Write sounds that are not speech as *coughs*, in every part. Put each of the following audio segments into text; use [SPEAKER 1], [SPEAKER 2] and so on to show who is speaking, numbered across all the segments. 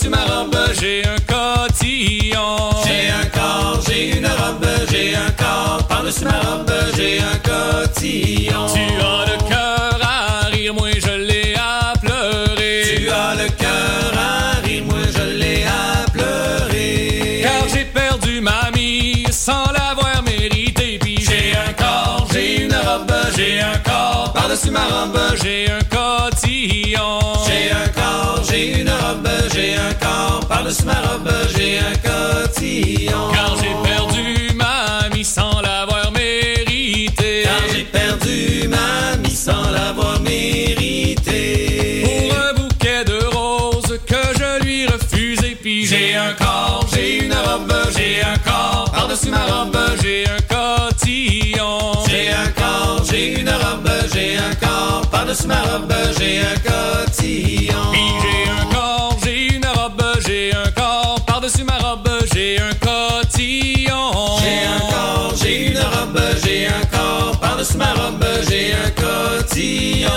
[SPEAKER 1] sur ma robe, j'ai un cotillon.
[SPEAKER 2] J'ai un corps, j'ai une robe, j'ai un corps. Par-dessus ma robe, j'ai un cotillon.
[SPEAKER 1] Tu as le cœur à rire, moi je l'ai à pleurer.
[SPEAKER 2] Tu as le cœur à rire, moi je l'ai à pleurer.
[SPEAKER 1] Car j'ai perdu ma mie sans l'avoir méritée. Puis j'ai un corps, j'ai une robe, j'ai un corps.
[SPEAKER 2] Par-dessus ma robe,
[SPEAKER 1] J'ai un cotillon.
[SPEAKER 2] j'ai un corps, j'ai une robe, j'ai un corps. Par-dessus ma robe, j'ai un cotillon.
[SPEAKER 1] Car j'ai perdu ma mie sans l'avoir méritée.
[SPEAKER 2] Car j'ai perdu ma vie sans l'avoir méritée.
[SPEAKER 1] Pour un bouquet de roses que je lui refusais. Puis j'ai un corps, j'ai une robe, j'ai un corps. Par-dessus ma robe, j'ai un cotillon.
[SPEAKER 2] J'ai un corps, j'ai une robe, j'ai un corps. Par-dessus ma robe, j'ai un cotillon.
[SPEAKER 1] Puis j'ai un corps, j'ai une robe, j'ai un corps. Par-dessus ma robe, j'ai un cotillon.
[SPEAKER 2] J'ai un corps, j'ai une robe, j'ai un corps. Par-dessus ma robe, j'ai un cotillon.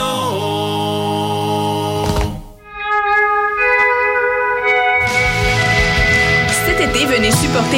[SPEAKER 3] Cet été, venez supporter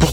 [SPEAKER 4] Pour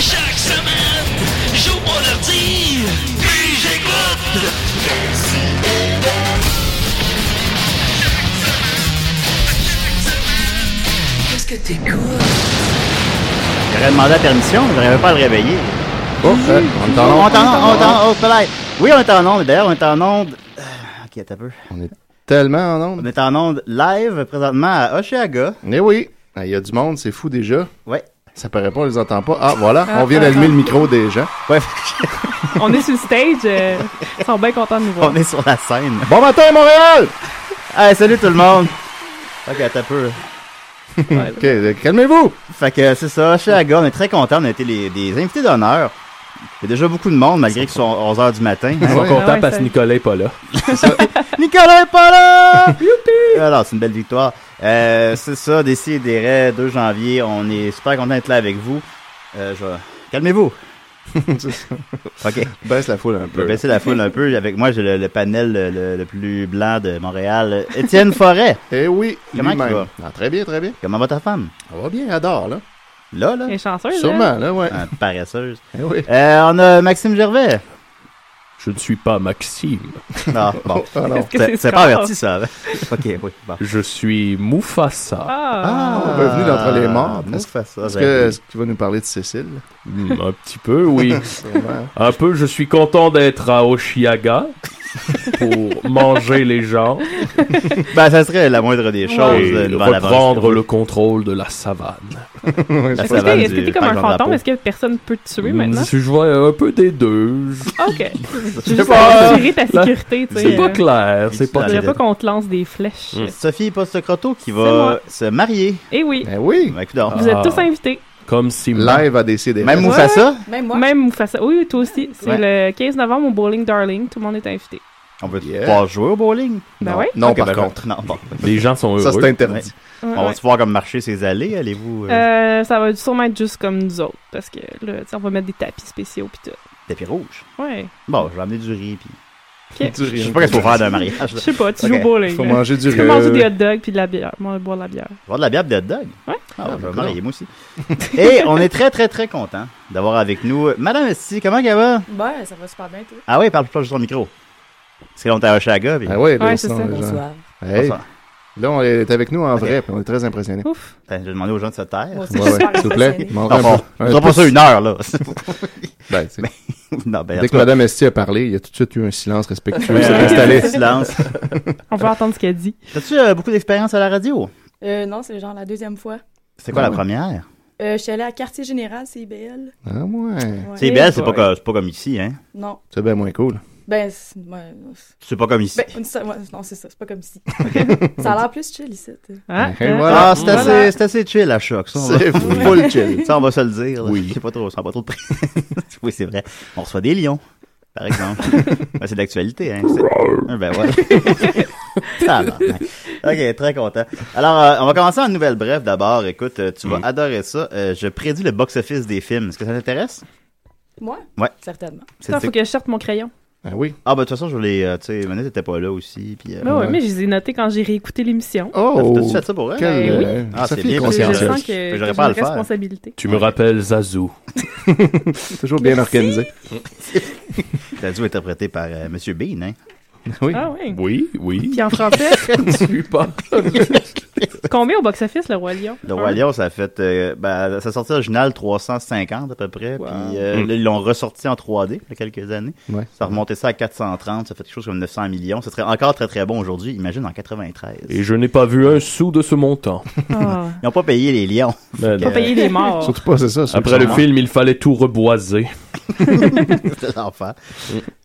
[SPEAKER 5] Chaque semaine, j'ouvre mon ordi, puis j'écoute.
[SPEAKER 6] J'aurais demandé la permission, mais j'arrivais pas à le réveiller.
[SPEAKER 7] Oh, euh, on est en
[SPEAKER 6] On
[SPEAKER 7] onde,
[SPEAKER 6] est en onde, on est
[SPEAKER 7] onde.
[SPEAKER 6] en onde, Oh, peut-être. Oui, on est en onde. D'ailleurs, on est en onde. euh, Ok, attends un peu.
[SPEAKER 7] On est tellement en
[SPEAKER 6] On
[SPEAKER 7] onde.
[SPEAKER 6] est en onde live présentement à Oshiaga.
[SPEAKER 7] Eh oui, Ah, il y a du monde, c'est fou déjà.
[SPEAKER 6] Ouais.
[SPEAKER 7] Ça paraît pas, on les entend pas. Ah, voilà, on vient d'allumer le micro des gens.
[SPEAKER 6] Ouais,
[SPEAKER 8] *laughs* On est sur le stage. euh, ils sont bien contents de nous voir.
[SPEAKER 6] on est sur la scène.
[SPEAKER 7] Bon matin,
[SPEAKER 8] *laughs*
[SPEAKER 7] Montréal!
[SPEAKER 6] Hey, salut tout le monde. Ok, attends un peu. Ouais.
[SPEAKER 7] *laughs* Ok, euh, calmez-vous!
[SPEAKER 6] Fait que c'est ça, Oshiaga, on est très contents. On a été les, des invités d'honneur. Il y a déjà beaucoup de monde, malgré qu'ils sont 11h du matin.
[SPEAKER 7] Ouais.
[SPEAKER 8] Ah ouais,
[SPEAKER 5] parce
[SPEAKER 8] ça-
[SPEAKER 5] que Nicolas est pas là.
[SPEAKER 6] Nicolas est pas là! Alors, c'est une belle victoire. Euh, c'est ça, d'ici et des raies, 2 janvier, on est super content d'être là avec vous. Euh, je... vais- Calmez-vous.
[SPEAKER 7] C'est ça.
[SPEAKER 6] OK.
[SPEAKER 7] *laughs* Baisse la foule un
[SPEAKER 6] Je vais
[SPEAKER 7] peu.
[SPEAKER 6] baisser la foule un peu. Avec moi, j'ai le, le panel le, le- le plus blanc de Montréal. Étienne Forêt,
[SPEAKER 7] Eh oui,
[SPEAKER 6] Comment
[SPEAKER 7] lui-même.
[SPEAKER 6] qu'il va?
[SPEAKER 7] Ah, Très bien, très bien.
[SPEAKER 6] comment va ta femme?
[SPEAKER 7] On va bien, adore, là.
[SPEAKER 6] Là, là?
[SPEAKER 8] Elle est chanceuse.
[SPEAKER 7] Sûrement, là, ouais.
[SPEAKER 6] Ah, paresseuse.
[SPEAKER 7] *laughs* Eh oui.
[SPEAKER 6] Euh, on a Maxime Gervais.
[SPEAKER 5] Je ne suis pas Maxime.
[SPEAKER 6] Ah,
[SPEAKER 8] *laughs*
[SPEAKER 6] bon.
[SPEAKER 7] Ah non.
[SPEAKER 8] Est-ce que
[SPEAKER 6] C'est
[SPEAKER 8] c'est
[SPEAKER 6] c'est pas averti, ça. *laughs* OK, oui. Bon.
[SPEAKER 5] Je suis Mufasa.
[SPEAKER 8] Ah,
[SPEAKER 7] revenu d'entre les morts,
[SPEAKER 6] nous,
[SPEAKER 7] presque.
[SPEAKER 6] fait ça,
[SPEAKER 7] Est-ce
[SPEAKER 6] j'ai
[SPEAKER 7] que,
[SPEAKER 6] appris.
[SPEAKER 7] est-ce que tu vas nous parler de Cécile? *laughs*
[SPEAKER 5] Hmm, un petit peu, oui.
[SPEAKER 7] Sûrement.
[SPEAKER 5] Un peu, je suis content d'être à Oshiaga.
[SPEAKER 6] *laughs*
[SPEAKER 9] pour manger les gens.
[SPEAKER 6] Ben, ça serait la moindre des choses
[SPEAKER 9] Et
[SPEAKER 6] euh, devant la
[SPEAKER 9] reprendre le contrôle de la savane.
[SPEAKER 8] Est-ce que est-ce que t'es comme un fantôme? Est-ce que personne peut te tuer maintenant?
[SPEAKER 9] Si je vois un peu des deux. je-
[SPEAKER 8] *laughs* Ok.
[SPEAKER 9] Je
[SPEAKER 8] Tu
[SPEAKER 9] sais
[SPEAKER 8] juste
[SPEAKER 9] pas.
[SPEAKER 8] assurer ta
[SPEAKER 9] La-
[SPEAKER 8] sécurité, tu sais.
[SPEAKER 9] C'est pas
[SPEAKER 8] euh,
[SPEAKER 9] clair, c'est
[SPEAKER 8] Je
[SPEAKER 9] pas
[SPEAKER 8] voudrais
[SPEAKER 9] clair.
[SPEAKER 8] pas qu'on te lance des flèches.
[SPEAKER 6] Sophie Postecroto qui
[SPEAKER 8] Mm. C'est
[SPEAKER 6] va
[SPEAKER 8] moi.
[SPEAKER 6] se marier.
[SPEAKER 8] Eh oui.
[SPEAKER 6] Ben oui.
[SPEAKER 8] Vous
[SPEAKER 9] Ah.
[SPEAKER 8] êtes tous invités.
[SPEAKER 9] Comme si.
[SPEAKER 7] Live à décider.
[SPEAKER 6] Même
[SPEAKER 7] Ah.
[SPEAKER 6] Mufasa?
[SPEAKER 8] Même moi. Même Moufassa. Oui, oui, toi aussi. C'est le 15 novembre au Bowling Darling. Tout le monde est invité.
[SPEAKER 6] On peut pas jouer au bowling.
[SPEAKER 8] Ben Non. ouais.
[SPEAKER 6] Non,
[SPEAKER 9] Ok,
[SPEAKER 6] par
[SPEAKER 9] ben non.
[SPEAKER 6] contre. Non,
[SPEAKER 7] *laughs*
[SPEAKER 6] bon.
[SPEAKER 9] Les gens sont
[SPEAKER 6] Ça,
[SPEAKER 9] heureux.
[SPEAKER 6] c'est interdit.
[SPEAKER 8] Ouais. Ouais,
[SPEAKER 6] On va
[SPEAKER 8] ouais.
[SPEAKER 6] se voir comme marcher ces allées. Allez-vous. Euh,
[SPEAKER 8] Euh, ça va sûrement être juste comme nous autres. Parce que là, tu sais, on va mettre des tapis spéciaux pis tout.
[SPEAKER 6] Tapis rouge.
[SPEAKER 8] Ouais.
[SPEAKER 6] Bon, je vais amener du riz. Puis...
[SPEAKER 8] Ok.
[SPEAKER 7] Du riz,
[SPEAKER 6] Je sais
[SPEAKER 7] ok.
[SPEAKER 6] pas qu'est-ce qu'il faut faire Ah, d'un mariage.
[SPEAKER 8] Je sais pas, tu
[SPEAKER 6] Ok.
[SPEAKER 8] joues au bowling. là. Tu peux manger des hot dogs puis de la bière. Moi, boire de la bière.
[SPEAKER 6] Boire de la bière, des hot dogs.
[SPEAKER 8] Ouais.
[SPEAKER 6] Ah, je vais me
[SPEAKER 8] cool.
[SPEAKER 6] marier, moi aussi. *laughs* Et on est très, très, très content d'avoir avec nous euh, Madame Esti. Comment elle va?
[SPEAKER 10] Ben, ça va super bien, toi.
[SPEAKER 6] Ah oui, parle plus proche de ton micro. Parce que là, on t'a à Oshaga. Puis...
[SPEAKER 7] Ah ouais, là,
[SPEAKER 10] Ouais,
[SPEAKER 7] sinon,
[SPEAKER 10] c'est ça.
[SPEAKER 7] les gens-
[SPEAKER 10] Bonsoir.
[SPEAKER 7] Hey,
[SPEAKER 6] Bonsoir.
[SPEAKER 7] Là, on est avec nous en vrai, puis on est très impressionnés.
[SPEAKER 8] Ouf.
[SPEAKER 6] Ben, J'ai demandé aux gens de se taire.
[SPEAKER 10] Moi aussi,
[SPEAKER 7] Ouais,
[SPEAKER 10] je
[SPEAKER 7] ouais,
[SPEAKER 10] suis super
[SPEAKER 7] s'il vous plaît.
[SPEAKER 10] impressionnée.
[SPEAKER 7] Bon,
[SPEAKER 6] Non,
[SPEAKER 7] un
[SPEAKER 6] bon,
[SPEAKER 7] peu-
[SPEAKER 6] on
[SPEAKER 7] un
[SPEAKER 6] doit
[SPEAKER 7] peu-
[SPEAKER 6] pas ça une heure, là. *laughs*
[SPEAKER 7] *laughs* Ben, c'est-
[SPEAKER 6] non, ben, en
[SPEAKER 7] Dès
[SPEAKER 6] tout
[SPEAKER 7] que
[SPEAKER 6] cas-
[SPEAKER 7] Mme Esti a parlé, il y a tout de suite eu un silence respectueux.
[SPEAKER 6] Ouais,
[SPEAKER 7] s'est
[SPEAKER 6] ouais,
[SPEAKER 7] installé.
[SPEAKER 6] ouais, *laughs* silence.
[SPEAKER 8] *laughs* On va entendre ce qu'elle dit.
[SPEAKER 6] As-tu euh, beaucoup d'expérience à la radio?
[SPEAKER 10] Euh, non, c'est genre la deuxième fois.
[SPEAKER 6] C'est quoi
[SPEAKER 7] Ah
[SPEAKER 6] la
[SPEAKER 7] ouais.
[SPEAKER 6] première?
[SPEAKER 10] Euh, je suis allée à Quartier Général, CIBL.
[SPEAKER 7] Ah ouais.
[SPEAKER 6] C'est belle, c'est pas, co- c'est pas comme ici, hein?
[SPEAKER 10] Non.
[SPEAKER 7] C'est bien moins cool.
[SPEAKER 10] Ben, c'est- ouais,
[SPEAKER 6] C'est pas comme ici.
[SPEAKER 10] ben, une seule- ouais, non, c'est ça, c'est pas comme
[SPEAKER 7] *laughs*
[SPEAKER 10] ici. ça a l'air plus chill ici. hein. t'sais.
[SPEAKER 6] Ah,
[SPEAKER 7] Eh, voilà.
[SPEAKER 6] c'est
[SPEAKER 7] Voilà.
[SPEAKER 6] assez, c'est assez chill à choc. ça, on va-
[SPEAKER 7] C'est full chill.
[SPEAKER 6] Ça, on va se le dire. Oui. C'est pas trop, ça a pas trop de prix. *laughs* oui, c'est vrai. On reçoit des lions, par
[SPEAKER 8] *laughs*
[SPEAKER 6] exemple. Ben, c'est d'actualité, hein. C'est- Ah, ben voilà. ça va. Ok, très content. Alors, euh, on va commencer en nouvelle brève d'abord. Écoute, euh, tu vas adorer ça. Euh, je prédis le box-office des films. Est-ce que ça t'intéresse?
[SPEAKER 10] Moi?
[SPEAKER 6] Ouais.
[SPEAKER 10] Certainement.
[SPEAKER 8] Putain, faut que je sorte mon crayon.
[SPEAKER 6] Ah oui. Ah, ben de toute façon, je voulais. euh, tu sais, Manette n'était pas là aussi. Puis, euh,
[SPEAKER 8] Ben ouais, mais je les ai notés quand j'ai réécouté l'émission.
[SPEAKER 6] Oh, T'as-tu fait ça pour elle?
[SPEAKER 8] Ben
[SPEAKER 6] Euh,
[SPEAKER 8] oui.
[SPEAKER 6] oui. Ah, c'est
[SPEAKER 8] Sophie
[SPEAKER 6] bien
[SPEAKER 8] est
[SPEAKER 6] consciencieuse.
[SPEAKER 8] consciencieuse. Je sens que-
[SPEAKER 6] Fait
[SPEAKER 8] que
[SPEAKER 6] j'aurais
[SPEAKER 8] j'ai
[SPEAKER 6] pas à le
[SPEAKER 8] une
[SPEAKER 6] faire.
[SPEAKER 8] responsabilité.
[SPEAKER 9] Tu me rappelles Zazou.
[SPEAKER 7] *laughs* Toujours
[SPEAKER 6] *laughs*
[SPEAKER 7] bien organisé.
[SPEAKER 6] T'as dû interprété par euh, Monsieur Bean, hein?
[SPEAKER 7] *laughs* Oui.
[SPEAKER 8] Ah oui.
[SPEAKER 9] Oui, oui.
[SPEAKER 8] Puis
[SPEAKER 6] *laughs*
[SPEAKER 7] *laughs*
[SPEAKER 8] en français.
[SPEAKER 9] Tu pas.
[SPEAKER 8] *laughs* Combien au box-office, le Roi Lion?
[SPEAKER 6] Le Roi Lion, ça a fait. euh, ben, ça a sorti original 350 à peu près. Puis euh,
[SPEAKER 7] Mm.
[SPEAKER 6] là, ils l'ont ressorti en 3D il y a quelques années.
[SPEAKER 7] Ouais.
[SPEAKER 6] Ça a remonté ça à 430. Ça fait quelque chose comme 900 millions. Ce serait encore très très bon aujourd'hui. Imagine en 93.
[SPEAKER 9] Et je n'ai pas vu un sou de ce montant.
[SPEAKER 8] Ah.
[SPEAKER 6] Ils n'ont pas payé les lions.
[SPEAKER 9] Ben
[SPEAKER 8] Pas
[SPEAKER 9] non.
[SPEAKER 8] payer les morts.
[SPEAKER 7] Surtout pas, c'est ça. ceux
[SPEAKER 9] Après
[SPEAKER 7] qui
[SPEAKER 9] le
[SPEAKER 7] sont
[SPEAKER 9] film, il fallait tout reboiser.
[SPEAKER 6] *laughs* C'est l'enfer.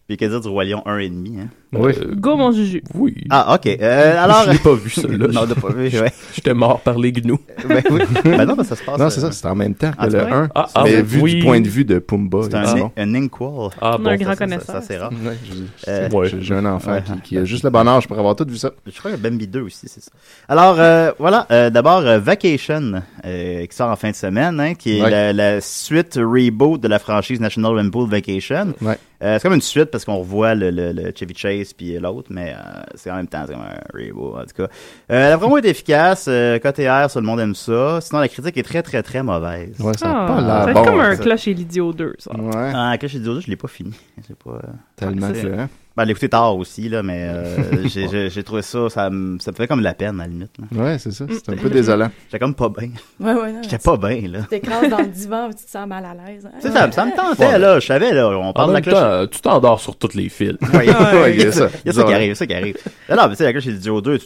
[SPEAKER 6] Puis que dire du Roi Lion 1,5 hein?
[SPEAKER 7] Oui.
[SPEAKER 8] Go, mon Juju.
[SPEAKER 9] Euh, Oui.
[SPEAKER 6] Ah, ok. Euh, alors.
[SPEAKER 9] Je l'ai pas vu, celui-là.
[SPEAKER 6] non, on l'a pas vu, ouais.
[SPEAKER 9] *laughs* J'étais mort par les gnous.
[SPEAKER 6] Ben
[SPEAKER 7] *laughs*
[SPEAKER 6] oui. Ben non, ben ça se passe.
[SPEAKER 7] Non, c'est
[SPEAKER 6] euh,
[SPEAKER 7] ça, c'est en même temps que
[SPEAKER 6] Ah,
[SPEAKER 7] le
[SPEAKER 6] c'est vrai?
[SPEAKER 7] 1.
[SPEAKER 9] Ah, ah,
[SPEAKER 7] mais
[SPEAKER 9] oui.
[SPEAKER 7] vu
[SPEAKER 9] Oui.
[SPEAKER 7] du point de vue de Pumba,
[SPEAKER 6] C'est
[SPEAKER 7] et
[SPEAKER 6] un,
[SPEAKER 7] Timon.
[SPEAKER 6] un inkwall.
[SPEAKER 9] Ah
[SPEAKER 8] Un
[SPEAKER 9] bon.
[SPEAKER 8] grand
[SPEAKER 6] Ça, ça,
[SPEAKER 8] connaisseur.
[SPEAKER 6] Ça, c'est rare.
[SPEAKER 7] Ouais, j'ai-
[SPEAKER 6] Euh,
[SPEAKER 9] Ouais.
[SPEAKER 7] j'ai- J'ai un enfant
[SPEAKER 6] Ouais.
[SPEAKER 7] qui, qui a juste le bon âge pour avoir tout vu ça.
[SPEAKER 6] Je crois qu'il y a Bambi 2 aussi, c'est ça. Alors, euh, voilà, euh, d'abord, euh, Vacation, euh, qui sort en fin de semaine, hein, qui est
[SPEAKER 7] Ouais.
[SPEAKER 6] la, la suite reboot de la franchise National Lampoon Vacation.
[SPEAKER 7] Ouais.
[SPEAKER 6] Euh, c'est comme une suite parce qu'on revoit le, le- le Chevy Chase puis l'autre, mais euh, c'est en même temps, c'est comme un reboot, en tout cas. Euh, la promo est efficace, euh, côté R, ça, le monde aime ça. Sinon, la critique est très, très, très mauvaise.
[SPEAKER 7] Ouais, ça a pas
[SPEAKER 8] Ah,
[SPEAKER 7] l'air
[SPEAKER 8] c'est
[SPEAKER 7] bon.
[SPEAKER 8] comme un
[SPEAKER 6] ça.
[SPEAKER 8] cloche et l'idiot 2, ça.
[SPEAKER 7] Ouais,
[SPEAKER 6] Ah, quand j'ai dit je l'ai pas fini. *laughs* J'ai pas... euh,
[SPEAKER 7] tellement
[SPEAKER 6] c'est-
[SPEAKER 7] que... hein.
[SPEAKER 6] Ben, l'écouter tard aussi, là, mais
[SPEAKER 7] *laughs*
[SPEAKER 6] euh, j'ai- j'ai j'ai trouvé ça, ça me ça me fait comme de la peine, à la limite. là. Mm.
[SPEAKER 7] Ouais, c'est ça. C'est un peu désolant.
[SPEAKER 6] *laughs* J'étais comme pas bien.
[SPEAKER 10] Ouais, ouais, non.
[SPEAKER 6] J'étais pas bien, là.
[SPEAKER 10] Tu t'écrases dans le divan, tu te sens mal à l'aise. hein.
[SPEAKER 6] Tu sais, ça, ça me tentait, là. Je savais, là. On
[SPEAKER 9] En
[SPEAKER 6] parle de la
[SPEAKER 9] même
[SPEAKER 6] cloche.
[SPEAKER 9] temps, tu t'endors sur toutes les fils.
[SPEAKER 6] *laughs* Ouais, il y
[SPEAKER 10] Ah,
[SPEAKER 6] a-
[SPEAKER 7] Ouais, il y a ça.
[SPEAKER 6] Il y a ça qui arrive, ça qui arrive. Non, non, mais tu sais, la cloche, c'est du duo 2. Tu,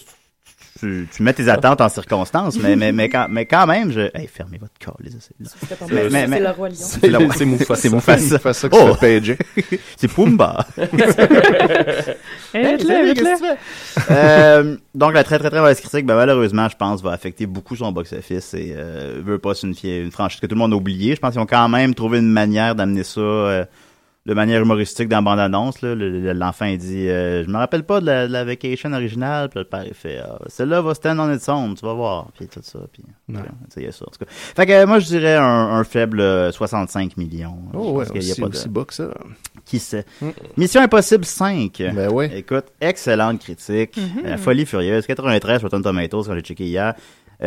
[SPEAKER 6] tu, tu mets tes attentes en circonstance, mais, mais, mais, quand, mais quand même, je. Hey, fermez votre corps, les essais.
[SPEAKER 10] C'était pas
[SPEAKER 6] Mais-
[SPEAKER 10] mal.
[SPEAKER 6] mais-
[SPEAKER 10] C'est
[SPEAKER 6] mais-
[SPEAKER 10] le roi lion.
[SPEAKER 6] C'est la-
[SPEAKER 9] C'est
[SPEAKER 6] *laughs*
[SPEAKER 9] Mufasa.
[SPEAKER 6] C'est Mufasa.
[SPEAKER 7] Fais ça que
[SPEAKER 6] Oh,
[SPEAKER 7] ça pager.
[SPEAKER 6] *laughs*
[SPEAKER 10] *laughs*
[SPEAKER 6] c'est Pumba.
[SPEAKER 8] Hey,
[SPEAKER 6] Hey,
[SPEAKER 8] Arrête-le,
[SPEAKER 6] salut,
[SPEAKER 8] arrête-le.
[SPEAKER 6] qu'est-ce que tu fais? Euh, donc, la très, très, très mauvaise critique, ben, malheureusement, je pense, va affecter beaucoup son box-office et euh, veut pas, c'est une, fi- une franchise que tout le monde a oubliée. Je pense qu'ils ont quand même trouvé une manière d'amener ça euh, de manière humoristique dans la bande-annonce. là. Le- le- L'enfant, il dit euh, Je me rappelle pas de la, de la vacation originale. Puis là, le père, il fait Ah, Celle-là va stand on its own, tu vas voir. Puis tout ça. Puis,
[SPEAKER 7] Ouais.
[SPEAKER 6] puis, tu sais, il y a ça. en tout cas. Fait que euh, moi, je dirais un, un faible euh, 65 millions. Je
[SPEAKER 7] Oh ouais,
[SPEAKER 6] pense qu'il y a
[SPEAKER 7] aussi,
[SPEAKER 6] pas de-
[SPEAKER 7] aussi bas que ça.
[SPEAKER 6] qui sait.
[SPEAKER 8] Mm.
[SPEAKER 6] Mission Impossible 5.
[SPEAKER 7] Ben ouais.
[SPEAKER 6] Écoute, excellente critique.
[SPEAKER 8] Mm-hmm.
[SPEAKER 6] Euh, Folie furieuse. 93 sur Rotten Tomatoes quand j'ai checké hier.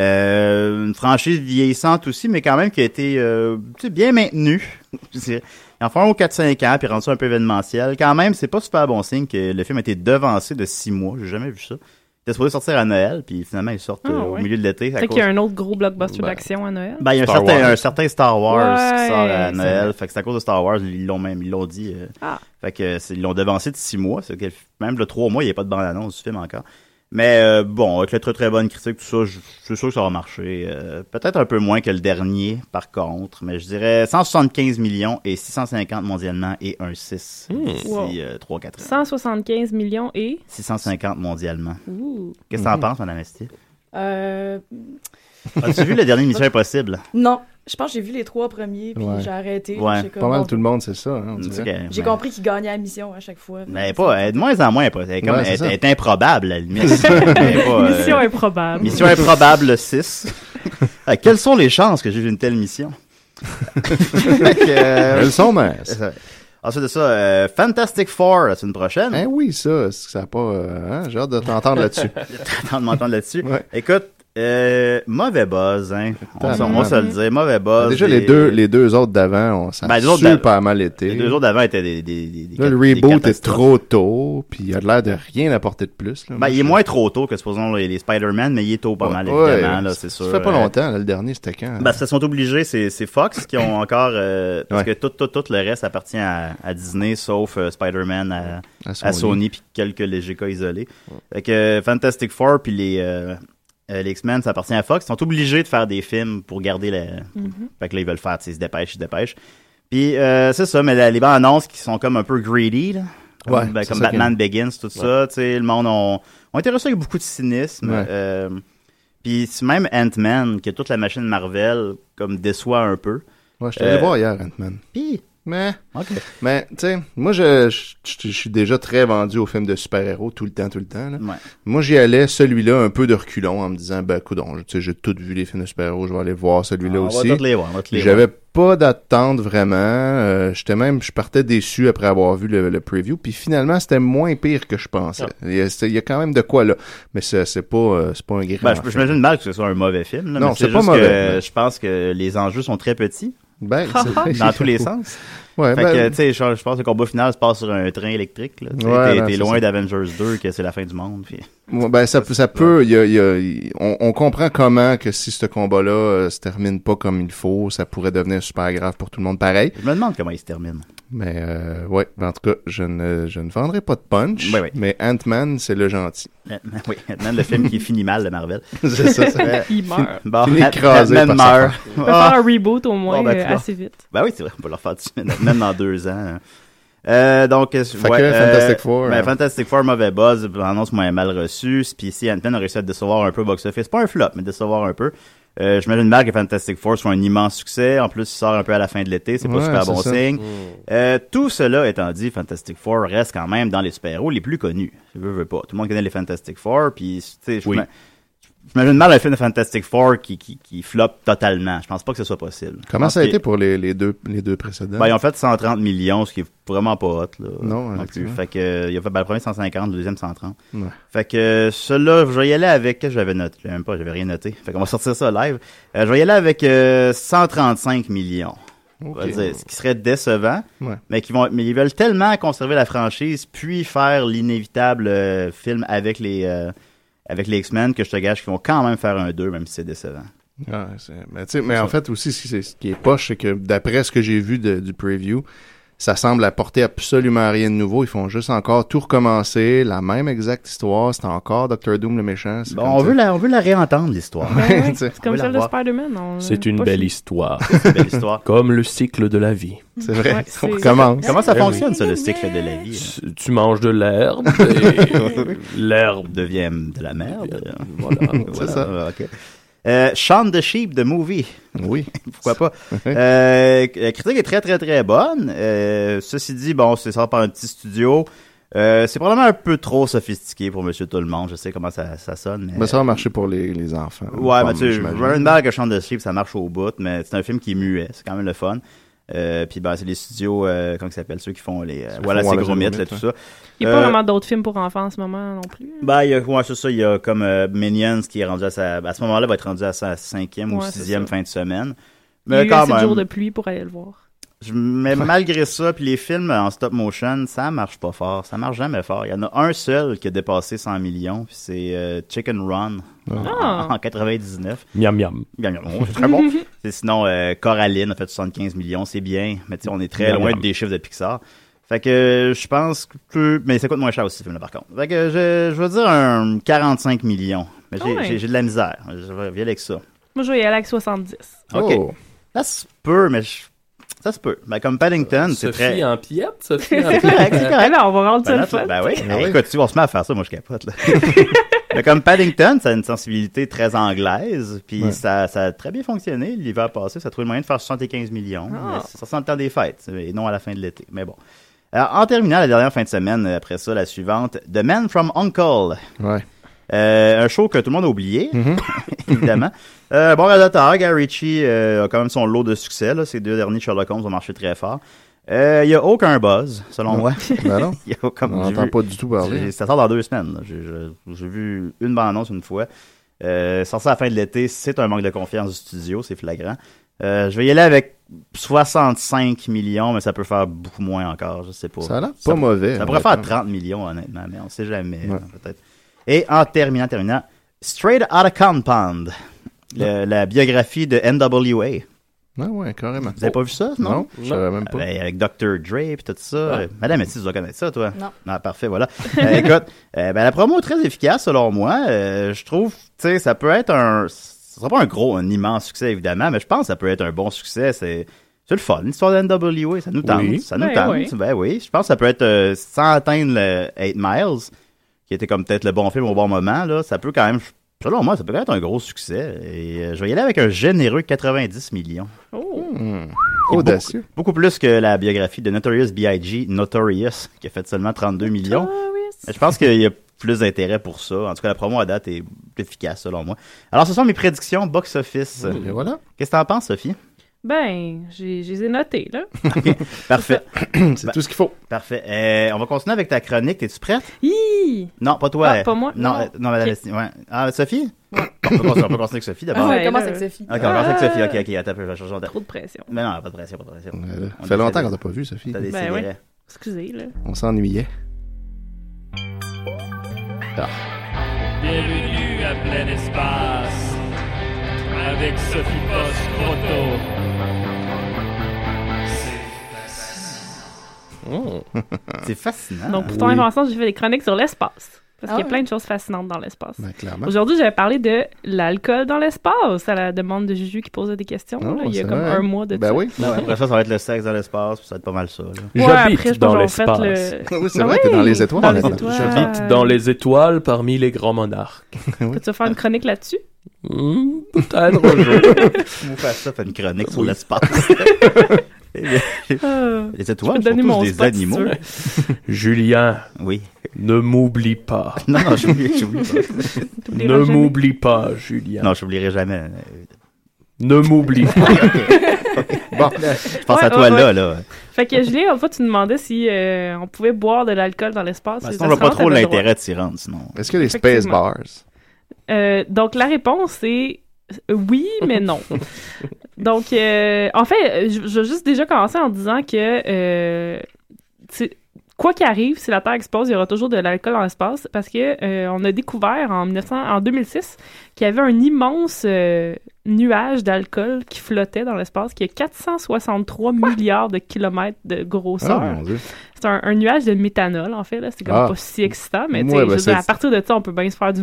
[SPEAKER 6] Euh, une franchise vieillissante aussi, mais quand même qui a été euh, tu sais, bien maintenue. *laughs* Je dirais. Ils en font un au 4-5 ans, puis rendent ça un peu événementiel. Quand même, c'est pas super bon signe que le film a été devancé de 6 mois. J'ai jamais vu ça. C'était supposé sortir à Noël, puis finalement, ils sortent
[SPEAKER 8] Ah,
[SPEAKER 6] euh, au
[SPEAKER 8] ouais.
[SPEAKER 6] milieu de l'été. à
[SPEAKER 8] Fait qu'il y
[SPEAKER 6] cause-
[SPEAKER 8] a un autre gros blockbuster
[SPEAKER 6] Ben,
[SPEAKER 8] d'action à Noël.
[SPEAKER 6] Ben, il y a un
[SPEAKER 9] Star
[SPEAKER 6] certain,
[SPEAKER 9] Wars.
[SPEAKER 6] un certain Star Wars qui
[SPEAKER 8] Ouais,
[SPEAKER 6] sort à
[SPEAKER 8] c'est
[SPEAKER 6] Noël.
[SPEAKER 8] vrai.
[SPEAKER 6] Fait que c'est à cause de Star Wars, ils l'ont même, ils l'ont dit. euh,
[SPEAKER 8] Ah.
[SPEAKER 6] Fait que c'est- ils l'ont devancé de six mois. c'est que même le trois mois, il n'y a pas de bande-annonce du film encore. Mais euh, bon, avec la très très bonne critique, tout ça, je je suis sûr que ça va marcher. Euh, Peut-être un peu moins que le dernier, par contre. Mais je dirais 175 millions et 650 mondialement et un 6
[SPEAKER 7] Hmm.
[SPEAKER 6] d'ici
[SPEAKER 8] Wow.
[SPEAKER 6] 3-4 ans.
[SPEAKER 8] 175 millions et.
[SPEAKER 6] 650 mondialement.
[SPEAKER 8] Ouh.
[SPEAKER 6] Qu'est-ce
[SPEAKER 7] Hmm.
[SPEAKER 6] que t'en penses, Madame Estier?
[SPEAKER 10] Euh,
[SPEAKER 6] As-tu vu le dernier Mission Impossible?
[SPEAKER 10] Non, je pense que j'ai vu les trois premiers, puis
[SPEAKER 7] Ouais.
[SPEAKER 10] j'ai arrêté.
[SPEAKER 6] Ouais, Mm,
[SPEAKER 10] j'ai comme,
[SPEAKER 7] Pas mal
[SPEAKER 10] bon,
[SPEAKER 7] tout le monde, c'est ça. hein, on
[SPEAKER 6] C'est
[SPEAKER 7] dirait.
[SPEAKER 6] que-
[SPEAKER 10] J'ai compris qu'il gagnait la mission à chaque fois.
[SPEAKER 6] Mais elle est pas, elle est de moins en moins impossible. Elle est, comme-
[SPEAKER 7] Ouais, c'est
[SPEAKER 6] elle est-
[SPEAKER 7] ça.
[SPEAKER 6] elle est improbable, à la
[SPEAKER 7] *laughs*
[SPEAKER 6] limite. Elle est pas, euh,
[SPEAKER 8] Mission improbable.
[SPEAKER 6] Mission improbable
[SPEAKER 7] *laughs*
[SPEAKER 6] 6. Euh, Quelles sont les chances que j'ai eu une telle mission? Fait que, euh,
[SPEAKER 7] Elles sont minces.
[SPEAKER 6] c'est ça. Ensuite de ça, euh, Fantastic Four la semaine prochaine.
[SPEAKER 7] Hein, oui, ça, c'est que ça a pas. euh, hein, J'ai hâte de
[SPEAKER 6] *laughs*
[SPEAKER 7] t'entendre là-dessus.
[SPEAKER 6] Attends de m'entendre là-dessus. Écoute, euh, mauvais buzz, hein. On, s- on va se le dire, mauvais buzz.
[SPEAKER 7] Bah, Déjà, les
[SPEAKER 6] Et-
[SPEAKER 7] deux, les deux autres d'avant, on s'en
[SPEAKER 6] Ah, Ben, les autres
[SPEAKER 7] super mal été.
[SPEAKER 6] Les deux autres d'avant étaient des, des, des- des
[SPEAKER 7] Là, le
[SPEAKER 6] cat- des
[SPEAKER 7] reboot est
[SPEAKER 6] catastrophes.
[SPEAKER 7] trop tôt, puis il a l'air de rien apporter de plus. Là.
[SPEAKER 6] Ben, il est moins trop tôt que, supposons, les, les Spider-Man, mais il est tôt pas mal,
[SPEAKER 7] Ouais,
[SPEAKER 6] évidemment, là,
[SPEAKER 7] ça-
[SPEAKER 6] c'est sûr.
[SPEAKER 7] Ça fait pas
[SPEAKER 6] Euh,
[SPEAKER 7] longtemps, là, le dernier, c'était quand?
[SPEAKER 6] Ben, se sont obligés, c'est c'est Fox qui ont encore.
[SPEAKER 7] *laughs*
[SPEAKER 6] euh, parce
[SPEAKER 7] Ouais.
[SPEAKER 6] que tout, tout, tout le reste appartient à, à Disney, sauf euh, Spider-Man à,
[SPEAKER 7] À
[SPEAKER 6] à
[SPEAKER 7] Sony.
[SPEAKER 6] Sony, puis quelques légers cas isolés. Fait que euh, Fantastic Four, puis les, euh, euh, les X-Men, ça appartient à Fox. Ils sont obligés de faire des films pour garder la.
[SPEAKER 8] Mhm.
[SPEAKER 6] Fait que là, ils veulent faire, tu sais, ils se dépêchent, ils se dépêchent. Puis euh, c'est ça, mais la- les bandes annonces qui sont comme un peu greedy, là. Comme,
[SPEAKER 7] Ouais,
[SPEAKER 6] ben,
[SPEAKER 7] c'est
[SPEAKER 6] comme
[SPEAKER 7] ça que-
[SPEAKER 6] Batman Begins, tout ça,
[SPEAKER 7] Ouais.
[SPEAKER 6] tu sais, le monde, on, on était reçu avec beaucoup de cynisme.
[SPEAKER 7] Ouais.
[SPEAKER 6] Euh, puis c'est même Ant-Man, que toute la machine Marvel, comme déçoit un peu.
[SPEAKER 7] Ouais, je suis allé
[SPEAKER 6] Euh,
[SPEAKER 7] le voir hier, Ant-Man.
[SPEAKER 6] Puis,
[SPEAKER 7] mais.
[SPEAKER 6] OK.
[SPEAKER 7] Mais, tu sais, moi, je, je, je- je suis déjà très vendu aux films de super-héros tout le temps, tout le temps. là.
[SPEAKER 6] Ouais.
[SPEAKER 7] Moi, j'y allais, celui-là, un peu de reculon, en me disant, ben, coudon, tu sais, j'ai tout vu les films de super-héros, je vais aller voir celui-là
[SPEAKER 6] Ah, on va
[SPEAKER 7] aussi.
[SPEAKER 6] tous les voir, on va tous les
[SPEAKER 7] J'avais pas d'attente vraiment. Euh, J'étais même, je partais déçu après avoir vu le, le preview. Puis finalement, c'était moins pire que je pensais.
[SPEAKER 6] Ah.
[SPEAKER 7] Il y, a, c'est- il y a quand même de quoi là. Mais c'est c'est pas, euh, c'est pas un grand.
[SPEAKER 6] Ben, je-
[SPEAKER 7] film.
[SPEAKER 6] j'imagine mal que ce soit un mauvais film. là,
[SPEAKER 7] Non,
[SPEAKER 6] mais
[SPEAKER 7] c'est
[SPEAKER 6] c'est
[SPEAKER 7] pas
[SPEAKER 6] juste
[SPEAKER 7] mauvais,
[SPEAKER 6] que
[SPEAKER 7] mais-
[SPEAKER 6] je pense que les enjeux sont très petits.
[SPEAKER 7] Ben, c'est-
[SPEAKER 6] *laughs* dans tous les sens.
[SPEAKER 7] *laughs* Ouais,
[SPEAKER 6] fait
[SPEAKER 7] ben-
[SPEAKER 6] que, tu sais, je, je pense que le combat final se passe sur un train électrique. là. Tu sais,
[SPEAKER 7] Ouais,
[SPEAKER 6] T'es
[SPEAKER 7] non,
[SPEAKER 6] t'es
[SPEAKER 7] c'est
[SPEAKER 6] loin
[SPEAKER 7] ça.
[SPEAKER 6] d'Avengers 2, que c'est la fin du monde. puis-
[SPEAKER 7] Ouais, ben, ça, ça peut. il y a- il y a- il- on, on comprend comment que si ce combat-là euh, se termine pas comme il faut, ça pourrait devenir super grave pour tout le monde pareil.
[SPEAKER 6] Je me demande comment il se termine.
[SPEAKER 7] Mais euh, ouais, en tout cas, je ne, je ne vendrai pas de punch.
[SPEAKER 6] Ouais, Euh, ouais.
[SPEAKER 7] Mais Ant-Man, c'est le gentil.
[SPEAKER 6] Ant-Man, oui, Ant-Man, le film qui finit mal de Marvel.
[SPEAKER 7] *laughs* C'est ça, c'est vrai.
[SPEAKER 8] Il meurt.
[SPEAKER 6] Bon,
[SPEAKER 7] Fini
[SPEAKER 6] Ant-
[SPEAKER 7] écrasé
[SPEAKER 6] Ant-Man
[SPEAKER 7] par sa
[SPEAKER 6] meurt.
[SPEAKER 7] femme.
[SPEAKER 8] On peut faire un reboot au moins
[SPEAKER 6] Bon, ben,
[SPEAKER 8] euh,
[SPEAKER 6] coudonc.
[SPEAKER 8] assez vite.
[SPEAKER 6] Ben oui, c'est vrai, on peut leur faire tout de suite, même dans deux ans. Euh, donc, ouais,
[SPEAKER 7] que Fantastic Four,
[SPEAKER 6] ben,
[SPEAKER 7] euh,
[SPEAKER 6] Fantastic Four, mauvais buzz, annonce moins mal reçue. Puis si Ant-Man a réussi à décevoir un peu Box Office, pas un flop, mais décevoir un peu. Euh, J'imagine mal que Fantastic Four soit un immense succès. En plus, il sort un peu à la fin de l'été, c'est pas
[SPEAKER 7] Ouais,
[SPEAKER 6] super
[SPEAKER 7] c'est
[SPEAKER 6] bon
[SPEAKER 7] ça.
[SPEAKER 6] signe.
[SPEAKER 7] Mm.
[SPEAKER 6] Euh, tout cela étant dit, Fantastic Four reste quand même dans les super-héros les plus connus. Je veux, veux pas. Tout le monde connaît les Fantastic Four, puis tu sais, je
[SPEAKER 9] Oui.
[SPEAKER 6] me- j'imagine mal un film de Fantastic Four qui, qui, qui floppe totalement. Je pense pas que ce soit possible.
[SPEAKER 7] Comment
[SPEAKER 6] Je pense
[SPEAKER 7] ça a
[SPEAKER 6] qu'il-
[SPEAKER 7] été pour les, les deux, les deux précédents?
[SPEAKER 6] ben, ils ont fait 130 millions, ce qui est vraiment pas hot. Là,
[SPEAKER 7] Non, hein.
[SPEAKER 6] plus.
[SPEAKER 7] effectivement.
[SPEAKER 6] Fait que, euh, il a fait ben, le premier 150, le deuxième 130.
[SPEAKER 7] Ah, Ouais.
[SPEAKER 6] Fait que euh, celui-là, je vais y aller avec. qu'est-ce que J'avais noté, j'avais même pas, j'avais rien noté. Fait qu'on va sortir ça live. Euh, je vais y aller avec euh, 135 millions. On va
[SPEAKER 7] Ok.
[SPEAKER 6] dire, ce qui serait décevant,
[SPEAKER 7] Ouais.
[SPEAKER 6] mais qui vont, mais ils veulent tellement conserver la franchise, puis faire l'inévitable euh, film avec les euh, avec les X-Men que je te gage qu'ils vont quand même faire un 2, même si c'est décevant.
[SPEAKER 7] Ah, c'est- mais tu sais, mais en fait aussi, ce qui, c'est- ce qui est poche, c'est que d'après ce que j'ai vu de- du preview, ça semble apporter absolument rien de nouveau. Ils font juste encore tout recommencer, la même exacte histoire. C'est encore Doctor Doom le méchant. c'est
[SPEAKER 6] Bon,
[SPEAKER 7] comme
[SPEAKER 6] on
[SPEAKER 7] ça.
[SPEAKER 6] veut la, on veut la réentendre l'histoire.
[SPEAKER 7] Ouais, tu sais.
[SPEAKER 8] C'est comme
[SPEAKER 6] On va
[SPEAKER 8] ça
[SPEAKER 6] la
[SPEAKER 8] le
[SPEAKER 6] voir.
[SPEAKER 8] Spider-Man. on-
[SPEAKER 9] C'est une
[SPEAKER 8] pas
[SPEAKER 9] belle
[SPEAKER 8] fini.
[SPEAKER 9] histoire.
[SPEAKER 6] une belle histoire.
[SPEAKER 9] Comme le cycle de la vie.
[SPEAKER 7] C'est vrai.
[SPEAKER 8] Ouais,
[SPEAKER 7] *laughs* on
[SPEAKER 8] c'est-
[SPEAKER 7] recommence.
[SPEAKER 6] Comment ça
[SPEAKER 9] Ben oui.
[SPEAKER 6] fonctionne,
[SPEAKER 7] Eh
[SPEAKER 6] ça, le cycle de la vie? hein?
[SPEAKER 9] Tu- Tu manges
[SPEAKER 6] *laughs*
[SPEAKER 9] de l'herbe et l'herbe.
[SPEAKER 6] devient de la merde. *laughs*
[SPEAKER 9] Voilà.
[SPEAKER 6] Voilà,
[SPEAKER 7] ça.
[SPEAKER 6] euh, ok. Euh, Shaun the Sheep, The Movie.
[SPEAKER 7] Oui.
[SPEAKER 6] *laughs* Pourquoi pas? Euh, la critique est très, très, très bonne. Euh, ceci dit, bon, c'est sorti par un petit studio. Euh, c'est probablement un peu trop sophistiqué pour Monsieur Tout-le-Monde. Je sais comment ça, ça sonne. Mais...
[SPEAKER 7] Ben, ça va marcher pour les, les enfants.
[SPEAKER 6] Ouais, mais
[SPEAKER 7] Comme,
[SPEAKER 6] tu sais,
[SPEAKER 7] j'imagine.
[SPEAKER 6] Running Back à Chambre de Sheep, ça marche au bout, mais c'est un film qui est muet, c'est quand même le fun. Euh, puis ben, c'est les studios, euh, comment ils s'appellent, ceux qui font les... euh,
[SPEAKER 7] Ceux qui
[SPEAKER 6] voilà, c'est
[SPEAKER 7] font Wallace et
[SPEAKER 6] gros mythes,
[SPEAKER 7] Gromit,
[SPEAKER 6] là, tout
[SPEAKER 7] ouais.
[SPEAKER 6] ça.
[SPEAKER 8] Il n'y a pas
[SPEAKER 6] Euh,
[SPEAKER 8] vraiment d'autres films pour enfants en ce moment non plus.
[SPEAKER 6] Ben, il y a, ouais, c'est ça, il y a comme euh, Minions qui est rendu à sa, à ce moment-là, va être rendu à sa cinquième ou
[SPEAKER 8] Ouais, c'est
[SPEAKER 6] sixième
[SPEAKER 8] ça.
[SPEAKER 6] fin de semaine.
[SPEAKER 8] Il y a
[SPEAKER 6] Mais
[SPEAKER 8] eu
[SPEAKER 6] quand
[SPEAKER 8] assez de
[SPEAKER 6] même,
[SPEAKER 8] jours de pluie pour aller le voir.
[SPEAKER 6] Je- mais malgré ça, puis les films en stop motion, ça marche pas fort. Ça marche jamais fort. Il y en a un seul qui a dépassé 100 millions, puis c'est euh, Chicken Run en-
[SPEAKER 8] Ah.
[SPEAKER 6] en, 99.
[SPEAKER 9] Miam miam.
[SPEAKER 6] Miam, miam. Oh, c'est très
[SPEAKER 8] *laughs*
[SPEAKER 6] bon. C'est sinon, euh, Coraline a fait 75 millions, c'est bien, mais tu sais, on est très
[SPEAKER 9] Miam,
[SPEAKER 6] loin
[SPEAKER 9] miam.
[SPEAKER 6] des chiffres de Pixar. Fait que euh, je pense que. Mais ça coûte moins cher aussi, ce film-là, par contre. Fait que je, je veux dire un 45 millions. Mais j'ai
[SPEAKER 8] Ah ouais.
[SPEAKER 6] j'ai- j'ai de la misère. Je reviens avec ça.
[SPEAKER 8] Moi, je vais y aller avec 70.
[SPEAKER 9] Oh.
[SPEAKER 6] OK. Ça se peut, mais je- ça se peut. Ben, comme Paddington, c'est
[SPEAKER 9] Euh, Sophie
[SPEAKER 6] très.
[SPEAKER 9] en piètre, Sophie
[SPEAKER 6] *laughs*
[SPEAKER 8] C'est
[SPEAKER 9] en
[SPEAKER 8] correct,
[SPEAKER 9] piètre.
[SPEAKER 6] c'est correct.
[SPEAKER 8] Alors, Eh on va rendre ça
[SPEAKER 6] Ben,
[SPEAKER 8] le
[SPEAKER 6] non,
[SPEAKER 8] fun.
[SPEAKER 6] ben oui.
[SPEAKER 9] Ah oui.
[SPEAKER 6] Écoute, si on se met à faire ça, moi je capote. Là. Mais comme Paddington, ça a une sensibilité très anglaise, puis
[SPEAKER 7] Ouais.
[SPEAKER 6] ça, ça a très bien fonctionné l'hiver passé. Ça a trouvé le moyen de faire 75 millions.
[SPEAKER 7] Ah.
[SPEAKER 6] Mais Ça sent le temps des fêtes, et non à la fin de l'été. Mais bon. Alors, en terminant la dernière fin de semaine, euh, après ça, la suivante, The Man from Uncle. Euh, un show que tout le monde a oublié,
[SPEAKER 7] Mm-hmm.
[SPEAKER 6] *laughs* évidemment. Euh, bon réalisateur, Guy Ritchie euh, a quand même son lot de succès. Là. Ses deux derniers Sherlock Holmes ont marché très fort. Euh, Il n'y a aucun buzz, selon
[SPEAKER 7] Non.
[SPEAKER 6] moi.
[SPEAKER 7] Ben non.
[SPEAKER 6] Il *laughs* y a comme
[SPEAKER 7] On
[SPEAKER 6] j'ai
[SPEAKER 7] n'entend
[SPEAKER 6] vu-
[SPEAKER 7] pas du tout parler.
[SPEAKER 6] j'ai- Ça sort dans deux semaines. là. J'ai- je- J'ai vu une bande-annonce une fois. Euh, sorti à la fin de l'été, c'est un manque de confiance du studio, c'est flagrant. Euh, je vais y aller avec 65 millions, mais ça peut faire beaucoup moins encore, je sais pas.
[SPEAKER 7] Ça a l'air pas mauvais,
[SPEAKER 6] Ça pourrait faire
[SPEAKER 7] honnêtement.
[SPEAKER 6] 30 millions, honnêtement, mais on sait jamais, hein, peut-être. Et en terminant, terminant, Straight Outta Compound, le- la biographie de NWA.
[SPEAKER 7] Ah ouais, carrément.
[SPEAKER 6] Vous avez pas vu ça, non?
[SPEAKER 7] Non, je savais Euh, même pas. Ah.
[SPEAKER 6] Ben, avec Dr. Dre et tout ça. Euh, Madame Esti, tu dois connaître ça, toi?
[SPEAKER 7] Non.
[SPEAKER 6] Ah, parfait, voilà. Euh, *laughs* écoute, euh, ben, la promo est très efficace, selon moi. Euh, je trouve, tu sais, ça peut être un... Ce sera pas un gros, un immense succès, évidemment, mais je pense que ça peut être un bon succès. C'est... C'est le fun, l'histoire de NWA, ça nous tente,
[SPEAKER 9] Oui.
[SPEAKER 6] ça nous
[SPEAKER 9] Ben
[SPEAKER 6] tente.
[SPEAKER 9] oui.
[SPEAKER 6] Ben oui, je pense que ça peut être, euh, sans atteindre le 8 Miles, qui était comme peut-être le bon film au bon moment, là, ça peut quand même, selon moi, ça peut quand même être un gros succès. Et euh, je vais y aller avec un généreux 90 millions.
[SPEAKER 8] Oh.
[SPEAKER 6] Et
[SPEAKER 7] Hmm. Audacieux.
[SPEAKER 6] Beaucoup, beaucoup plus que la biographie de Notorious B.I.G. Notorious, qui a fait seulement 32 millions. Mais je pense qu'il y a plus d'intérêt pour ça. En tout cas, la promo à date est plus efficace, selon moi. Alors, ce sont mes prédictions box-office.
[SPEAKER 7] et voilà.
[SPEAKER 6] Qu'est-ce que t'en penses, Sophie?
[SPEAKER 8] Ben, j'ai- je les ai notés, là.
[SPEAKER 6] *coughs* Parfait.
[SPEAKER 7] C'est tout ce qu'il faut.
[SPEAKER 6] Parfait. Euh, on va continuer avec ta chronique. Es-tu prête?
[SPEAKER 8] Hi!
[SPEAKER 6] Non, pas toi.
[SPEAKER 8] Ah, pas moi?
[SPEAKER 6] Non,
[SPEAKER 8] Non.
[SPEAKER 6] euh, non, madame. Esti- ouais. Ah, Sophie? Bon, on, peut continuer, on peut continuer avec Sophie d'abord.
[SPEAKER 8] Ah
[SPEAKER 10] ouais,
[SPEAKER 8] Ouais,
[SPEAKER 10] commence
[SPEAKER 8] là, Ah.
[SPEAKER 10] avec Sophie.
[SPEAKER 6] Ok, on commence avec Sophie. Ok, ok, attends, un peu, je vais changer en
[SPEAKER 8] Trop de pression.
[SPEAKER 6] Mais non, pas de pression, pas de pression.
[SPEAKER 7] Ça fait longtemps qu'on t'a pas vu, Sophie.
[SPEAKER 6] T'as
[SPEAKER 8] Ben
[SPEAKER 6] décidé.
[SPEAKER 8] oui. Excusez, là.
[SPEAKER 7] On s'ennuyait.
[SPEAKER 6] Ah.
[SPEAKER 11] Bienvenue à plein espace avec Sophie Post-Proto.
[SPEAKER 6] C'est fascinant.
[SPEAKER 8] Donc, pour ton invention, j'ai fait des chroniques sur l'espace. Parce
[SPEAKER 10] Ah
[SPEAKER 8] qu'il y a
[SPEAKER 10] ouais.
[SPEAKER 8] plein de choses fascinantes dans l'espace.
[SPEAKER 7] Ben, clairement.
[SPEAKER 8] Aujourd'hui, j'avais parlé de l'alcool dans l'espace à la demande de Juju qui posait des
[SPEAKER 6] Ah,
[SPEAKER 8] questions.
[SPEAKER 7] Oh,
[SPEAKER 8] là, il y a
[SPEAKER 7] c'est
[SPEAKER 8] comme
[SPEAKER 7] vrai.
[SPEAKER 8] un mois de
[SPEAKER 7] Ben
[SPEAKER 8] ça. *laughs*
[SPEAKER 7] oui.
[SPEAKER 6] Non, après ça, ça va être le sexe dans l'espace, puis ça va être pas mal ça. là.
[SPEAKER 8] Ouais, après, je pense
[SPEAKER 9] dans
[SPEAKER 8] qu'on fait
[SPEAKER 9] l'espace.
[SPEAKER 6] Ah
[SPEAKER 8] le. Ah
[SPEAKER 7] Oui, c'est vrai, t'es dans les étoiles,
[SPEAKER 8] Dans les
[SPEAKER 7] maintenant.
[SPEAKER 8] étoiles.
[SPEAKER 9] J'habite dans les étoiles parmi les grands monarques.
[SPEAKER 8] Peux-tu faire une chronique là-dessus?
[SPEAKER 9] Hmm, Peut-être un jour.
[SPEAKER 6] Vous faites ça, faites une chronique sur l'espace.
[SPEAKER 9] *laughs*
[SPEAKER 8] Euh,
[SPEAKER 6] Les
[SPEAKER 8] je
[SPEAKER 6] étoiles sont
[SPEAKER 8] peux te donner mon
[SPEAKER 6] tous des
[SPEAKER 8] spot, si
[SPEAKER 6] animaux.
[SPEAKER 8] tu veux.
[SPEAKER 9] *laughs* Julien,
[SPEAKER 6] Oui.
[SPEAKER 9] ne m'oublie pas.
[SPEAKER 6] Non, non, j'oublie, j'oublie
[SPEAKER 8] *laughs*
[SPEAKER 6] pas.
[SPEAKER 8] T'oublieras
[SPEAKER 9] Ne
[SPEAKER 8] jamais.
[SPEAKER 9] m'oublie pas, Julien.
[SPEAKER 6] Non, j'oublierai jamais.
[SPEAKER 9] Ne
[SPEAKER 6] *laughs*
[SPEAKER 9] m'oublie pas.
[SPEAKER 8] *laughs*
[SPEAKER 6] Bon, je pense
[SPEAKER 8] Ouais,
[SPEAKER 6] à toi
[SPEAKER 8] ouais,
[SPEAKER 6] là,
[SPEAKER 8] ouais.
[SPEAKER 6] là.
[SPEAKER 8] Fait que Julien, en fait, tu demandais si euh, on pouvait boire de l'alcool dans l'espace.
[SPEAKER 6] Parce
[SPEAKER 8] Les
[SPEAKER 6] qu'on voit pas
[SPEAKER 8] astronautes
[SPEAKER 6] trop
[SPEAKER 8] avaient le droit.
[SPEAKER 6] l'intérêt de s'y rendre, sinon.
[SPEAKER 7] Est-ce que les
[SPEAKER 8] Effectivement.
[SPEAKER 7] Space Bars
[SPEAKER 8] Euh, donc, la réponse est euh, oui,
[SPEAKER 7] *laughs*
[SPEAKER 8] mais non. donc, euh, en fait, je je vais juste déjà commencer en disant que, euh, tu sais, quoi qu'il arrive, si la Terre explose, il y aura toujours de l'alcool dans l'espace parce que euh, on a découvert en, 1900 en 2006 qu'il y avait un immense euh, nuage d'alcool qui flottait dans l'espace qui a 463 milliards de kilomètres de grosseur.
[SPEAKER 7] Ah, mon Dieu.
[SPEAKER 8] C'est un, un nuage de méthanol, en fait. là. C'est comme
[SPEAKER 7] Ah.
[SPEAKER 8] pas si excitant, mais tu sais,
[SPEAKER 7] Ouais, ben,
[SPEAKER 8] je veux
[SPEAKER 7] c'est-
[SPEAKER 8] dire, à partir de ça, on peut bien se faire du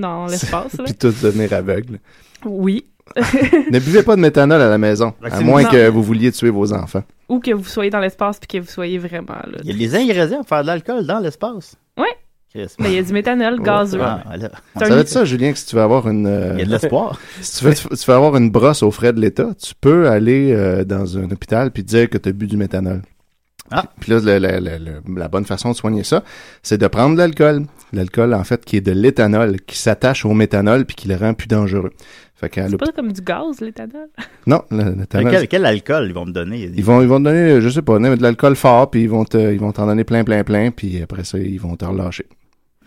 [SPEAKER 6] *laughs*
[SPEAKER 8] dans l'espace. là.
[SPEAKER 7] Puis tous devenir aveugles.
[SPEAKER 8] Oui.
[SPEAKER 7] ne buvez pas de méthanol à la maison, à
[SPEAKER 6] Maxime,
[SPEAKER 7] moins
[SPEAKER 8] non.
[SPEAKER 7] que vous vouliez tuer vos enfants.
[SPEAKER 8] Ou que vous soyez dans l'espace puis que vous soyez vraiment là.
[SPEAKER 6] Il y a des ingrédients pour faire de l'alcool dans l'espace.
[SPEAKER 8] Ouais.
[SPEAKER 6] Chris.
[SPEAKER 8] Mais il y a du méthanol gazeux.
[SPEAKER 6] Ah, voilà.
[SPEAKER 8] C'est
[SPEAKER 7] Ça
[SPEAKER 8] un-
[SPEAKER 7] va être ça, Julien, que si tu veux avoir une. euh,
[SPEAKER 6] Il y a de l'espoir.
[SPEAKER 7] *laughs* si tu veux, tu veux avoir une brosse aux frais de l'État, tu peux aller euh, dans un hôpital puis dire que tu as bu du méthanol.
[SPEAKER 6] Ah.
[SPEAKER 7] Puis là, le- le- le- le- la bonne façon de soigner ça, c'est de prendre de l'alcool. L'alcool, en fait, qui est de l'éthanol, qui s'attache au méthanol puis qui le rend plus dangereux. Fait qu'à
[SPEAKER 8] C'est
[SPEAKER 7] l'hôpital.
[SPEAKER 8] pas comme du gaz, l'éthanol.
[SPEAKER 7] Non, le- l'éthanol.
[SPEAKER 6] Quel, quel alcool ils vont me donner?
[SPEAKER 7] Ils vont, ils vont te donner, je sais pas, de l'alcool fort, puis ils vont te- ils vont t'en donner plein, plein, plein, puis après ça, ils vont te relâcher.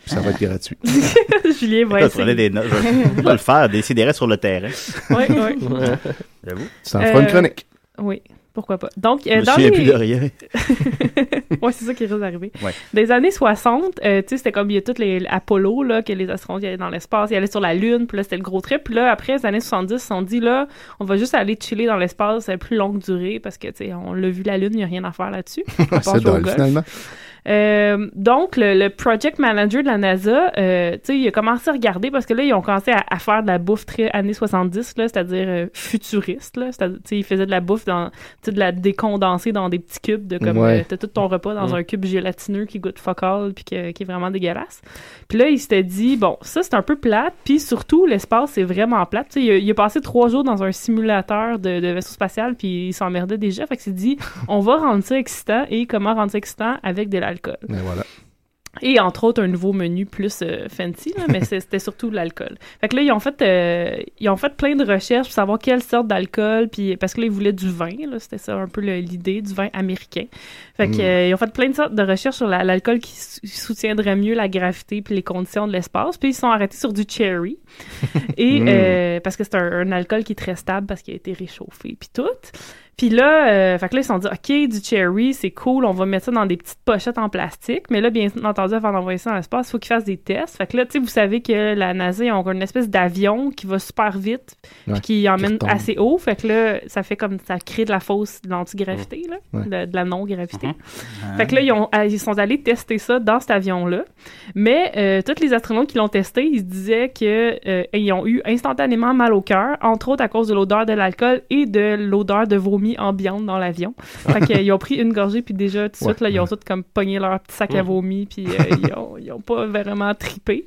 [SPEAKER 7] Puis ça va
[SPEAKER 6] *laughs*
[SPEAKER 7] être gratuit.
[SPEAKER 8] *laughs* Julien va
[SPEAKER 6] Écoute,
[SPEAKER 8] essayer.
[SPEAKER 6] prenez des notes. Je vais- je vais le faire, décider sur le terrain.
[SPEAKER 8] Ouais, ouais.
[SPEAKER 7] *laughs*
[SPEAKER 6] J'avoue.
[SPEAKER 7] Tu t'en feras une
[SPEAKER 8] Euh,
[SPEAKER 7] chronique.
[SPEAKER 8] Oui. Pourquoi pas? Donc, euh,
[SPEAKER 6] Je me
[SPEAKER 8] dans
[SPEAKER 6] souviens
[SPEAKER 8] les...
[SPEAKER 6] plus de rien.
[SPEAKER 8] *laughs* ouais, c'est ça qui risque d'arriver.
[SPEAKER 6] Ouais.
[SPEAKER 8] Des années 60, euh, tu sais, c'était comme il y a toutes les Apollo, là, que les astronautes y allaient dans l'espace, ils allaient sur la Lune, puis là, c'était le gros trip. Puis là, après, les années 70, ils se sont dit, là, on va juste aller chiller dans l'espace euh, plus longue durée, parce que, tu sais, on l'a vu, la Lune, il n'y a rien à
[SPEAKER 7] *laughs*
[SPEAKER 8] faire là-dessus. à
[SPEAKER 7] Ah,
[SPEAKER 8] part jouer
[SPEAKER 7] C'est
[SPEAKER 8] au
[SPEAKER 7] drôle,
[SPEAKER 8] golf.
[SPEAKER 7] finalement.
[SPEAKER 8] Euh, donc, le, le project manager de la NASA, euh, tu sais, il a commencé à regarder parce que là, ils ont commencé à, à faire de la bouffe très années 70, là, c'est-à-dire euh, futuriste. Là, c'est-à-dire, tu sais, ils faisaient de la bouffe dans, tu sais, de la décondensée dans des petits cubes de comme,
[SPEAKER 12] Ouais.
[SPEAKER 8] euh, t'as tout ton repas dans
[SPEAKER 12] Mm.
[SPEAKER 8] un cube gélatineux qui goûte focal puis que- qui est vraiment dégueulasse. Puis là, il s'était dit, bon, ça, c'est un peu plate, puis surtout, l'espace, c'est vraiment plate. Tu sais, il, a, il a passé trois jours dans un simulateur de, de vaisseau spatial, puis il s'emmerdait déjà. Fait que s'est dit, *laughs* on va rendre ça excitant, et comment rendre ça excitant? Avec de l'alcool.
[SPEAKER 13] Ben
[SPEAKER 7] Mais voilà.
[SPEAKER 8] Et entre autres, un nouveau menu plus euh, fancy, là, mais c'est- c'était surtout de l'alcool. Fait que là, ils ont fait, euh, ils ont fait plein de recherches pour savoir quelle sorte d'alcool, puis parce que là, ils voulaient du vin, là, c'était ça un peu le- l'idée, du vin américain. Fait que,
[SPEAKER 12] Mm.
[SPEAKER 8] euh, ils ont fait plein de sortes de recherches sur la- l'alcool qui sou- soutiendrait mieux la gravité puis les conditions de l'espace, puis ils se sont arrêtés sur du cherry. *laughs* Et
[SPEAKER 12] Mm.
[SPEAKER 8] euh, parce que c'est un, un alcool qui est très stable parce qu'il a été réchauffé puis tout. Puis là, euh, fait que là, ils se sont dit, OK, du cherry, c'est cool, on va mettre ça dans des petites pochettes en plastique. Mais là, bien entendu, avant d'envoyer ça dans l'espace, il faut qu'ils fassent des tests. Fait que là, tu sais, vous savez que la NASA, ils ont une espèce d'avion qui va super vite,
[SPEAKER 12] Ouais,
[SPEAKER 8] puis qui
[SPEAKER 12] qui
[SPEAKER 8] emmène
[SPEAKER 12] retombe.
[SPEAKER 8] assez haut. Fait que là, ça fait comme, ça crée de la fausse, de l'antigravité, là,
[SPEAKER 12] Ouais.
[SPEAKER 8] de, de la non-gravité.
[SPEAKER 12] Mhm.
[SPEAKER 8] Fait que là, ils, ont- ah, ils sont allés tester ça dans cet avion-là. Mais euh, tous les astronautes qui l'ont testé, ils se disaient qu'ils ont eu instantanément mal au cœur, entre autres à cause de l'odeur de l'alcool et de l'odeur de vomi ambiante dans l'avion. Fait que, euh, ils ont pris une gorgée, puis déjà, tout de suite,
[SPEAKER 12] Ouais.
[SPEAKER 8] là, ils ont tous comme pogné leur petit sac à
[SPEAKER 12] Mm.
[SPEAKER 8] vomi, puis euh, ils, ont, ils ont pas vraiment tripé.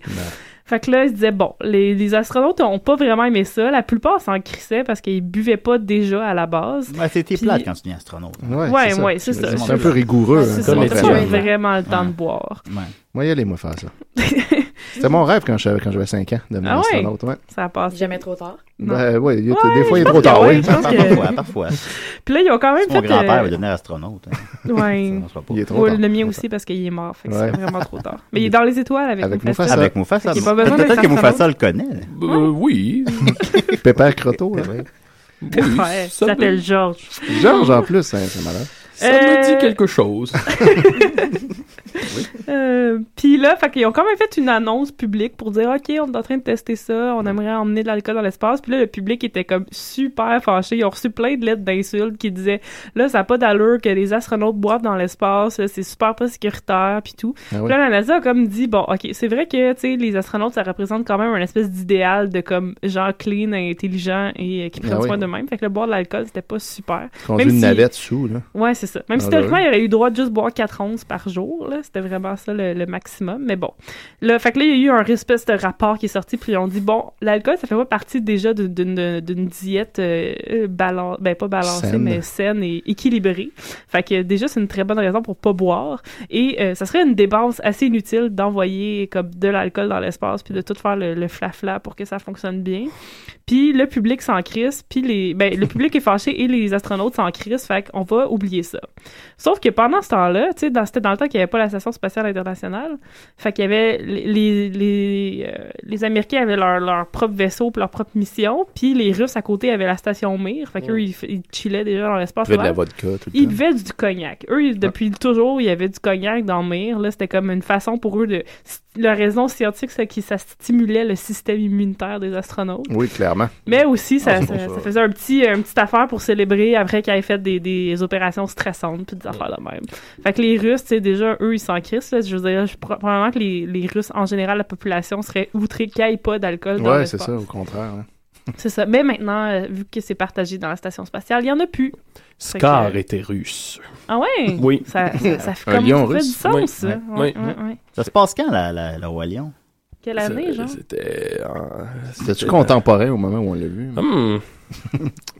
[SPEAKER 8] Fait que là, ils se disaient, bon, les, les astronautes ont pas vraiment aimé ça. La plupart s'en crissaient parce qu'ils buvaient pas déjà à la base.
[SPEAKER 6] Ouais, c'était
[SPEAKER 8] Puis-
[SPEAKER 6] plate quand tu dis astronaute.
[SPEAKER 7] Ouais,
[SPEAKER 8] Ouais, ouais, c'est ça.
[SPEAKER 7] C'est un peu rigoureux.
[SPEAKER 8] C'est
[SPEAKER 7] hein,
[SPEAKER 8] ça,
[SPEAKER 7] comme
[SPEAKER 8] on
[SPEAKER 7] étudiant.
[SPEAKER 8] n'a pas vraiment le temps de boire.
[SPEAKER 7] Moi, y aller, moi, faire ça. C'était mon rêve quand j'avais quand j'avais 5 ans, de devenir
[SPEAKER 8] Ah ouais?
[SPEAKER 7] astronaute. Ouais.
[SPEAKER 8] Ça passe.
[SPEAKER 10] Jamais trop tard.
[SPEAKER 7] Ben, ouais, il y a-
[SPEAKER 8] Ouais,
[SPEAKER 7] des fois, il est
[SPEAKER 8] je
[SPEAKER 7] trop
[SPEAKER 8] pense que
[SPEAKER 7] tard.
[SPEAKER 8] ouais,
[SPEAKER 7] oui.
[SPEAKER 8] je pense que-
[SPEAKER 6] Parfois, parfois.
[SPEAKER 8] Puis là, *laughs* ils ont quand même
[SPEAKER 6] Mon
[SPEAKER 8] fait...
[SPEAKER 6] grand-père
[SPEAKER 8] euh,
[SPEAKER 6] va devenir astronaute. hein. *laughs*
[SPEAKER 8] Ouais.
[SPEAKER 6] Ça, on sera pas-
[SPEAKER 8] Ouais, le mien aussi parce qu'il est mort, fait que
[SPEAKER 6] Ouais.
[SPEAKER 8] c'est vraiment trop tard. Mais il est dans les étoiles avec,
[SPEAKER 6] Avec
[SPEAKER 8] Mufasa.
[SPEAKER 6] Mufasa. Avec Mufasa.
[SPEAKER 8] Il a pas besoin
[SPEAKER 6] Peut-être
[SPEAKER 8] d'être
[SPEAKER 6] que Mufasa
[SPEAKER 8] astronaute. Euh,
[SPEAKER 6] le connaît.
[SPEAKER 8] *laughs*
[SPEAKER 9] oui.
[SPEAKER 7] *laughs* Pépère Croteau. hein.
[SPEAKER 8] Ouais, il s'appelle Georges.
[SPEAKER 7] Georges, en plus, hein, c'est malade.
[SPEAKER 9] Ça me
[SPEAKER 8] Euh,
[SPEAKER 9] dit quelque
[SPEAKER 8] *laughs*
[SPEAKER 9] chose.
[SPEAKER 8] Euh, Puis là, fait qu'ils ont quand même fait une annonce publique pour dire OK, on est en train de tester ça, on aimerait emmener de l'alcool dans l'espace. Puis là, le public était comme super fâché. Ils ont reçu plein de lettres d'insultes qui disaient Là, ça n'a pas d'allure que les astronautes boivent dans l'espace, là, c'est super pas sécuritaire, puis tout.
[SPEAKER 12] Ah oui.
[SPEAKER 8] Puis là, la NASA a comme dit Bon, OK, c'est vrai que tu sais, les astronautes, ça représente quand même un espèce d'idéal de comme gens clean, intelligents et euh, qui
[SPEAKER 7] Ah
[SPEAKER 8] prennent
[SPEAKER 7] oui.
[SPEAKER 8] soin d'eux-mêmes. Fait que le boire de l'alcool, c'était pas super.
[SPEAKER 7] Conduit
[SPEAKER 8] Même
[SPEAKER 7] une
[SPEAKER 8] si-
[SPEAKER 7] navette sous, là.
[SPEAKER 8] Ouais, c'est ça. Même si
[SPEAKER 7] Ah,
[SPEAKER 8] théoriquement,
[SPEAKER 7] ouais.
[SPEAKER 8] il aurait eu droit de juste boire 4 onces par jour, là, c'était vraiment ça le, le maximum. Mais bon. Là, fait que là, il y a eu un espèce de rapport qui est sorti, puis on dit bon, l'alcool, ça fait pas partie déjà d'une- d'une d'une diète euh, euh, balan- ben pas balancée,
[SPEAKER 12] Saine.
[SPEAKER 8] mais saine et équilibrée. Fait que euh, déjà, c'est une très bonne raison pour pas boire. Et euh, ça serait une dépense assez inutile d'envoyer comme de l'alcool dans l'espace, puis de tout faire le le fla-fla pour que ça fonctionne bien. Puis le public s'en crisse, puis les, ben, le public est fâché et les astronautes s'en crissent, fait qu'on va oublier ça. Sauf que pendant ce temps-là, tu sais, dans- c'était dans le temps qu'il n'y avait pas la Station spatiale internationale, fait qu'il y avait les, les, les, euh, les Américains avaient leur, leur propre vaisseau pour leur propre mission, puis les Russes à côté avaient la station Mir, fait qu'eux, ils, f- ils chillaient déjà dans l'espace.
[SPEAKER 7] Ils buvaient de la
[SPEAKER 8] polaire.
[SPEAKER 7] vodka tout le
[SPEAKER 8] Ils
[SPEAKER 7] temps.
[SPEAKER 8] buvaient du cognac. Eux, ils- depuis toujours, il y avait du cognac dans Mir, là, c'était comme une façon pour eux de... La raison scientifique, c'est que ça stimulait le système immunitaire des astronautes.
[SPEAKER 7] Oui, clairement.
[SPEAKER 8] Mais aussi, ça,
[SPEAKER 7] Ah, c'est
[SPEAKER 8] ça-
[SPEAKER 7] pour ça.
[SPEAKER 8] ça faisait un petit, un petit affaire pour célébrer après qu'ils aient fait des, des opérations stressantes puis des affaires de même. Fait que les Russes, tu sais, déjà, eux, ils s'en crissent. là. Je veux dire, je- probablement que les, les Russes, en général, la population serait outrée qu'il n'y ait pas d'alcool dans
[SPEAKER 7] Ouais, c'est
[SPEAKER 8] l'espace.
[SPEAKER 7] ça, au contraire. hein.
[SPEAKER 8] C'est ça. Mais maintenant, euh, vu que c'est partagé dans la station spatiale, il n'y en a plus. Fait que-
[SPEAKER 9] Scar était russe.
[SPEAKER 8] Ah ouais?
[SPEAKER 9] Oui.
[SPEAKER 8] Ça, ça, ça fait
[SPEAKER 9] Un
[SPEAKER 8] comme-
[SPEAKER 9] lion
[SPEAKER 8] ça fait
[SPEAKER 9] russe.
[SPEAKER 8] du sens,
[SPEAKER 9] Oui.
[SPEAKER 8] ça.
[SPEAKER 9] Oui.
[SPEAKER 8] Ouais,
[SPEAKER 9] Oui.
[SPEAKER 8] ouais, ouais.
[SPEAKER 6] Ça se passe quand, la, la, la Wallion?
[SPEAKER 8] Quelle année, genre?
[SPEAKER 9] C'était.
[SPEAKER 7] C'était-tu contemporain au moment où on l'a vu?
[SPEAKER 9] Hum,
[SPEAKER 8] Hmm.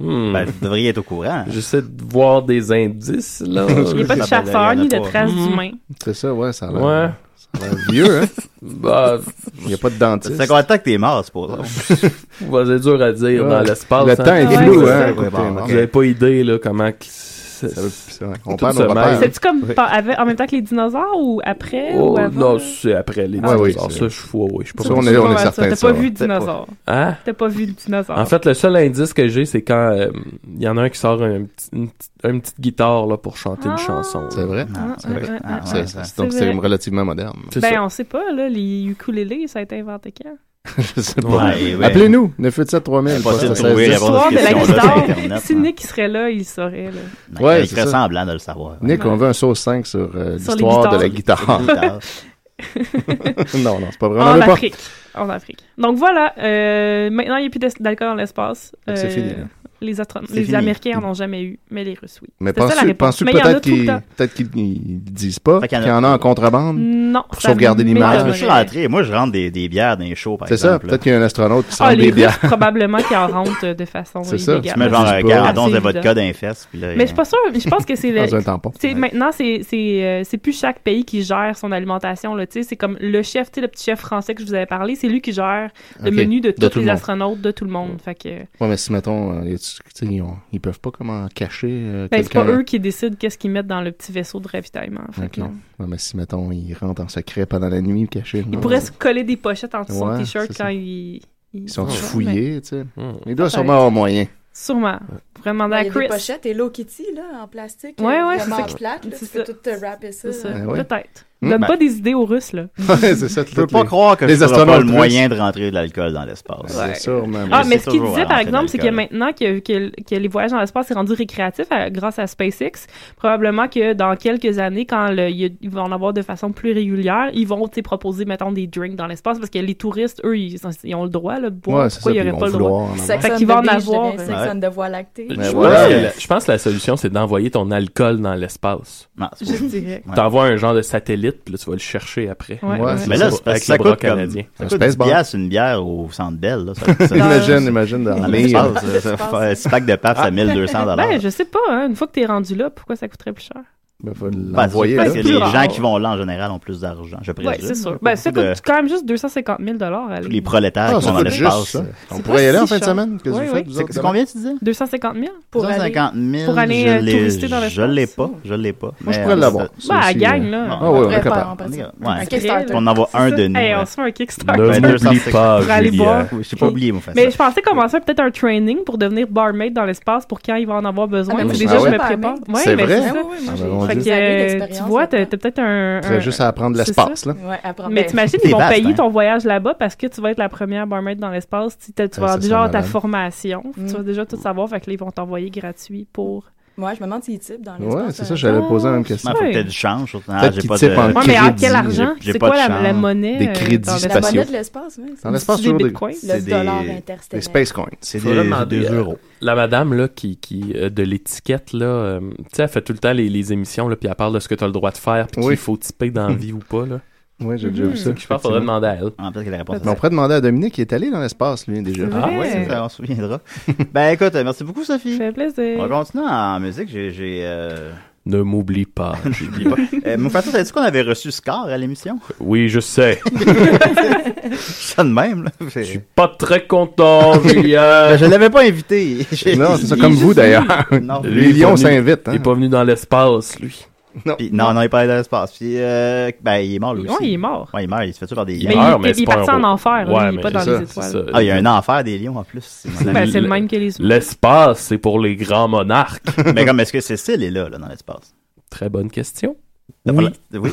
[SPEAKER 6] Ben, vous devriez être au courant.
[SPEAKER 9] J'essaie de voir des indices,
[SPEAKER 8] *laughs*
[SPEAKER 9] là.
[SPEAKER 8] Il n'y a pas de
[SPEAKER 9] Ça-
[SPEAKER 8] chasseur ni de
[SPEAKER 9] pas.
[SPEAKER 8] traces
[SPEAKER 9] Hmm.
[SPEAKER 8] d'humains.
[SPEAKER 7] C'est ça, ouais, ça a l'air.
[SPEAKER 9] Ouais.
[SPEAKER 7] ça a l'air
[SPEAKER 9] *laughs*
[SPEAKER 7] vieux, hein?
[SPEAKER 9] Bah,
[SPEAKER 7] Il n'y a pas de dentiste.
[SPEAKER 6] Ça fait combien de temps que t'es mort, c'est pour
[SPEAKER 9] *laughs*
[SPEAKER 6] ça?
[SPEAKER 9] Bah, c'est dur à dire
[SPEAKER 7] Ouais.
[SPEAKER 9] dans l'espace.
[SPEAKER 7] Le temps est
[SPEAKER 9] Ouais,
[SPEAKER 7] flou,
[SPEAKER 9] c'est
[SPEAKER 7] hein,
[SPEAKER 9] ça.
[SPEAKER 7] écoutez,
[SPEAKER 9] Vous
[SPEAKER 7] ok.
[SPEAKER 9] n'avez pas idée, là, comment que
[SPEAKER 7] on
[SPEAKER 9] tout
[SPEAKER 7] perd nos
[SPEAKER 9] se
[SPEAKER 7] repères.
[SPEAKER 9] mêle.
[SPEAKER 8] C'est-tu comme
[SPEAKER 9] Oui.
[SPEAKER 8] par- avec- en même temps que les dinosaures ou après?
[SPEAKER 9] Oh,
[SPEAKER 8] ou avant?
[SPEAKER 9] non, c'est après les
[SPEAKER 8] Ah,
[SPEAKER 9] dinosaures.
[SPEAKER 8] oui,
[SPEAKER 9] ça,
[SPEAKER 8] c'est-
[SPEAKER 9] je suis fou, oui, je suis pas
[SPEAKER 8] Ça,
[SPEAKER 9] sûr.
[SPEAKER 8] on est- on est Pas mal certain ça. de T'as ça, pas ouais. vu de
[SPEAKER 9] Peut-être pas.
[SPEAKER 8] dinosaures.
[SPEAKER 9] Hein?
[SPEAKER 8] T'as pas vu de dinosaures.
[SPEAKER 9] En fait, le seul indice que j'ai, c'est quand euh, il y en a un qui sort un petit- une, petite- une petite guitare là, pour chanter une chanson.
[SPEAKER 7] C'est vrai?
[SPEAKER 8] Ah,
[SPEAKER 7] C'est vrai.
[SPEAKER 8] ouais, ouais,
[SPEAKER 7] Ah,
[SPEAKER 8] ouais,
[SPEAKER 7] c'est-
[SPEAKER 8] ouais.
[SPEAKER 7] c'est-
[SPEAKER 8] C'est
[SPEAKER 7] donc
[SPEAKER 8] vrai.
[SPEAKER 7] c'est relativement moderne.
[SPEAKER 8] ben, on sait pas, là, les ukulélés, ça a été inventé quand?
[SPEAKER 7] Je sais pas.
[SPEAKER 6] Ouais, ouais.
[SPEAKER 7] Appelez-nous, 987 3000.
[SPEAKER 6] Impossible
[SPEAKER 7] poste
[SPEAKER 6] de trouver
[SPEAKER 7] seize-
[SPEAKER 6] la bonne
[SPEAKER 8] L'histoire de la
[SPEAKER 6] question-là sur
[SPEAKER 8] guitare,
[SPEAKER 7] Internet,
[SPEAKER 8] si Nick il serait là, il saurait. Là.
[SPEAKER 7] Ouais,
[SPEAKER 6] il
[SPEAKER 7] c'est
[SPEAKER 6] serait
[SPEAKER 7] ça.
[SPEAKER 6] semblant de le savoir.
[SPEAKER 7] Nick, on veut un sauce 5 sur euh, l'histoire de la guitare. *laughs* non, non, c'est pas vrai. On en
[SPEAKER 8] en
[SPEAKER 7] veut pas.
[SPEAKER 8] Afrique. En Afrique. Donc voilà, euh, maintenant, il n'y a plus d'es- d'alcool dans l'espace.
[SPEAKER 7] Fait que c'est
[SPEAKER 8] Euh,
[SPEAKER 7] fini, là.
[SPEAKER 8] Les, astron-
[SPEAKER 7] C'est
[SPEAKER 8] les
[SPEAKER 7] fini.
[SPEAKER 8] Américains en ont jamais eu, mais les Russes, oui.
[SPEAKER 7] Mais
[SPEAKER 8] C'était ça, la
[SPEAKER 7] penses-tu
[SPEAKER 8] réponse.
[SPEAKER 7] penses-tu
[SPEAKER 8] Mais il y en a
[SPEAKER 7] peut-être
[SPEAKER 8] tout le
[SPEAKER 7] qu'ils
[SPEAKER 8] temps.
[SPEAKER 7] peut-être qu'ils ils disent pas qu'il
[SPEAKER 6] qu'il y en a-
[SPEAKER 7] y en a en contrebande?
[SPEAKER 8] Non,
[SPEAKER 7] Pour sauvegarder
[SPEAKER 6] Ah, Je
[SPEAKER 7] l'image.
[SPEAKER 6] suis rentré. Moi, je rentre des, des bières dans les shows, par
[SPEAKER 7] C'est
[SPEAKER 6] exemple.
[SPEAKER 7] ça, peut-être *laughs* qu'il y a un astronaute qui
[SPEAKER 8] Ah,
[SPEAKER 7] sort
[SPEAKER 8] les
[SPEAKER 7] des
[SPEAKER 8] Russes,
[SPEAKER 7] bières.
[SPEAKER 8] probablement qu'ils en rentrent euh, de façon
[SPEAKER 7] C'est ça,
[SPEAKER 8] illégale.
[SPEAKER 6] tu mets genre un
[SPEAKER 8] Assez
[SPEAKER 6] garandon de
[SPEAKER 8] évident.
[SPEAKER 6] vodka dans les fesses. Puis là,
[SPEAKER 8] Mais je suis pas sûre. Je pense
[SPEAKER 7] *laughs*
[SPEAKER 8] que c'est le-
[SPEAKER 6] Dans un tampon.
[SPEAKER 8] c'est- Maintenant, c'est c'est, euh, c'est plus chaque pays qui gère son alimentation. là, tu sais. C'est comme le chef, tu sais, le petit chef français que je vous avais parlé, c'est lui qui gère le
[SPEAKER 7] Ok.
[SPEAKER 8] menu de
[SPEAKER 7] De
[SPEAKER 8] tous
[SPEAKER 7] tout le
[SPEAKER 8] les
[SPEAKER 7] monde.
[SPEAKER 8] astronautes, de tout le monde. Fait que, euh,
[SPEAKER 7] Ouais, mais si, mettons, euh, les- tu sais, ils, ont- ils peuvent pas comment cacher euh,
[SPEAKER 8] ben, c'est pas
[SPEAKER 7] quelqu'un.
[SPEAKER 8] eux qui décident qu'est-ce qu'ils mettent dans le petit vaisseau de ravitaillement. Fait
[SPEAKER 7] Ok.
[SPEAKER 8] que euh, non.
[SPEAKER 7] Ouais, mais si, mettons, ils rentrent en secret pendant la nuit, cachés.
[SPEAKER 8] Ils pourraient se coller des pochettes en dessous de son
[SPEAKER 7] Ouais,
[SPEAKER 8] t-shirt
[SPEAKER 7] c'est
[SPEAKER 8] quand ils.
[SPEAKER 7] Ils sont
[SPEAKER 8] mais-
[SPEAKER 7] fouillés, tu sais.
[SPEAKER 6] Hmm.
[SPEAKER 7] Ils doivent
[SPEAKER 8] Peut-être.
[SPEAKER 7] sûrement avoir moyen.
[SPEAKER 8] Sûrement. Pour demander
[SPEAKER 10] Il
[SPEAKER 8] à
[SPEAKER 10] y a
[SPEAKER 8] Bah, Chris.
[SPEAKER 10] des pochettes et l'eau Kitty, là, en plastique. euh,
[SPEAKER 8] Ouais, ouais,
[SPEAKER 10] vraiment
[SPEAKER 8] c'est ça.
[SPEAKER 10] plate, là,
[SPEAKER 8] C'est
[SPEAKER 10] tu peux
[SPEAKER 8] ça.
[SPEAKER 10] tout te rapper ça. hein.
[SPEAKER 8] C'est ça.
[SPEAKER 6] Ah
[SPEAKER 7] Ben ouais.
[SPEAKER 8] Peut-être.
[SPEAKER 7] Hmm.
[SPEAKER 8] Donne
[SPEAKER 7] Ben-
[SPEAKER 8] pas des idées aux Russes, là.
[SPEAKER 7] *laughs* Ouais, c'est ça.
[SPEAKER 6] Je peux pas croire que
[SPEAKER 7] les
[SPEAKER 6] je trouverais pas
[SPEAKER 7] astronautes
[SPEAKER 6] le
[SPEAKER 7] russes.
[SPEAKER 6] moyen de rentrer de l'alcool dans l'espace.
[SPEAKER 7] Ouais. C'est sûr, mais-
[SPEAKER 8] Ah,
[SPEAKER 7] Mais
[SPEAKER 8] mais
[SPEAKER 7] c'est
[SPEAKER 8] ce qu'il
[SPEAKER 7] toujours
[SPEAKER 8] disait,
[SPEAKER 7] à
[SPEAKER 8] par
[SPEAKER 7] l'entrée
[SPEAKER 8] exemple, c'est que
[SPEAKER 7] d'alcool.
[SPEAKER 8] maintenant que, que, que les voyages dans l'espace sont rendus récréatifs à- grâce à SpaceX, probablement que dans quelques années, quand le- il y a- ils vont en avoir de façon plus régulière, ils vont tu sais, proposer, mettons, des drinks dans l'espace parce que les touristes, eux, ils, sont- ils ont le droit là, de boire.
[SPEAKER 7] Ouais, c'est
[SPEAKER 8] Pourquoi
[SPEAKER 7] ça,
[SPEAKER 8] ils
[SPEAKER 7] puis
[SPEAKER 8] n'auraient
[SPEAKER 7] ils
[SPEAKER 8] pas le
[SPEAKER 7] vont
[SPEAKER 8] droit?
[SPEAKER 7] vouloir en
[SPEAKER 8] Fait
[SPEAKER 10] Sex on
[SPEAKER 8] qu'ils vont
[SPEAKER 10] the
[SPEAKER 8] en
[SPEAKER 10] beach
[SPEAKER 8] avoir.
[SPEAKER 10] devient
[SPEAKER 8] euh,
[SPEAKER 10] Sex on the voie lactée.
[SPEAKER 7] Ben
[SPEAKER 9] Je, pense que la- je pense que la solution, c'est d'envoyer ton alcool dans l'espace.
[SPEAKER 8] Je dirais.
[SPEAKER 9] Tu T'envoies un genre de satellite, puis là, tu vas le chercher après.
[SPEAKER 6] Mais là, c'est parce
[SPEAKER 9] avec
[SPEAKER 6] que
[SPEAKER 9] le
[SPEAKER 6] ça
[SPEAKER 9] bras
[SPEAKER 6] coûte comme-
[SPEAKER 9] canadien.
[SPEAKER 6] Ça coûte 10 piastres, une bière au centre Bell. Là. Ça- ça-
[SPEAKER 7] Imagine, imagine dans
[SPEAKER 6] Dans
[SPEAKER 7] le
[SPEAKER 6] l'espace,
[SPEAKER 7] livre.
[SPEAKER 6] ça fait- six packs de paf, ça 1200
[SPEAKER 8] Ben, je sais pas, hein, une fois que t'es rendu là, pourquoi ça coûterait plus cher?
[SPEAKER 7] Ben, faut
[SPEAKER 6] Parce
[SPEAKER 7] l'envoyer, là.
[SPEAKER 6] parce que
[SPEAKER 8] plus
[SPEAKER 6] les
[SPEAKER 8] rare.
[SPEAKER 6] gens qui vont là, en général, ont plus d'argent, je présume.
[SPEAKER 8] Oui, c'est sûr. Ben, ça
[SPEAKER 6] Beaucoup de-
[SPEAKER 8] coûte quand même juste 250 000 à aller.
[SPEAKER 6] Tous les prolétaires
[SPEAKER 7] Ah,
[SPEAKER 6] qui
[SPEAKER 7] ça
[SPEAKER 6] sont dans
[SPEAKER 7] coûte juste,
[SPEAKER 6] l'espace.
[SPEAKER 7] ça.
[SPEAKER 6] là.
[SPEAKER 7] On pourrait
[SPEAKER 8] C'est pas
[SPEAKER 7] y aller
[SPEAKER 8] si
[SPEAKER 7] en fin de
[SPEAKER 8] cher.
[SPEAKER 7] semaine? Qu'est-ce que
[SPEAKER 8] Oui,
[SPEAKER 7] vous
[SPEAKER 8] oui.
[SPEAKER 7] faites, vous autres,
[SPEAKER 8] C'est-
[SPEAKER 6] C'est combien tu disais?
[SPEAKER 8] 250 000
[SPEAKER 10] Pour aller-
[SPEAKER 6] 250 000.
[SPEAKER 8] pour aller,
[SPEAKER 6] je
[SPEAKER 8] euh,
[SPEAKER 6] l'ai-
[SPEAKER 8] tourister dans l'espace.
[SPEAKER 6] Je l'ai pas, je l'ai pas.
[SPEAKER 7] Moi, je pourrais l'avoir, ça
[SPEAKER 8] Bah, à gang, là.
[SPEAKER 6] Bon,
[SPEAKER 7] Ah ouais, on est
[SPEAKER 10] prépare,
[SPEAKER 7] capable.
[SPEAKER 10] on prépare.
[SPEAKER 6] Ouais.
[SPEAKER 10] Un Kickstarter.
[SPEAKER 6] On en voit
[SPEAKER 8] C'est
[SPEAKER 6] un
[SPEAKER 8] ça.
[SPEAKER 6] de nous.
[SPEAKER 8] Hey, on
[SPEAKER 6] ouais.
[SPEAKER 8] se fait un Kickstarter.
[SPEAKER 6] Ouais,
[SPEAKER 8] Ne
[SPEAKER 9] m'oublie pas,
[SPEAKER 8] Pour aller
[SPEAKER 9] Julien.
[SPEAKER 8] boire.
[SPEAKER 6] Oui, Je t'ai pas oublié, mon frère.
[SPEAKER 8] Mais je pensais commencer peut-être un training pour devenir barmaid dans l'espace pour quand il va en avoir besoin.
[SPEAKER 7] ben
[SPEAKER 10] Ah, mais
[SPEAKER 8] Puis
[SPEAKER 10] moi,
[SPEAKER 8] déjà,
[SPEAKER 10] je
[SPEAKER 8] je
[SPEAKER 10] suis
[SPEAKER 8] me
[SPEAKER 10] pas
[SPEAKER 8] prépare.
[SPEAKER 10] barmaid.
[SPEAKER 8] Ouais,
[SPEAKER 7] C'est
[SPEAKER 8] ben,
[SPEAKER 7] vrai?
[SPEAKER 8] c'est ça.
[SPEAKER 10] Ah oui, oui, moi,
[SPEAKER 7] Ah,
[SPEAKER 10] j'ai-
[SPEAKER 7] ben, on
[SPEAKER 8] Fait
[SPEAKER 7] dit-
[SPEAKER 8] que,
[SPEAKER 10] années
[SPEAKER 8] euh, tu
[SPEAKER 10] d'expérience
[SPEAKER 8] vois, t'as t'as peut-être un.
[SPEAKER 7] Faudrait
[SPEAKER 8] un-
[SPEAKER 7] juste à apprendre
[SPEAKER 8] c'est
[SPEAKER 7] l'espace,
[SPEAKER 8] ça.
[SPEAKER 7] là.
[SPEAKER 10] Ouais, après,
[SPEAKER 8] Mais
[SPEAKER 10] ben,
[SPEAKER 8] t'imagines,
[SPEAKER 6] C'est
[SPEAKER 8] ils vont
[SPEAKER 6] vaste,
[SPEAKER 8] payer
[SPEAKER 6] hein.
[SPEAKER 8] ton voyage là-bas parce que tu vas être la première barmaid dans l'espace. Tu, t'as- tu
[SPEAKER 7] Ah,
[SPEAKER 8] vas
[SPEAKER 7] ça,
[SPEAKER 8] déjà
[SPEAKER 7] c'est
[SPEAKER 8] avoir ta
[SPEAKER 7] malade.
[SPEAKER 8] formation.
[SPEAKER 10] Mm.
[SPEAKER 8] Tu vas déjà tout savoir. Fait que là, ils vont t'envoyer gratuit pour.
[SPEAKER 10] Moi, je me demande s'il type dans l'espace.
[SPEAKER 7] Ouais, c'est ça,
[SPEAKER 10] euh,
[SPEAKER 7] j'allais poser la même
[SPEAKER 6] Il
[SPEAKER 7] question.
[SPEAKER 6] faut
[SPEAKER 8] Ouais.
[SPEAKER 6] peut-être du change. surtout. Ah,
[SPEAKER 7] Peut-être
[SPEAKER 6] j'ai
[SPEAKER 7] qu'ils
[SPEAKER 6] pas de-
[SPEAKER 7] typent en
[SPEAKER 8] Ouais, mais en
[SPEAKER 7] crédit,
[SPEAKER 8] quel argent?
[SPEAKER 6] j'ai- j'ai
[SPEAKER 8] C'est
[SPEAKER 6] pas
[SPEAKER 8] quoi
[SPEAKER 6] de
[SPEAKER 8] la, la
[SPEAKER 6] change.
[SPEAKER 8] monnaie?
[SPEAKER 7] Des
[SPEAKER 8] euh,
[SPEAKER 7] crédits
[SPEAKER 8] dans
[SPEAKER 10] La
[SPEAKER 8] l'espace?
[SPEAKER 7] spatiaux.
[SPEAKER 10] monnaie de l'espace, oui.
[SPEAKER 7] Dans l'espace,
[SPEAKER 8] C'est-tu
[SPEAKER 7] toujours
[SPEAKER 8] des
[SPEAKER 7] des,
[SPEAKER 8] bitcoins?
[SPEAKER 10] Le
[SPEAKER 6] des-
[SPEAKER 10] dollar
[SPEAKER 7] des
[SPEAKER 10] interstellaire.
[SPEAKER 7] space coins.
[SPEAKER 6] C'est
[SPEAKER 9] Faudrait
[SPEAKER 6] des
[SPEAKER 9] demander,
[SPEAKER 6] des
[SPEAKER 9] euh,
[SPEAKER 6] euros.
[SPEAKER 9] La madame là, qui, qui euh, de l'étiquette, là, euh, tu sais, elle fait tout le temps les, les émissions, là, puis elle parle de ce que tu as le droit de faire, puis
[SPEAKER 7] Oui.
[SPEAKER 9] qu'il faut typer dans la vie ou pas. Là.
[SPEAKER 7] Oui, j'ai
[SPEAKER 8] Hmm.
[SPEAKER 7] déjà vu ça.
[SPEAKER 9] Je pense qu'il faudrait demander à elle.
[SPEAKER 6] Ah, peut-être que la réponse
[SPEAKER 7] Mais on pourrait demander à Dominique, il est allé dans l'espace, lui, déjà.
[SPEAKER 8] Ah, ouais.
[SPEAKER 6] c'est ça, on se souviendra. ben écoute, euh, merci beaucoup, Sophie.
[SPEAKER 8] Ça fait plaisir.
[SPEAKER 6] On continue en musique. J'ai. j'ai euh...
[SPEAKER 9] Ne
[SPEAKER 6] *laughs*
[SPEAKER 9] m'oublie pas.
[SPEAKER 6] j'oublie pas. Euh, mon frère, t'as dit qu'on avait reçu Scar à l'émission? *laughs*
[SPEAKER 9] Oui, je
[SPEAKER 7] *laughs*
[SPEAKER 9] sais.
[SPEAKER 6] Ça de même, là.
[SPEAKER 9] Je suis pas
[SPEAKER 6] *laughs*
[SPEAKER 9] très content, Julien.
[SPEAKER 6] Ben, je l'avais pas invité. J'ai-
[SPEAKER 7] Non, c'est ça, comme vous, d'ailleurs.
[SPEAKER 6] Non.
[SPEAKER 9] Lui, il est
[SPEAKER 7] Lyon
[SPEAKER 9] pas venu-
[SPEAKER 7] s'invite.
[SPEAKER 9] Il est
[SPEAKER 7] hein.
[SPEAKER 9] pas venu dans l'espace, lui.
[SPEAKER 6] Puis- non, non, il est pas allé dans l'espace. Puis, euh, ben, il est mort, lui
[SPEAKER 8] Ouais,
[SPEAKER 6] aussi.
[SPEAKER 8] il est mort.
[SPEAKER 6] Ouais, il meurt. Il se fait tuer par des
[SPEAKER 8] Mais
[SPEAKER 6] lions.
[SPEAKER 8] il,
[SPEAKER 9] meurt,
[SPEAKER 8] est-
[SPEAKER 9] mais
[SPEAKER 8] il
[SPEAKER 9] c'est
[SPEAKER 8] est
[SPEAKER 9] pas un
[SPEAKER 8] parti en
[SPEAKER 9] robot.
[SPEAKER 8] enfer, là,
[SPEAKER 9] Ouais,
[SPEAKER 8] il est
[SPEAKER 9] mais
[SPEAKER 8] pas dans
[SPEAKER 7] c'est
[SPEAKER 8] les
[SPEAKER 7] ça,
[SPEAKER 8] étoiles.
[SPEAKER 6] Ah, il y a un enfer des lions, en plus. C'est mon ami.
[SPEAKER 8] Ben, c'est le même que les humains.
[SPEAKER 9] L'espace, c'est pour les grands monarques.
[SPEAKER 6] *laughs* Mais comme, est-ce que Cécile est là, là, dans l'espace?
[SPEAKER 9] Très bonne question.
[SPEAKER 6] T'as
[SPEAKER 9] Oui.
[SPEAKER 6] pas la- Oui.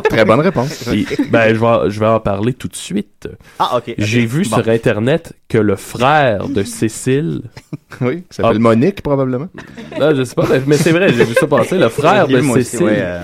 [SPEAKER 7] *laughs* Très bonne réponse.
[SPEAKER 9] Puis, ben, je vais, je vais en parler tout de suite.
[SPEAKER 6] Ah, ok.
[SPEAKER 9] J'ai vu
[SPEAKER 6] ça.
[SPEAKER 9] sur Internet que le frère de Cécile.
[SPEAKER 7] *laughs* Oui, qui s'appelle
[SPEAKER 9] Ah.
[SPEAKER 7] Monique, probablement.
[SPEAKER 9] Non, je sais pas, mais, mais c'est vrai, j'ai vu ça passer. Le frère de Cécile.
[SPEAKER 7] euh.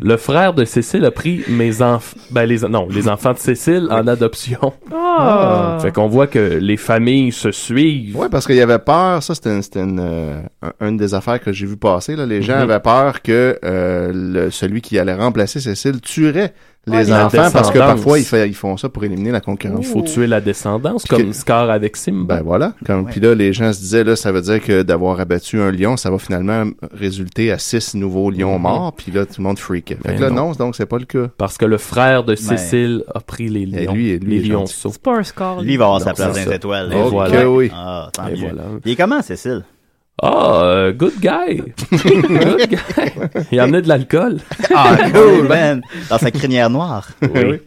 [SPEAKER 9] Le frère de Cécile a pris mes enfants. Ben, les, non, les enfants de Cécile en adoption.
[SPEAKER 8] Ah.
[SPEAKER 9] Fait qu'on voit que les familles se suivent.
[SPEAKER 7] Oui, parce qu'il y avait peur. Ça, c'était une, c'était une, euh, un- une des affaires que j'ai vu passer. Là. Les gens
[SPEAKER 9] Mhm.
[SPEAKER 7] avaient peur que euh, le- celui qui allait remplacer Cécile tuerait
[SPEAKER 9] Ouais,
[SPEAKER 7] les
[SPEAKER 9] la
[SPEAKER 7] enfants parce que
[SPEAKER 9] descendance.
[SPEAKER 7] parfois, ils, fa- ils font ça pour éliminer la
[SPEAKER 9] Il
[SPEAKER 7] concurrence.
[SPEAKER 9] faut tuer la descendance,
[SPEAKER 7] Puis
[SPEAKER 9] comme
[SPEAKER 7] que-
[SPEAKER 9] Scar avec Simba.
[SPEAKER 7] Ben voilà. Comme,
[SPEAKER 6] Ouais.
[SPEAKER 7] Puis là, les gens se disaient, là, ça veut dire que d'avoir abattu un lion, ça va finalement résulter à six nouveaux lions morts. Puis là, tout le monde freak. Fait
[SPEAKER 9] Mm-hmm. Ben
[SPEAKER 7] que là,
[SPEAKER 9] non.
[SPEAKER 7] non, donc c'est pas le cas.
[SPEAKER 9] Parce que le frère
[SPEAKER 6] Ben,
[SPEAKER 9] de Cécile a pris les
[SPEAKER 7] Et
[SPEAKER 9] lions.
[SPEAKER 7] lui- et lui
[SPEAKER 9] les
[SPEAKER 7] est
[SPEAKER 9] lionceaux.
[SPEAKER 8] C'est pas un score.
[SPEAKER 6] Lui, il va avoir sa
[SPEAKER 9] Non,
[SPEAKER 6] place
[SPEAKER 9] c'est
[SPEAKER 6] dans les
[SPEAKER 9] ça.
[SPEAKER 6] étoiles.
[SPEAKER 9] Et
[SPEAKER 6] là.
[SPEAKER 7] Ok,
[SPEAKER 9] voilà.
[SPEAKER 7] oui.
[SPEAKER 6] Ah, tant
[SPEAKER 9] Et
[SPEAKER 6] mieux.
[SPEAKER 9] voilà.
[SPEAKER 6] Il est comment, Cécile?
[SPEAKER 9] Ah, euh, good
[SPEAKER 6] *laughs*
[SPEAKER 9] guy! good guy! Il a amené de l'alcool. *laughs*
[SPEAKER 6] Ah, cool, man! Dans sa crinière noire.
[SPEAKER 9] Oui.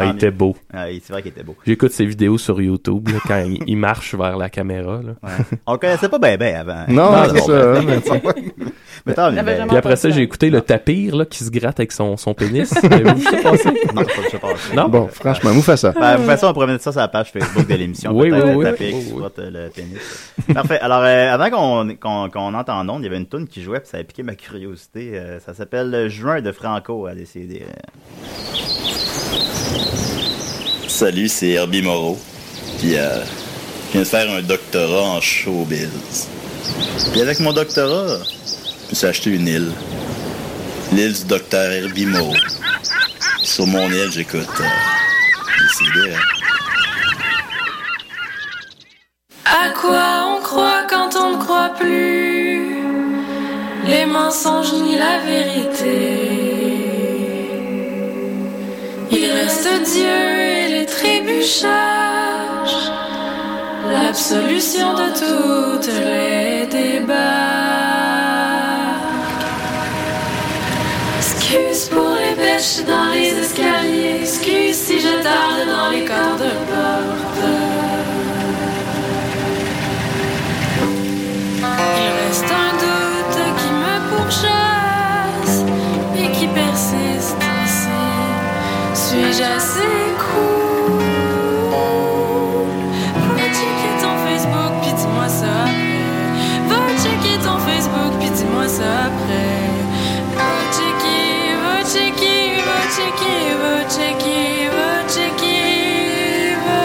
[SPEAKER 9] Ah, il était beau.
[SPEAKER 6] Ah, il- c'est vrai qu'il était beau.
[SPEAKER 9] J'écoute ses vidéos sur YouTube là, quand il, il marche vers la caméra. Là.
[SPEAKER 6] On le connaissait pas bien ben avant.
[SPEAKER 9] Non,
[SPEAKER 6] Ah,
[SPEAKER 9] c'est
[SPEAKER 6] bon,
[SPEAKER 9] ça,
[SPEAKER 6] *laughs*
[SPEAKER 9] hein,
[SPEAKER 6] ben,
[SPEAKER 9] mais
[SPEAKER 6] ben, Mais tant mieux, ben.
[SPEAKER 9] Puis après ça, j'ai écouté le tapir là, qui se gratte avec son, son
[SPEAKER 10] *laughs*
[SPEAKER 9] pénis. Avez-vous vu ça passer?
[SPEAKER 6] Non, c'est pas le passé.
[SPEAKER 9] Non?
[SPEAKER 7] Bon, franchement, vous faites ça.
[SPEAKER 6] Ben, de toute façon, on pourrait mettre ça sur la page Facebook de l'émission.
[SPEAKER 9] Oui,
[SPEAKER 6] peut-être,
[SPEAKER 9] oui, oui,
[SPEAKER 6] taper,
[SPEAKER 9] oui,
[SPEAKER 6] qui
[SPEAKER 9] oui.
[SPEAKER 6] supporte, euh, le *laughs* pénis. Parfait. Alors, euh, avant qu'on qu'on qu'on entre en onde, il y avait une toune qui jouait, puis ça a piqué ma curiosité. Euh, ça s'appelle euh, Juin de Franco à décider.
[SPEAKER 12] Salut, c'est Herbie Moreau. Puis, euh, je viens de faire un doctorat en showbiz. Puis, avec mon doctorat, je me suis acheté une île. L'île du docteur Herbie Moreau. Puis sur mon île, j'écoute. euh, Décidé, hein.
[SPEAKER 13] À quoi on croit quand on ne croit plus Les mensonges ni la vérité. Il reste Dieu et les trébuchages, l'absolution de toutes les débats. Excuse pour les pêches dans les escaliers, excuse si je tarde dans les corps de porte. Il reste un doute qui me pourchasse et qui persiste ainsi. Suis-je assez cool? Va checker ton Facebook puis dis-moi ça après. Va checker ton Facebook puis dis-moi ça après. Va checker, va checker, va checker, va checker, va checker, va.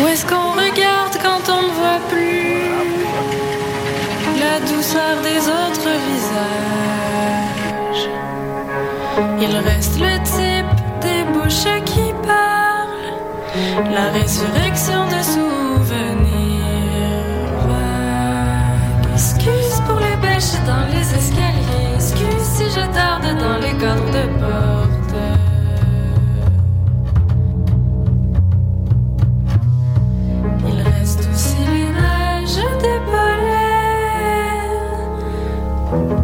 [SPEAKER 13] Où est-ce qu'on regarde quand on ne voit plus la douceur des autres visages Il reste le type des bouches qui parlent, la résurrection de souvenirs vagues. Excuse pour les pêches dans les escaliers, excuse si je tarde dans les cordes de porte. Il reste aussi les neiges des pollens.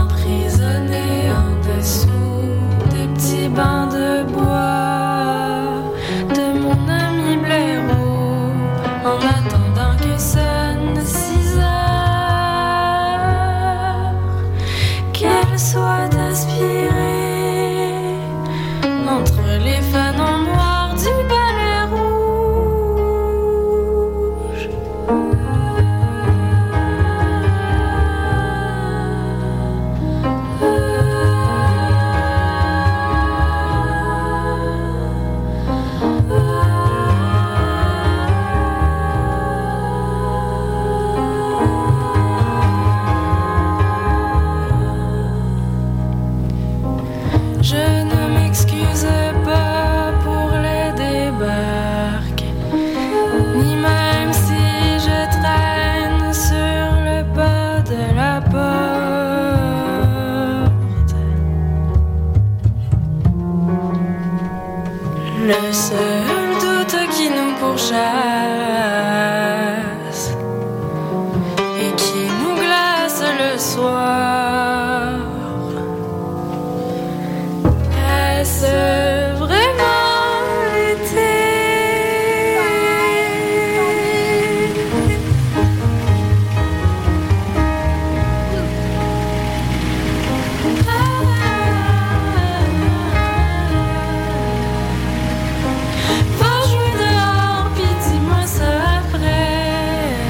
[SPEAKER 13] Emprisonné en dessous des petits bains de bois de mon ami blaireau, en attendant que sonne 6 heures, qu'elle soit aspirée entre les fanons noirs du balai rouge. Je ne m'excuse pas pour les débarques, ni même si je traîne sur le pas de la porte. Le seul doute qui nous pourchasse et qui nous glace le soir. Est-ce vraiment l'été Va jouer dehors, puis dis-moi ça après.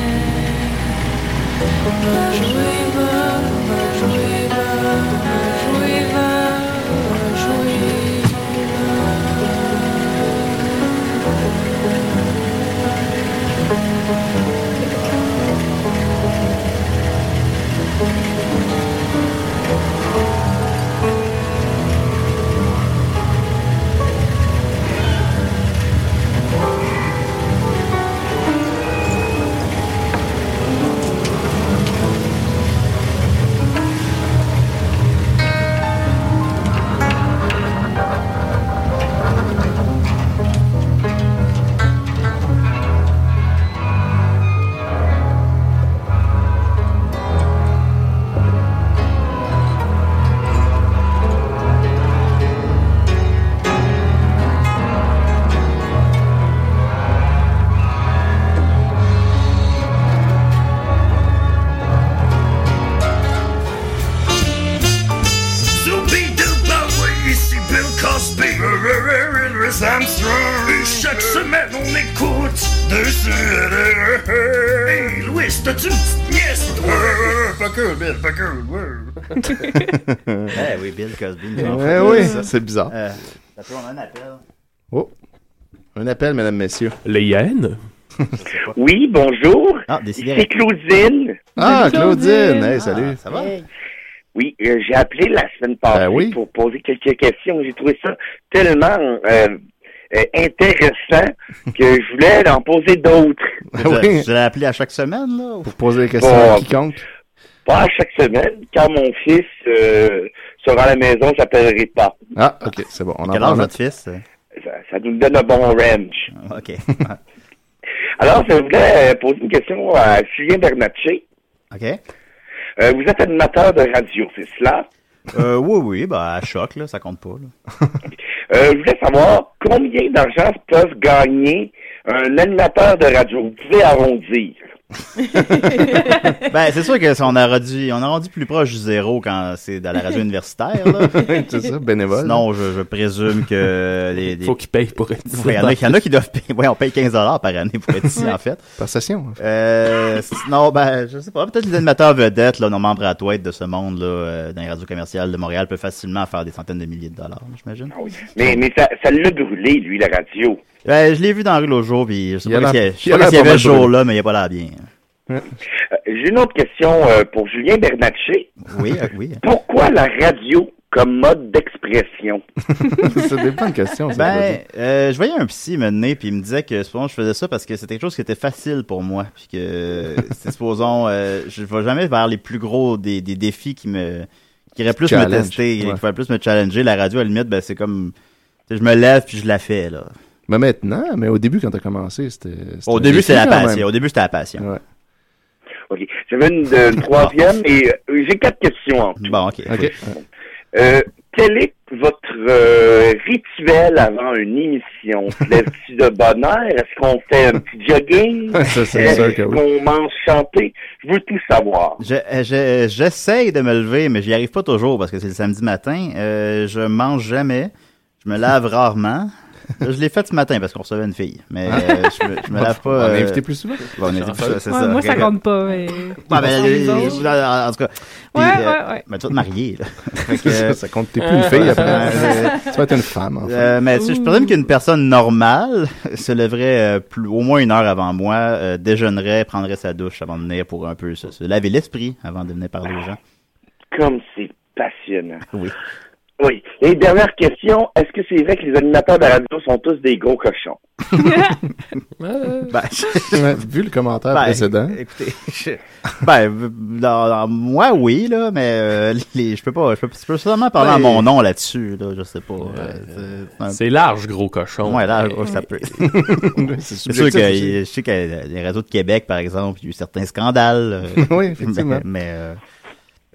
[SPEAKER 5] Et chaque semaine, on écoute deux sur- Hey, Louis, t'as-tu une petite nièce, toi? Pas cool, Bill, pas cool, *laughs*
[SPEAKER 6] Eh oui, Bill Cosby. nous a
[SPEAKER 7] Ouais,
[SPEAKER 6] fait
[SPEAKER 7] oui,
[SPEAKER 6] ça.
[SPEAKER 7] c'est bizarre.
[SPEAKER 6] Euh, ça peut, on a un appel.
[SPEAKER 7] Oh. Un appel, mesdames, messieurs.
[SPEAKER 9] Les hyènes?
[SPEAKER 14] Oui, bonjour.
[SPEAKER 7] Ah,
[SPEAKER 14] C'est Claudine.
[SPEAKER 7] Ah, Claudine. Ah, Hey, salut. ça va? Ben
[SPEAKER 14] Oui, euh, j'ai appelé la semaine passée pour poser quelques questions. J'ai trouvé ça tellement euh, euh, intéressant que je voulais en poser d'autres.
[SPEAKER 7] Ben
[SPEAKER 6] Je l'ai appelé à chaque semaine, là.
[SPEAKER 7] Ah Pour poser des questions à
[SPEAKER 14] Bon.
[SPEAKER 7] quiconque.
[SPEAKER 14] Pas à chaque semaine, quand mon fils euh, sera à la maison, j'appellerai pas.
[SPEAKER 7] Ah, ok, c'est bon. On en
[SPEAKER 14] Quel
[SPEAKER 7] parle
[SPEAKER 14] âge
[SPEAKER 7] maintenant.
[SPEAKER 6] fils? euh?
[SPEAKER 14] Ça, ça nous donne un bon range.
[SPEAKER 7] Ah,
[SPEAKER 6] OK.
[SPEAKER 14] *laughs* Alors, je voulais euh, poser une question à Julien Bernatchez.
[SPEAKER 6] OK.
[SPEAKER 14] Euh, vous êtes animateur de radio, c'est cela?
[SPEAKER 6] Euh, oui, oui, bah, à choc, là, ça compte pas, là.
[SPEAKER 14] *laughs* Euh, je voulais savoir combien d'argent peuvent gagner un animateur de radio. Vous pouvez arrondir.
[SPEAKER 6] ben, c'est sûr que ça, on a rendu, on a rendu plus proche du zéro quand c'est dans la radio universitaire,
[SPEAKER 7] *laughs*
[SPEAKER 6] là.
[SPEAKER 7] c'est ça, bénévole.
[SPEAKER 6] Sinon, je, je présume que les, Faut
[SPEAKER 9] qu'ils payent pour être
[SPEAKER 6] Il y, en a- il y en a qui doivent payer. Ouais, on paye 15 par année pour être ici,
[SPEAKER 7] Ouais.
[SPEAKER 6] en fait.
[SPEAKER 7] Par session, en fait.
[SPEAKER 6] Euh, sinon, ben, je sais pas. Peut-être les animateurs vedettes, là, nos membres à toile de ce monde, là, euh, dans les radios commerciales de Montréal, peuvent facilement faire des centaines de milliers de dollars, j'imagine.
[SPEAKER 14] Ah Mais, mais ça, ça l'a brûlé, lui, la radio.
[SPEAKER 6] Ben, je l'ai vu dans la rue l'autre jour, puis je sais
[SPEAKER 14] Il a l'air-
[SPEAKER 6] pas qu'est-ce qu'il
[SPEAKER 14] il
[SPEAKER 6] y
[SPEAKER 14] a l'air
[SPEAKER 6] a- je sais pas qu'est-ce qu'il y
[SPEAKER 14] pas
[SPEAKER 6] avait
[SPEAKER 14] mal
[SPEAKER 6] ce jour-là, mais il a pas l'air bien.
[SPEAKER 14] Euh, J'ai une autre question euh, pour Julien Bernatchez.
[SPEAKER 6] Oui, euh, oui.
[SPEAKER 14] Pourquoi la radio comme mode d'expression?
[SPEAKER 7] C'est des bonnes questions, *laughs* ça,
[SPEAKER 6] Ben,
[SPEAKER 7] Claudine.
[SPEAKER 6] euh, je voyais un psy me donner, puis il me disait que supposons je faisais ça parce que c'était quelque chose qui était facile pour moi, puis que
[SPEAKER 7] *laughs*
[SPEAKER 6] euh, c'est, supposons euh, je vais jamais vers les plus gros des, des défis qui me qui iraient plus
[SPEAKER 7] Challenge,
[SPEAKER 6] me tester, qui
[SPEAKER 7] ouais.
[SPEAKER 6] iraient plus me challenger. La radio à la limite, ben c'est comme tu sais, je me lève puis je la fais là.
[SPEAKER 7] Mais maintenant, mais au début, quand t'as commencé, c'était.
[SPEAKER 6] Au
[SPEAKER 7] c'était un
[SPEAKER 6] début, c'est la
[SPEAKER 7] défi, quand
[SPEAKER 6] passion.
[SPEAKER 7] même.
[SPEAKER 6] Au début, c'était la passion.
[SPEAKER 14] OK. J'avais une, euh, une troisième et euh, j'ai quatre questions en tout.
[SPEAKER 6] Bon, OK.
[SPEAKER 14] Euh, quel est votre euh, rituel avant une émission? On se lève-tu de bonne heure? Est-ce qu'on fait un petit jogging?
[SPEAKER 7] Ça, c'est
[SPEAKER 14] Est-ce
[SPEAKER 7] sûr que oui.
[SPEAKER 14] qu'on mange chanter? Je veux tout savoir.
[SPEAKER 6] Je- euh, je- euh, J'essaye de me lever, mais j'y arrive pas toujours parce que c'est le samedi matin. Euh, je mange jamais. Je me
[SPEAKER 7] *laughs*
[SPEAKER 6] lave rarement. Là, je l'ai fait ce matin parce qu'on recevait une fille. Mais
[SPEAKER 7] Ah.
[SPEAKER 6] euh, je, me, je me lave pas.
[SPEAKER 7] On l'a
[SPEAKER 6] euh,
[SPEAKER 7] invité plus souvent.
[SPEAKER 6] on l'a invité plus souvent, c'est
[SPEAKER 8] Ouais, moi, ça
[SPEAKER 6] Ok.
[SPEAKER 8] compte pas. mais-
[SPEAKER 6] Ouais, ben,
[SPEAKER 8] Sans
[SPEAKER 6] les-
[SPEAKER 8] les autres.
[SPEAKER 6] les- en, en tout cas.
[SPEAKER 8] Ouais,
[SPEAKER 6] puis,
[SPEAKER 8] ouais, ouais.
[SPEAKER 6] ben, tu vas te marier,
[SPEAKER 7] *laughs*
[SPEAKER 8] *laughs*
[SPEAKER 6] là. Fait que,
[SPEAKER 7] Ça, ça compte, t'es plus une fille après.
[SPEAKER 6] Euh,
[SPEAKER 7] Tu vas être une femme, en fait.
[SPEAKER 6] euh, mais tu sais, je présume qu'une personne normale *laughs* se lèverait euh, plus, au moins une heure avant moi, euh, déjeunerait, prendrait sa douche avant de venir pour un peu se, se laver l'esprit avant de venir parler aux gens.
[SPEAKER 14] Comme c'est passionnant.
[SPEAKER 6] Oui.
[SPEAKER 14] Oui. Et dernière question, est-ce que c'est vrai que les animateurs de la radio sont tous des gros cochons?
[SPEAKER 6] *laughs* Ben,
[SPEAKER 7] *laughs* Ouais, vu le commentaire
[SPEAKER 6] Ben,
[SPEAKER 7] Ah, précédent.
[SPEAKER 6] Écoutez, je- ben, dans- dans- moi oui là, mais euh, les- je peux pas, je peux, je peux seulement parler à
[SPEAKER 9] Ouais.
[SPEAKER 6] mon nom là-dessus là, je sais pas. euh, un-
[SPEAKER 9] C'est large, gros cochon.
[SPEAKER 6] Ouais, là, ouais, ça peut.
[SPEAKER 7] c'est
[SPEAKER 6] c'est sûr
[SPEAKER 7] subjectif
[SPEAKER 6] que
[SPEAKER 7] aussi.
[SPEAKER 6] je sais que euh, les radios de Québec, par exemple, il y a eu certains scandales. euh,
[SPEAKER 7] *laughs* Oui, effectivement.
[SPEAKER 6] Mais, mais, euh,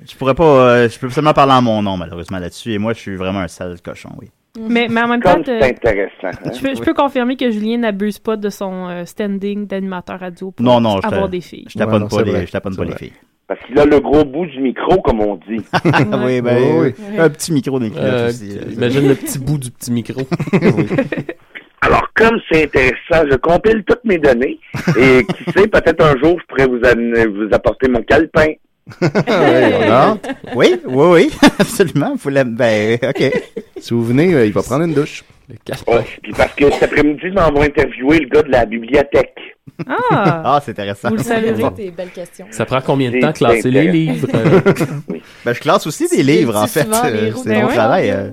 [SPEAKER 6] je pourrais pas, euh, je peux seulement parler en mon nom, malheureusement, là-dessus. Et moi, je suis vraiment un sale cochon, oui.
[SPEAKER 8] Mais, mais en même temps,
[SPEAKER 14] Comme
[SPEAKER 8] t'as-
[SPEAKER 14] c'est intéressant. hein?
[SPEAKER 8] je, peux- je peux confirmer que Julien n'abuse pas de son euh, standing d'animateur radio pour
[SPEAKER 6] Non, non, je
[SPEAKER 8] avoir
[SPEAKER 6] t'a-
[SPEAKER 8] des filles.
[SPEAKER 6] je taponne
[SPEAKER 7] Ouais, non,
[SPEAKER 6] pas
[SPEAKER 7] c'est
[SPEAKER 6] les,
[SPEAKER 7] vrai.
[SPEAKER 6] je taponne pas
[SPEAKER 7] C'est
[SPEAKER 6] les
[SPEAKER 7] vrai.
[SPEAKER 6] filles.
[SPEAKER 14] Parce qu'il a le gros bout du micro, comme on dit.
[SPEAKER 6] oui, ben,
[SPEAKER 7] Oui,
[SPEAKER 14] oui.
[SPEAKER 6] un petit micro des culottes
[SPEAKER 9] Euh,
[SPEAKER 6] aussi. euh,
[SPEAKER 9] imagine le petit bout du
[SPEAKER 6] *laughs*
[SPEAKER 9] petit micro.
[SPEAKER 14] Alors, comme c'est intéressant, je compile toutes mes données et qui sait, peut-être un jour, je pourrais vous, amener- vous apporter mon
[SPEAKER 6] *laughs*
[SPEAKER 14] calepin.
[SPEAKER 6] euh, Oui, oui, oui, *laughs* absolument. Faut la... Ben, OK.
[SPEAKER 7] Si vous venez, euh, il va prendre une douche.
[SPEAKER 14] Ouais. Puis parce que cet après-midi, je m'en vais interviewer le gars de la bibliothèque.
[SPEAKER 8] Ah!
[SPEAKER 6] Ah, c'est intéressant.
[SPEAKER 8] Vous le savez,
[SPEAKER 6] Bon.
[SPEAKER 10] Des belles questions.
[SPEAKER 9] Ça prend combien de
[SPEAKER 6] C'est
[SPEAKER 9] temps classer les livres?
[SPEAKER 10] *laughs*
[SPEAKER 9] euh?
[SPEAKER 6] Ben, je classe aussi des livres, en
[SPEAKER 10] C'est
[SPEAKER 6] fait.
[SPEAKER 10] souvent les
[SPEAKER 6] Euh,
[SPEAKER 10] roues.
[SPEAKER 6] C'est
[SPEAKER 10] Ben
[SPEAKER 6] mon
[SPEAKER 10] ouais.
[SPEAKER 6] travail. euh.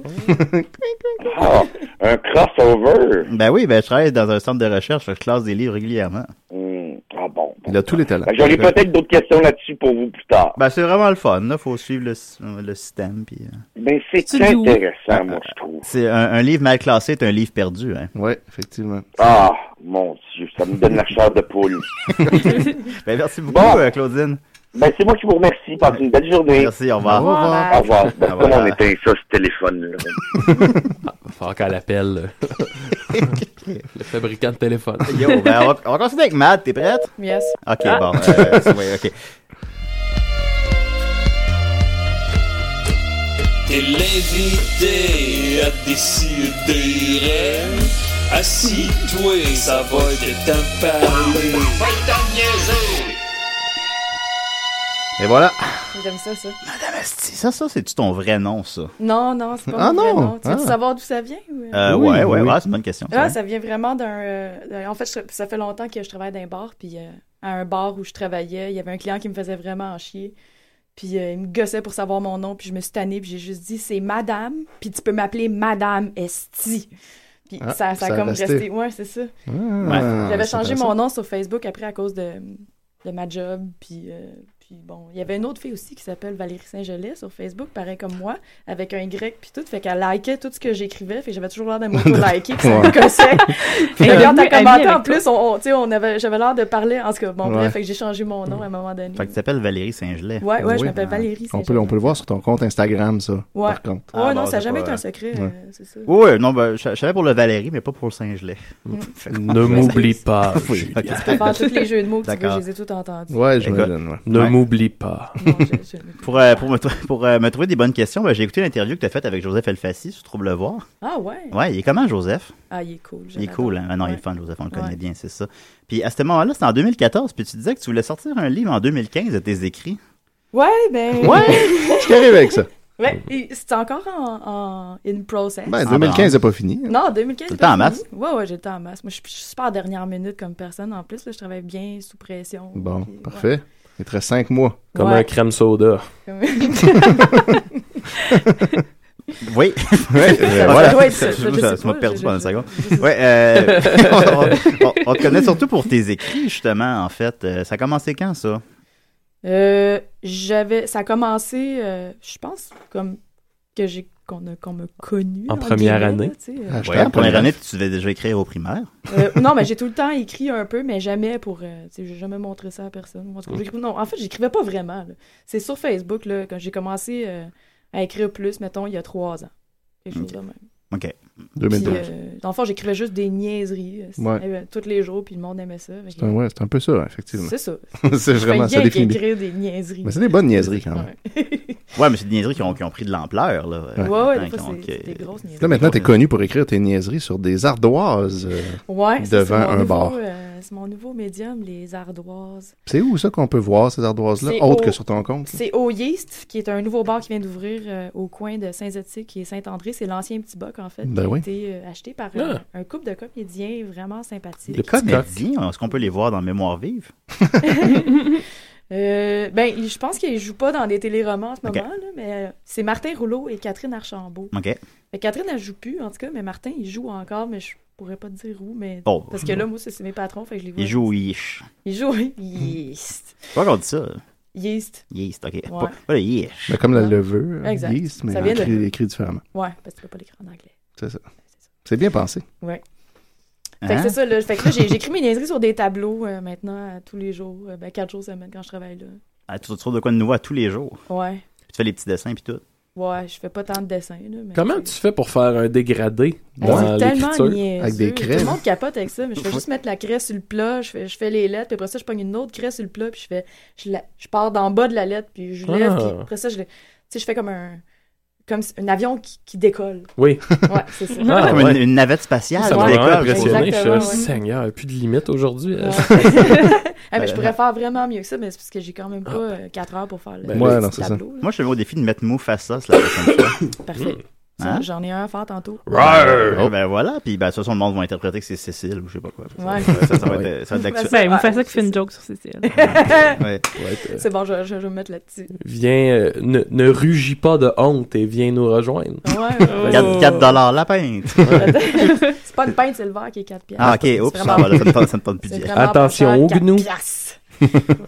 [SPEAKER 14] Ah,
[SPEAKER 7] *laughs*
[SPEAKER 14] un crossover.
[SPEAKER 6] Ben oui, ben, je travaille dans un centre de recherche, fait que je classe des livres régulièrement.
[SPEAKER 14] Hum, ah bon.
[SPEAKER 6] Il a tous les talents.
[SPEAKER 14] Fait que J'aurai Ben, peut-être d'autres questions là-dessus pour vous plus tard.
[SPEAKER 6] Ben, c'est vraiment le fun, là. Faut suivre le, sy- le système, puis... euh.
[SPEAKER 14] Ben, c'est
[SPEAKER 6] C'est doux.
[SPEAKER 14] intéressant, moi, je trouve.
[SPEAKER 6] C'est un, un livre mal classé est un livre perdu, hein.
[SPEAKER 7] Ouais, effectivement.
[SPEAKER 14] Ah, mon Dieu, ça me donne la chair de poule.
[SPEAKER 6] ben, merci beaucoup, euh, Claudine.
[SPEAKER 14] Ben, c'est moi qui vous remercie. Passez une belle journée.
[SPEAKER 6] Merci, au revoir. Au revoir.
[SPEAKER 14] Au revoir. Ben,
[SPEAKER 6] Au revoir.
[SPEAKER 14] Comment on éteint ça, ce téléphone-là?
[SPEAKER 9] *laughs* Va falloir qu'elle appelle
[SPEAKER 10] *laughs*
[SPEAKER 9] euh, le fabricant de téléphone.
[SPEAKER 6] Yo, ben, on va, on va continuer avec Matt, t'es prête?
[SPEAKER 10] Yes.
[SPEAKER 6] OK,
[SPEAKER 10] Ah.
[SPEAKER 6] bon. euh, c'est- ouais, OK.
[SPEAKER 2] T'es l'invité à décider Assis-toi, ça va te t'en parler.
[SPEAKER 5] Va t'en niaiser!
[SPEAKER 6] Et voilà.
[SPEAKER 10] J'aime ça, ça.
[SPEAKER 6] Madame Asti. Ça, ça, c'est-tu ton vrai nom, ça?
[SPEAKER 10] Non, non, c'est pas
[SPEAKER 6] Ah
[SPEAKER 10] mon vrai
[SPEAKER 6] non!
[SPEAKER 10] nom. Tu veux
[SPEAKER 6] Ah.
[SPEAKER 10] savoir d'où ça vient? ou-
[SPEAKER 6] Euh,
[SPEAKER 9] Oui,
[SPEAKER 6] ouais, ouais,
[SPEAKER 9] oui.
[SPEAKER 6] ouais, c'est une bonne question. ça. hein.
[SPEAKER 10] Ah, ça vient vraiment d'un. euh, d'un- en fait, je- ça fait longtemps que je travaille dans un bar, puis euh, à un bar où je travaillais, il y avait un client qui me faisait vraiment en chier. Puis euh, il me gossait pour savoir mon nom, puis je me suis tannée, puis j'ai juste dit c'est Madame, puis tu peux m'appeler Madame Esti. Puis
[SPEAKER 7] Ah,
[SPEAKER 10] ça, ça a
[SPEAKER 7] ça a
[SPEAKER 10] comme
[SPEAKER 7] resté.
[SPEAKER 10] resté. Ouais, c'est ça.
[SPEAKER 7] Ah,
[SPEAKER 10] J'avais
[SPEAKER 7] c'est
[SPEAKER 10] changé
[SPEAKER 7] intéressant.
[SPEAKER 10] mon nom sur Facebook après à cause de, de ma job, puis. euh, puis Bon, il y avait une autre fille aussi qui s'appelle Valérie Saint-Gelais sur Facebook, pareil comme moi, avec un Y puis tout. Fait qu'elle likait tout ce que j'écrivais. Fait que j'avais toujours l'air de m'auto-liker,
[SPEAKER 6] *laughs*
[SPEAKER 10] puis ça me
[SPEAKER 8] Ouais.
[SPEAKER 10] gossait. Fait
[SPEAKER 6] euh,
[SPEAKER 10] que
[SPEAKER 8] Elle
[SPEAKER 10] quand
[SPEAKER 8] est
[SPEAKER 10] t'as
[SPEAKER 8] venue amie
[SPEAKER 10] commenté, en
[SPEAKER 8] avec
[SPEAKER 10] plus, on, on, tu sais, on avait, j'avais l'air de parler. En tout cas, bon,
[SPEAKER 7] Ouais.
[SPEAKER 10] bref, fait que j'ai changé mon nom à un moment donné.
[SPEAKER 6] Mm. Fait que tu t'appelles Valérie Saint-Gelais.
[SPEAKER 10] Ouais, ouais, je
[SPEAKER 7] Oui.
[SPEAKER 10] m'appelle Valérie
[SPEAKER 7] On peut, on peut le voir sur ton compte Instagram, ça.
[SPEAKER 10] Ouais.
[SPEAKER 7] Par contre.
[SPEAKER 10] Ouais, Ah, non, bon, ça a c'est jamais pas- été un secret, euh, c'est ça.
[SPEAKER 6] Oui, oui, non, ben, je, je savais pour le Valérie, mais pas pour le Saint-Gelais.
[SPEAKER 9] Mm.
[SPEAKER 6] *laughs*
[SPEAKER 9] Ne m'oublie pas,
[SPEAKER 6] Oui,
[SPEAKER 9] Julien.
[SPEAKER 6] ok.
[SPEAKER 9] Tu
[SPEAKER 10] peux faire tous les jeux de mots que tu veux,
[SPEAKER 6] D'accord.
[SPEAKER 10] je les ai tous entendus.
[SPEAKER 7] Ouais,
[SPEAKER 6] Écoute,
[SPEAKER 7] j'imagine, ouais.
[SPEAKER 9] Ne
[SPEAKER 6] Ouais.
[SPEAKER 9] m'oublie pas.
[SPEAKER 6] *laughs* pour euh, pour, me, tr- pour euh, me trouver des bonnes questions, ben, j'ai écouté l'interview que tu as faite avec Joseph Elfassi sur Trouble le voir.
[SPEAKER 10] Ah ouais?
[SPEAKER 6] Ouais, il est comment, Joseph?
[SPEAKER 10] Ah, il est cool. je
[SPEAKER 6] Il est
[SPEAKER 10] l'adore.
[SPEAKER 6] cool, hein? Ah non, il est
[SPEAKER 10] Ouais.
[SPEAKER 6] fun, Joseph, on le connaît
[SPEAKER 10] Ouais.
[SPEAKER 6] bien, c'est ça. Puis à ce moment-là, c'était en 2014, puis tu disais que tu voulais sortir un livre en 2015 de tes écrits.
[SPEAKER 10] Ouais, ben.
[SPEAKER 6] Ouais!
[SPEAKER 7] Je t'arrive avec ça.
[SPEAKER 10] *laughs* Ouais, et c'est encore en, en in process.
[SPEAKER 7] Ben, 2015 n'est pas fini.
[SPEAKER 10] Non, 2015.
[SPEAKER 7] T'as le
[SPEAKER 10] pas
[SPEAKER 7] temps en
[SPEAKER 10] fini. Ouais, ouais, j'ai le temps en masse. Moi, je suis- je suis super dernière minute comme personne. En plus, là, je travaille bien sous pression.
[SPEAKER 7] Bon, parfait. Il te reste 5 mois.
[SPEAKER 9] Comme un crème soda.
[SPEAKER 10] Comme-
[SPEAKER 6] *laughs*
[SPEAKER 10] *laughs*
[SPEAKER 6] Oui.
[SPEAKER 10] *laughs*
[SPEAKER 7] Ouais,
[SPEAKER 6] euh,
[SPEAKER 7] ça
[SPEAKER 6] voilà.
[SPEAKER 7] doit être ça, je sais
[SPEAKER 6] tu m'as
[SPEAKER 7] pas,
[SPEAKER 6] perdu
[SPEAKER 7] je-
[SPEAKER 6] pendant une
[SPEAKER 7] je-
[SPEAKER 6] seconde.
[SPEAKER 10] *laughs*
[SPEAKER 7] je-
[SPEAKER 6] Ouais, euh, on, on- on te connaît surtout pour tes écrits, justement, en fait. Euh, ça a commencé quand, ça?
[SPEAKER 10] Euh, j'avais. Ça a commencé, euh, je pense, comme que j'ai qu'on a- qu'on m'a connu.
[SPEAKER 6] En
[SPEAKER 10] entre
[SPEAKER 6] première
[SPEAKER 10] guillemets,
[SPEAKER 6] année.
[SPEAKER 10] Ah, là, tu sais, euh.
[SPEAKER 6] Ouais, en première année, tu devais déjà écrire au primaire.
[SPEAKER 10] Euh, non, mais j'ai tout le temps écrit un peu, mais jamais pour. euh, tu sais, j'ai jamais montré ça à personne. En tout cas,
[SPEAKER 6] Mm.
[SPEAKER 10] j'écris- non, en fait, j'écrivais pas vraiment. là. C'est sur Facebook, là, quand j'ai commencé euh, à écrire plus, mettons, il y a trois ans. Quelque chose de même.
[SPEAKER 6] *laughs* OK.
[SPEAKER 10] Puis, euh, dans le fond, j'écrivais juste des niaiseries. euh,
[SPEAKER 7] Ouais.
[SPEAKER 10] euh, tous les jours, puis le monde aimait ça. Fait que-
[SPEAKER 7] C'est un- ouais, c'est un peu ça, hein, effectivement.
[SPEAKER 10] C'est ça.
[SPEAKER 7] *laughs* c'est vraiment
[SPEAKER 10] Je fais
[SPEAKER 7] ça
[SPEAKER 10] rien
[SPEAKER 7] définit.
[SPEAKER 10] qu'écrire des niaiseries.
[SPEAKER 7] Mais c'est des bonnes niaiseries quand même.
[SPEAKER 6] Ouais, mais c'est des niaiseries qui ont, qui ont pris de l'ampleur, là.
[SPEAKER 7] Ouais,
[SPEAKER 10] ouais, des
[SPEAKER 6] Hein,
[SPEAKER 10] fois,
[SPEAKER 6] qui ont-
[SPEAKER 10] c'est- c'est des grosses niaiseries.
[SPEAKER 7] Là, maintenant, t'es connu pour écrire tes niaiseries sur des ardoises euh,
[SPEAKER 10] Ouais, ça, c'est
[SPEAKER 7] devant
[SPEAKER 10] mon
[SPEAKER 7] un
[SPEAKER 10] nouveau,
[SPEAKER 7] bar.
[SPEAKER 10] euh, c'est mon nouveau médium, les ardoises.
[SPEAKER 7] C'est où ça qu'on peut voir ces ardoises-là,
[SPEAKER 10] C'est
[SPEAKER 7] autre
[SPEAKER 10] au-
[SPEAKER 7] que sur ton compte? là?
[SPEAKER 10] C'est au Yeast, qui est un nouveau bar qui vient d'ouvrir euh, au coin de Saint-Zotique et Saint-André. C'est l'ancien petit boc, en fait,
[SPEAKER 6] Ben
[SPEAKER 10] qui
[SPEAKER 6] oui.
[SPEAKER 10] a été euh, acheté par euh,
[SPEAKER 6] Ah.
[SPEAKER 10] un couple de comédiens vraiment sympathiques.
[SPEAKER 6] Des comédiens, est-ce qu'on peut les voir dans Mémoire vive?
[SPEAKER 10] Euh, ben, il- je pense qu'ils jouent pas dans des téléromans en ce
[SPEAKER 6] Ok.
[SPEAKER 10] moment, là, mais euh, c'est Martin Rouleau et Catherine Archambault.
[SPEAKER 6] OK.
[SPEAKER 10] Fait que Catherine, elle joue plus, en tout cas, mais Martin, il joue encore, mais je pourrais pas te dire où, mais...
[SPEAKER 6] Oh.
[SPEAKER 10] Parce que là, moi, ça, c'est mes patrons, fait que je les vois.
[SPEAKER 6] Ils jouent au Yish.
[SPEAKER 10] Il joue
[SPEAKER 7] *laughs*
[SPEAKER 10] Yeast.
[SPEAKER 6] C'est pas qu'on dit ça.
[SPEAKER 10] Yeast.
[SPEAKER 6] Yeast, OK.
[SPEAKER 10] Ouais.
[SPEAKER 6] Pas, pas le Yish.
[SPEAKER 7] Mais comme la levure, euh,
[SPEAKER 10] Exact.
[SPEAKER 7] yeast, mais
[SPEAKER 10] Ça vient de-
[SPEAKER 7] écrit, écrit différemment.
[SPEAKER 10] Ouais, parce que tu peux pas l'écrire en anglais.
[SPEAKER 7] C'est ça. C'est bien pensé.
[SPEAKER 10] Ouais. Fait
[SPEAKER 7] Hein?
[SPEAKER 10] que c'est ça, là. Fait que là,
[SPEAKER 6] *laughs*
[SPEAKER 10] j'ai j'écris mes niaiseries sur des tableaux euh, maintenant, à tous les jours, euh, ben, quatre jours semaine quand je travaille là.
[SPEAKER 6] Ah, tu tu trouves de quoi de nouveau à tous les jours.
[SPEAKER 10] Ouais.
[SPEAKER 6] Puis tu fais les petits dessins, puis tout.
[SPEAKER 10] Ouais, je fais pas tant de dessins, là, mais...
[SPEAKER 9] Comment tu fais pour faire un dégradé dans
[SPEAKER 10] C'est tellement
[SPEAKER 9] l'écriture?
[SPEAKER 10] niaiseux. Tout le monde capote avec ça, mais je fais juste mettre la craie sur le plat, je fais, je fais les lettres, puis après ça, je pogne une autre craie sur le plat, puis je fais, je, la- je pars d'en bas de la lettre, puis je lève,
[SPEAKER 9] Ah.
[SPEAKER 10] puis après ça, je, le- tu sais, je fais comme un, comme si- un avion qui, qui décolle.
[SPEAKER 9] Oui. Ah,
[SPEAKER 10] Ouais, c'est ça.
[SPEAKER 6] *laughs* Comme une- une navette spatiale
[SPEAKER 9] Ça
[SPEAKER 6] qui
[SPEAKER 9] m'a vraiment
[SPEAKER 6] décolle.
[SPEAKER 9] impressionné. Je suis
[SPEAKER 10] Exactement, ouais.
[SPEAKER 9] Seigneur, il y a plus de limite aujourd'hui.
[SPEAKER 6] *laughs*
[SPEAKER 10] Ah,
[SPEAKER 6] Ben,
[SPEAKER 10] mais je pourrais faire vraiment mieux que ça, mais c'est parce que j'ai quand
[SPEAKER 6] Ah.
[SPEAKER 10] même pas 4 heures pour faire
[SPEAKER 6] Ben,
[SPEAKER 10] le, le petit Ben, tableau.
[SPEAKER 6] Moi, je suis au défi de mettre Mufasa la prochaine
[SPEAKER 9] *laughs* Hmm.
[SPEAKER 6] fois.
[SPEAKER 10] Parfait. Ça,
[SPEAKER 6] Hein?
[SPEAKER 10] J'en ai un à faire tantôt.
[SPEAKER 6] Ouais. Ben voilà, puis ben, de toute façon, le monde va interpréter que c'est Cécile ou je sais pas quoi.
[SPEAKER 10] Ouais.
[SPEAKER 6] Ça, ça, ça va être, ça va être d'actu-
[SPEAKER 8] Ben, vous faites ça qui fait une joke sur Cécile.
[SPEAKER 6] *laughs* Ouais. euh.
[SPEAKER 10] C'est bon, je, je- je vais me mettre là-dessus.
[SPEAKER 9] *laughs* Viens, euh, ne, ne rugis pas de honte et viens nous rejoindre.
[SPEAKER 10] Ouais,
[SPEAKER 9] *laughs*
[SPEAKER 10] ouais. Quatre- quatre
[SPEAKER 6] dollars la peinte. *laughs*
[SPEAKER 10] c'est pas une peinte, c'est le verre qui est 4 piastres.
[SPEAKER 6] Ah, ok,
[SPEAKER 10] C'est
[SPEAKER 6] oups,
[SPEAKER 10] vraiment-
[SPEAKER 6] ah, voilà, ça me tente- ça me tente plus
[SPEAKER 10] c'est
[SPEAKER 6] d'y aller.
[SPEAKER 10] vraiment pas
[SPEAKER 6] Attention
[SPEAKER 10] cher,
[SPEAKER 6] aux
[SPEAKER 10] quatre
[SPEAKER 6] gnous.
[SPEAKER 10] piastres.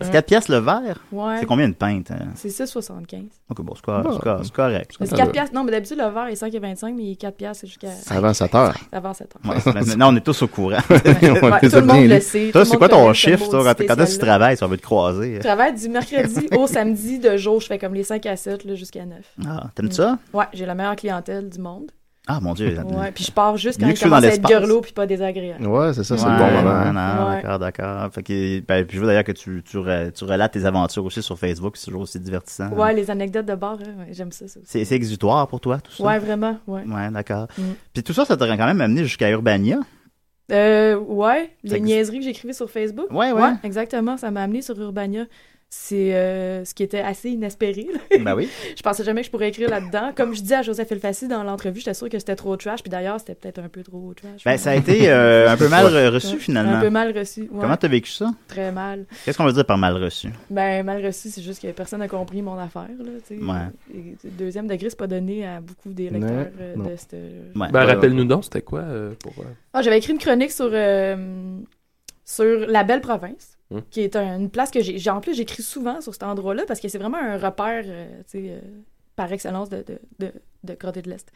[SPEAKER 6] C'est 4 piastres le verre?
[SPEAKER 10] Ouais.
[SPEAKER 6] C'est combien de pinte? hein?
[SPEAKER 10] C'est 6,75.
[SPEAKER 6] Ok, bon, c'est quoi-
[SPEAKER 7] Bon.
[SPEAKER 6] c'est quoi- c'est correct.
[SPEAKER 10] Mais C'est 4 piastres. Non, mais d'habitude, le verre est 5,25, mais il est 4 piastres c'est jusqu'à.
[SPEAKER 6] Avant 7 heures.
[SPEAKER 10] Avant 7 heures.
[SPEAKER 6] Ouais, c'est- maintenant, on est tous au
[SPEAKER 7] *laughs*
[SPEAKER 6] courant.
[SPEAKER 10] Ouais, tout le monde le sait, tout
[SPEAKER 6] Toi,
[SPEAKER 10] le
[SPEAKER 6] c'est
[SPEAKER 10] monde
[SPEAKER 6] quoi ton
[SPEAKER 10] connaît ce
[SPEAKER 6] chiffre?
[SPEAKER 10] mot
[SPEAKER 6] toi, Quand quand est-ce que tu
[SPEAKER 10] spécial-là.
[SPEAKER 6] travailles? Si on veut te croiser.
[SPEAKER 10] Je travaille du mercredi au samedi de jour. Je fais comme les 5 à 7 là, jusqu'à 9.
[SPEAKER 6] Ah, t'aimes ça?
[SPEAKER 10] Ouais, j'ai la meilleure clientèle du monde.
[SPEAKER 6] Ah, mon Dieu.
[SPEAKER 10] Ouais, puis je pars juste quand
[SPEAKER 6] Mieux
[SPEAKER 10] il
[SPEAKER 6] que ceux dans
[SPEAKER 10] commence à être
[SPEAKER 6] l'espace.
[SPEAKER 10] gurlot puis pas désagréable.
[SPEAKER 7] Ouais, c'est ça, c'est
[SPEAKER 6] Ouais,
[SPEAKER 7] le bon moment.
[SPEAKER 6] ouais,
[SPEAKER 7] hein.
[SPEAKER 6] non,
[SPEAKER 10] Ouais.
[SPEAKER 6] D'accord, d'accord. Fait que, ben, puis je veux d'ailleurs que tu, tu, re- tu relates tes aventures aussi sur Facebook, c'est toujours aussi divertissant.
[SPEAKER 10] Ouais, les anecdotes de bar, hein, ouais, j'aime ça. ça aussi.
[SPEAKER 6] C'est c'est exutoire pour toi, tout ça?
[SPEAKER 10] Ouais, vraiment, ouais.
[SPEAKER 6] Ouais, d'accord.
[SPEAKER 10] Mm.
[SPEAKER 6] Puis tout ça, ça t'aurait quand même amené jusqu'à Urbania.
[SPEAKER 10] Euh, ouais, les
[SPEAKER 6] exi-
[SPEAKER 10] niaiseries que j'écrivais sur Facebook.
[SPEAKER 6] Ouais, ouais.
[SPEAKER 10] exactement, ça m'a amené sur Urbania. C'est euh, ce qui était assez inespéré. là.
[SPEAKER 6] Ben oui.
[SPEAKER 10] *laughs* je pensais jamais que je pourrais écrire là-dedans. Comme je dis à Joseph Elfassi dans l'entrevue, j'étais sûre que c'était trop trash. Puis d'ailleurs, c'était peut-être un peu trop trash.
[SPEAKER 6] Ben, ça a été
[SPEAKER 10] *laughs*
[SPEAKER 6] euh, un peu mal
[SPEAKER 10] Ouais.
[SPEAKER 6] reçu, finalement.
[SPEAKER 10] Un peu mal reçu. ouais.
[SPEAKER 6] Comment t'as vécu ça?
[SPEAKER 10] Très mal.
[SPEAKER 6] Qu'est-ce qu'on veut dire par mal reçu?
[SPEAKER 10] Ben, mal reçu, c'est juste que personne n'a compris mon affaire. Là, tu sais.
[SPEAKER 6] Ouais.
[SPEAKER 10] Et le deuxième degré, c'est pas donné à beaucoup des lecteurs euh,
[SPEAKER 9] non.
[SPEAKER 10] de euh, cette.
[SPEAKER 9] Ben, rappelle-nous donc, c'était quoi euh, pour. euh,
[SPEAKER 10] Ah, j'avais écrit une chronique sur, euh, sur la belle province,
[SPEAKER 9] Hmm.
[SPEAKER 10] qui est un- une place que j'ai. j'ai- En plus, j'écris souvent sur cet endroit-là parce que c'est vraiment un repère, euh, tu sais, euh, par excellence de, de, de, de Corée de l'Est.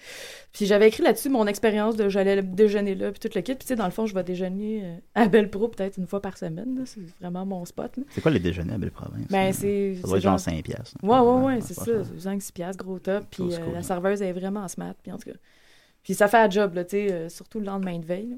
[SPEAKER 10] Puis j'avais écrit là-dessus mon expérience de j'allais déjeuner là, puis tout le kit. Puis tu sais, dans le fond, je vais déjeuner euh, à Belle Pro peut-être une fois par semaine. là. C'est vraiment mon spot. là.
[SPEAKER 6] C'est quoi les déjeuners à Belle-Province?
[SPEAKER 10] Ben, c'est.
[SPEAKER 6] Ça doit
[SPEAKER 10] c'est
[SPEAKER 6] être genre 5 piastres.
[SPEAKER 10] Ouais, ouais, ouais, c'est
[SPEAKER 6] c'est
[SPEAKER 10] ça.
[SPEAKER 6] pas
[SPEAKER 10] c'est 5 6 piastres, gros top. Puis
[SPEAKER 6] Cool,
[SPEAKER 10] euh,
[SPEAKER 6] cool.
[SPEAKER 10] la serveuse, elle est vraiment smart. Puis en tout cas. Puis ça fait un job, là, tu sais, euh, surtout le lendemain de veille. là.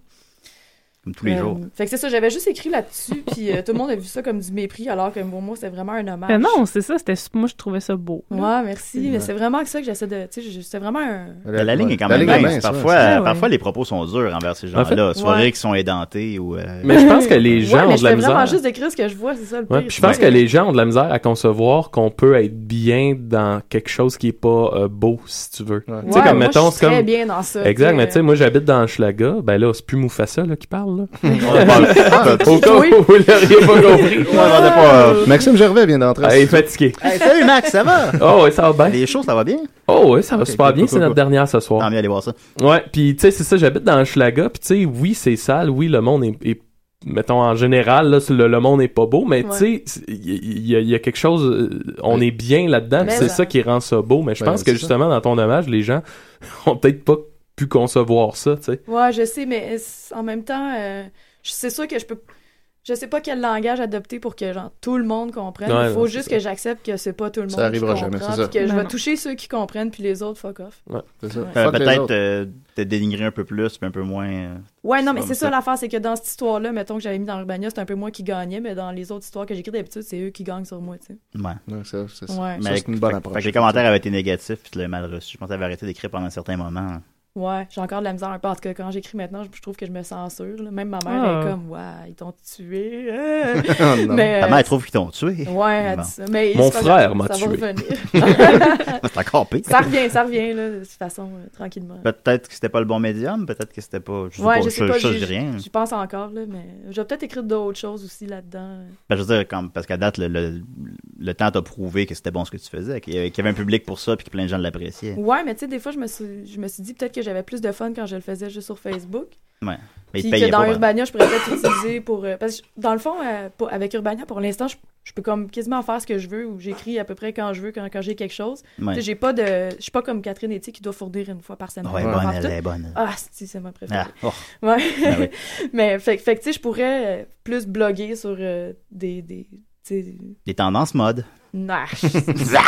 [SPEAKER 6] Comme tous les
[SPEAKER 10] Euh,
[SPEAKER 6] jours.
[SPEAKER 10] Fait que c'est ça, j'avais juste écrit là-dessus, puis euh, tout le monde a vu ça comme du mépris, alors que pour moi, c'est vraiment un hommage.
[SPEAKER 8] Mais Ben non, c'est ça, c'était moi je trouvais ça beau.
[SPEAKER 10] Ouais, merci. Mais c'est vraiment ça que j'essaie de. Tu sais, je- c'est vraiment un.
[SPEAKER 6] La, ligne est quand
[SPEAKER 9] La
[SPEAKER 6] même
[SPEAKER 9] ligne est
[SPEAKER 6] mince.
[SPEAKER 9] mince,
[SPEAKER 6] Parfois,
[SPEAKER 9] ouais, c'est-
[SPEAKER 6] euh,
[SPEAKER 9] Ah ouais.
[SPEAKER 6] parfois, les propos sont durs envers ces gens-là.
[SPEAKER 9] En fait-
[SPEAKER 6] Soirées
[SPEAKER 9] Ouais.
[SPEAKER 6] qui sont
[SPEAKER 9] *laughs*
[SPEAKER 6] édentées ou. euh,
[SPEAKER 9] Mais je pense que les
[SPEAKER 10] Ouais,
[SPEAKER 9] gens
[SPEAKER 10] mais
[SPEAKER 9] ont de la
[SPEAKER 10] j'étais vraiment
[SPEAKER 9] misère.
[SPEAKER 10] juste d'écrire ce que je vois, c'est ça le
[SPEAKER 9] Ouais,
[SPEAKER 10] pire.
[SPEAKER 9] puis je pense que les gens ont de la misère à concevoir qu'on peut être bien dans quelque chose qui est pas euh, beau, si tu veux. Tu sais,
[SPEAKER 10] Ouais,
[SPEAKER 9] comme
[SPEAKER 10] moi, je
[SPEAKER 9] mettons,
[SPEAKER 10] suis
[SPEAKER 9] c'est comme.
[SPEAKER 10] très bien dans ça, euh,
[SPEAKER 9] Exact,
[SPEAKER 10] tu sais.
[SPEAKER 9] mais tu sais, moi j'habite dans Schlaga, ben là, c'est plus Moufassa là, qui parle.
[SPEAKER 10] *laughs*
[SPEAKER 9] Là.
[SPEAKER 6] On parle- Ah,
[SPEAKER 9] Au cas où
[SPEAKER 6] oui.
[SPEAKER 9] vous l'auriez pas
[SPEAKER 10] *laughs*
[SPEAKER 9] compris.
[SPEAKER 6] Ouais, on n'en a pas, euh,
[SPEAKER 7] Maxime Gervais vient d'entrer.
[SPEAKER 9] Ah, il est fatigué.
[SPEAKER 6] Hey, salut Max, ça va?
[SPEAKER 9] *laughs* Oh, ouais, ça va bien.
[SPEAKER 6] Les shows, ça va bien?
[SPEAKER 9] Oh, ouais, ça va
[SPEAKER 6] Ok,
[SPEAKER 9] super
[SPEAKER 6] cool,
[SPEAKER 9] bien.
[SPEAKER 6] cool,
[SPEAKER 9] C'est notre
[SPEAKER 6] cool.
[SPEAKER 9] dernière ce soir.
[SPEAKER 6] Tant mieux aller voir ça.
[SPEAKER 9] Ouais, puis tu sais, c'est ça, j'habite dans Schlaga, puis tu sais, oui, c'est sale, oui, le monde est, est- mettons, en général, là, le, le monde est pas beau, mais tu sais, c'est- il y, y a- il y a quelque chose, euh, on est bien là-dedans,
[SPEAKER 6] Mais
[SPEAKER 9] puis c'est
[SPEAKER 6] ça.
[SPEAKER 9] ça qui rend ça beau, mais je
[SPEAKER 6] Ouais,
[SPEAKER 9] pense
[SPEAKER 6] c'est
[SPEAKER 9] que justement, dans ton hommage, les gens *laughs* ont peut-être pas pu concevoir ça, tu sais.
[SPEAKER 10] Ouais, je sais, mais c'est- en même temps, euh, je- c'est sûr que je peux. Je sais pas quel langage adopter pour que genre, tout le monde comprenne.
[SPEAKER 9] Ouais,
[SPEAKER 10] Il faut
[SPEAKER 9] non,
[SPEAKER 10] juste que
[SPEAKER 9] c'est ça.
[SPEAKER 10] j'accepte que c'est pas tout le monde
[SPEAKER 7] Ça
[SPEAKER 10] qui
[SPEAKER 7] arrivera
[SPEAKER 10] comprend,
[SPEAKER 7] jamais, c'est ça.
[SPEAKER 10] puis que je
[SPEAKER 7] Non,
[SPEAKER 10] vais
[SPEAKER 7] non.
[SPEAKER 10] toucher ceux qui comprennent, puis les autres, fuck off.
[SPEAKER 9] Ouais,
[SPEAKER 7] c'est ça.
[SPEAKER 6] Euh,
[SPEAKER 7] Fuck les
[SPEAKER 6] Peut-être
[SPEAKER 7] autres.
[SPEAKER 6] euh, te dénigrer un peu plus, puis un peu moins. euh,
[SPEAKER 10] Ouais, non, mais
[SPEAKER 6] comme
[SPEAKER 10] c'est ça l'affaire, c'est que dans cette histoire-là, mettons que j'avais mis dans Urbania, c'est un peu moi qui gagnais, mais dans les autres histoires que j'écris d'habitude, c'est eux qui gagnent sur moi, tu sais.
[SPEAKER 6] Ouais.
[SPEAKER 7] ça, c'est ça.
[SPEAKER 10] Ouais.
[SPEAKER 7] Ça, c'est une bonne approche.
[SPEAKER 6] Fait que les commentaires avaient été négatifs, puis tu l'as mal reçu. Je pense que t'avais arrêté d'écrire pendant un certain moment.
[SPEAKER 10] Ouais, j'ai encore de la misère un peu. En tout cas, quand j'écris maintenant, je, je trouve que je me censure. là. Même ma mère
[SPEAKER 6] Ah.
[SPEAKER 10] elle est comme, ouais, ils t'ont tué. euh.
[SPEAKER 6] non.
[SPEAKER 10] Mais,
[SPEAKER 6] Ta mère, elle
[SPEAKER 10] euh,
[SPEAKER 6] trouve qu'ils t'ont tué.
[SPEAKER 10] Ouais, elle
[SPEAKER 6] Bon.
[SPEAKER 10] dit ça. Mais
[SPEAKER 6] Mon
[SPEAKER 10] c'est pas grave,
[SPEAKER 6] frère m'a
[SPEAKER 10] ça
[SPEAKER 6] tué.
[SPEAKER 10] Va
[SPEAKER 6] *laughs*
[SPEAKER 10] revenir.
[SPEAKER 6] C'est encore pire.
[SPEAKER 10] Ça revient, ça revient, là, de toute façon, euh, tranquillement.
[SPEAKER 6] Peut-être que c'était pas le bon médium, peut-être que c'était pas. Je sais
[SPEAKER 10] ouais,
[SPEAKER 6] pas,
[SPEAKER 10] je sais pas,
[SPEAKER 6] je
[SPEAKER 10] j'y-
[SPEAKER 6] dis rien.
[SPEAKER 10] J'y pense encore, là, mais je vais peut-être écrire d'autres choses aussi là-dedans.
[SPEAKER 6] Ben, je veux dire, comme- parce qu'à date, le, le- le temps t'a prouvé que c'était bon ce que tu faisais, qu'il y, avait, qu'il y avait un public pour ça, puis que plein de gens l'appréciaient.
[SPEAKER 10] Ouais, mais tu sais, des fois, je me suis, je me suis dit peut-être que j'avais plus de fun quand je le faisais juste sur Facebook.
[SPEAKER 6] Ouais. Mais
[SPEAKER 10] Puis
[SPEAKER 6] ils te
[SPEAKER 10] que
[SPEAKER 6] payaient
[SPEAKER 10] dans
[SPEAKER 6] pas. hein. par-
[SPEAKER 10] Urbania, je pourrais peut-être utiliser pour. euh, parce que je- dans le fond, euh, pour- avec Urbania, pour l'instant, je, je peux comme quasiment faire ce que je veux ou j'écris à peu près quand je veux, quand, quand j'ai quelque chose.
[SPEAKER 6] Ouais.
[SPEAKER 10] Tu sais, J'ai pas de. Je suis pas comme Catherine Etier qui doit fournir une fois par semaine.
[SPEAKER 6] Ouais,
[SPEAKER 10] pour
[SPEAKER 6] bonne,
[SPEAKER 10] faire
[SPEAKER 6] elle
[SPEAKER 10] tout.
[SPEAKER 6] est bonne.
[SPEAKER 10] Ah, si, c'est ma préférée.
[SPEAKER 6] Ah, oh.
[SPEAKER 10] Ouais.
[SPEAKER 6] Ben oui.
[SPEAKER 10] *laughs* Mais fait, fait que tu sais, je pourrais euh, plus bloguer sur euh, des. des tu sais,
[SPEAKER 6] Des tendances mode.
[SPEAKER 10] Nah.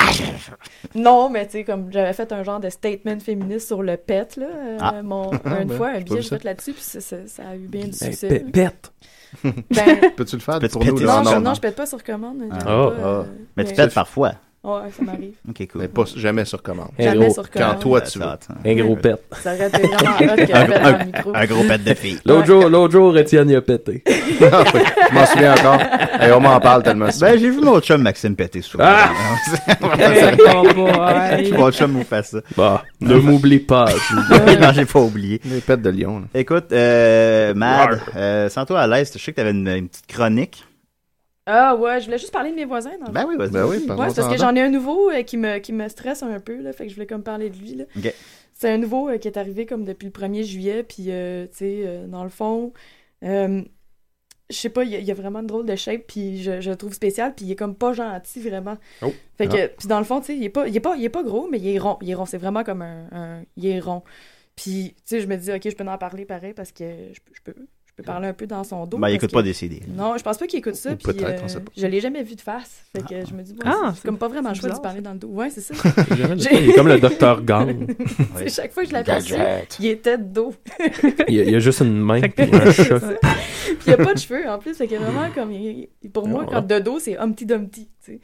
[SPEAKER 9] *laughs*
[SPEAKER 10] non, mais tu sais, comme j'avais fait un genre de statement féministe sur le pet, là, euh,
[SPEAKER 6] Ah.
[SPEAKER 10] mon,
[SPEAKER 7] Ah,
[SPEAKER 10] une
[SPEAKER 7] ben,
[SPEAKER 10] fois, un
[SPEAKER 7] j'ai pas
[SPEAKER 10] billet,
[SPEAKER 7] vu
[SPEAKER 10] je
[SPEAKER 7] ça.
[SPEAKER 10] fait là-dessus, puis ça, ça- ça a eu bien du
[SPEAKER 7] Ben,
[SPEAKER 10] succès.
[SPEAKER 7] pet-
[SPEAKER 10] là.
[SPEAKER 7] pète.
[SPEAKER 6] *laughs*
[SPEAKER 10] Ben,
[SPEAKER 7] *laughs* Peux-tu le faire
[SPEAKER 6] Peux-tu
[SPEAKER 7] pour nous,
[SPEAKER 6] péter
[SPEAKER 7] là,
[SPEAKER 6] sur
[SPEAKER 7] en
[SPEAKER 6] commande?
[SPEAKER 7] ordre?
[SPEAKER 10] non, je pète pas sur commande. j'aime
[SPEAKER 6] Ah. Oh.
[SPEAKER 10] pas, euh,
[SPEAKER 6] Mais tu pètes parfois.
[SPEAKER 10] Ouais, ça m'arrive.
[SPEAKER 6] *laughs* Ok, cool.
[SPEAKER 7] Mais pas, jamais sur commande.
[SPEAKER 10] Jamais Gros- sur commande.
[SPEAKER 7] Quand toi, tu veux.
[SPEAKER 6] Ça, attends.
[SPEAKER 9] Un gros pet.
[SPEAKER 10] Ça aurait été
[SPEAKER 6] Ah,
[SPEAKER 10] vraiment
[SPEAKER 6] *laughs*
[SPEAKER 10] hot que je pète dans le micro.
[SPEAKER 9] L'autre jour, l'autre jour, Étienne y a pété.
[SPEAKER 7] Ah, je m'en souviens encore. Et on m'en parle tellement
[SPEAKER 6] Ben, j'ai vu mon chum Maxime
[SPEAKER 10] *laughs*
[SPEAKER 6] péter souvent.
[SPEAKER 9] Ah!
[SPEAKER 6] C'est-
[SPEAKER 9] Bon boy.
[SPEAKER 6] mon chum vous fait ça.
[SPEAKER 9] Bah, ne m'oublie pas.
[SPEAKER 6] non, j'ai pas oublié.
[SPEAKER 7] Les pets de lion. là.
[SPEAKER 6] *laughs* Écoute, euh, Mad, euh, sens-toi à l'aise. Je sais que t'avais une, une petite chronique.
[SPEAKER 10] Ah ouais, je voulais juste parler de mes voisins. Dans le
[SPEAKER 6] Ben
[SPEAKER 10] fond.
[SPEAKER 6] oui, vas-y.
[SPEAKER 7] Ben oui,
[SPEAKER 10] Ouais,
[SPEAKER 7] parlons-en
[SPEAKER 10] c'est parce que
[SPEAKER 7] donc.
[SPEAKER 10] j'en ai un nouveau euh, qui, me, qui me stresse un peu, là, fait que je voulais comme parler de lui. Là.
[SPEAKER 6] Ok.
[SPEAKER 10] C'est un nouveau euh, qui est arrivé comme depuis le 1er juillet, puis euh, tu sais, euh, dans le fond, euh, je sais pas, il y, a- il y a vraiment une drôle de shape, puis je, je le trouve spécial, puis il est comme pas gentil vraiment.
[SPEAKER 9] Oh.
[SPEAKER 10] Fait que,
[SPEAKER 9] Ah.
[SPEAKER 10] puis dans le fond, tu sais, il est pas, il est pas, il est pas gros, mais il est rond. Il est rond, c'est vraiment comme un, un- il est rond. Puis, tu sais, je me dis, ok, je peux en parler pareil parce que je, peux- je peux, je peux parler un peu dans son dos.
[SPEAKER 6] Ben, il
[SPEAKER 10] parce
[SPEAKER 6] écoute
[SPEAKER 10] que-
[SPEAKER 6] pas des CD.
[SPEAKER 10] Non, je pense pas qu'il écoute ça.
[SPEAKER 6] Ou
[SPEAKER 10] puis,
[SPEAKER 6] peut-être, on
[SPEAKER 10] euh,
[SPEAKER 6] sait pas.
[SPEAKER 10] Je l'ai jamais vu de face. Fait que je me dis, bon,
[SPEAKER 9] Ah,
[SPEAKER 10] c'est comme pas vraiment le choix de
[SPEAKER 9] bizarre,
[SPEAKER 10] parler dans le dos. Ouais, c'est ça.
[SPEAKER 9] *laughs* J'ai jamais dit
[SPEAKER 10] J'ai-
[SPEAKER 9] ça, il est comme le Dr.
[SPEAKER 10] *laughs*
[SPEAKER 9] Gang.
[SPEAKER 10] C'est
[SPEAKER 9] Ouais.
[SPEAKER 10] Chaque fois que je l'aperçois,
[SPEAKER 9] Gadget.
[SPEAKER 10] il était de dos.
[SPEAKER 9] Il y a, il y a juste une main et un chat.
[SPEAKER 10] il a pas de cheveux en plus, c'est que vraiment comme il- il- pour moi
[SPEAKER 8] Ouais.
[SPEAKER 10] quand de dos c'est Humpty Dumpty, tu sais.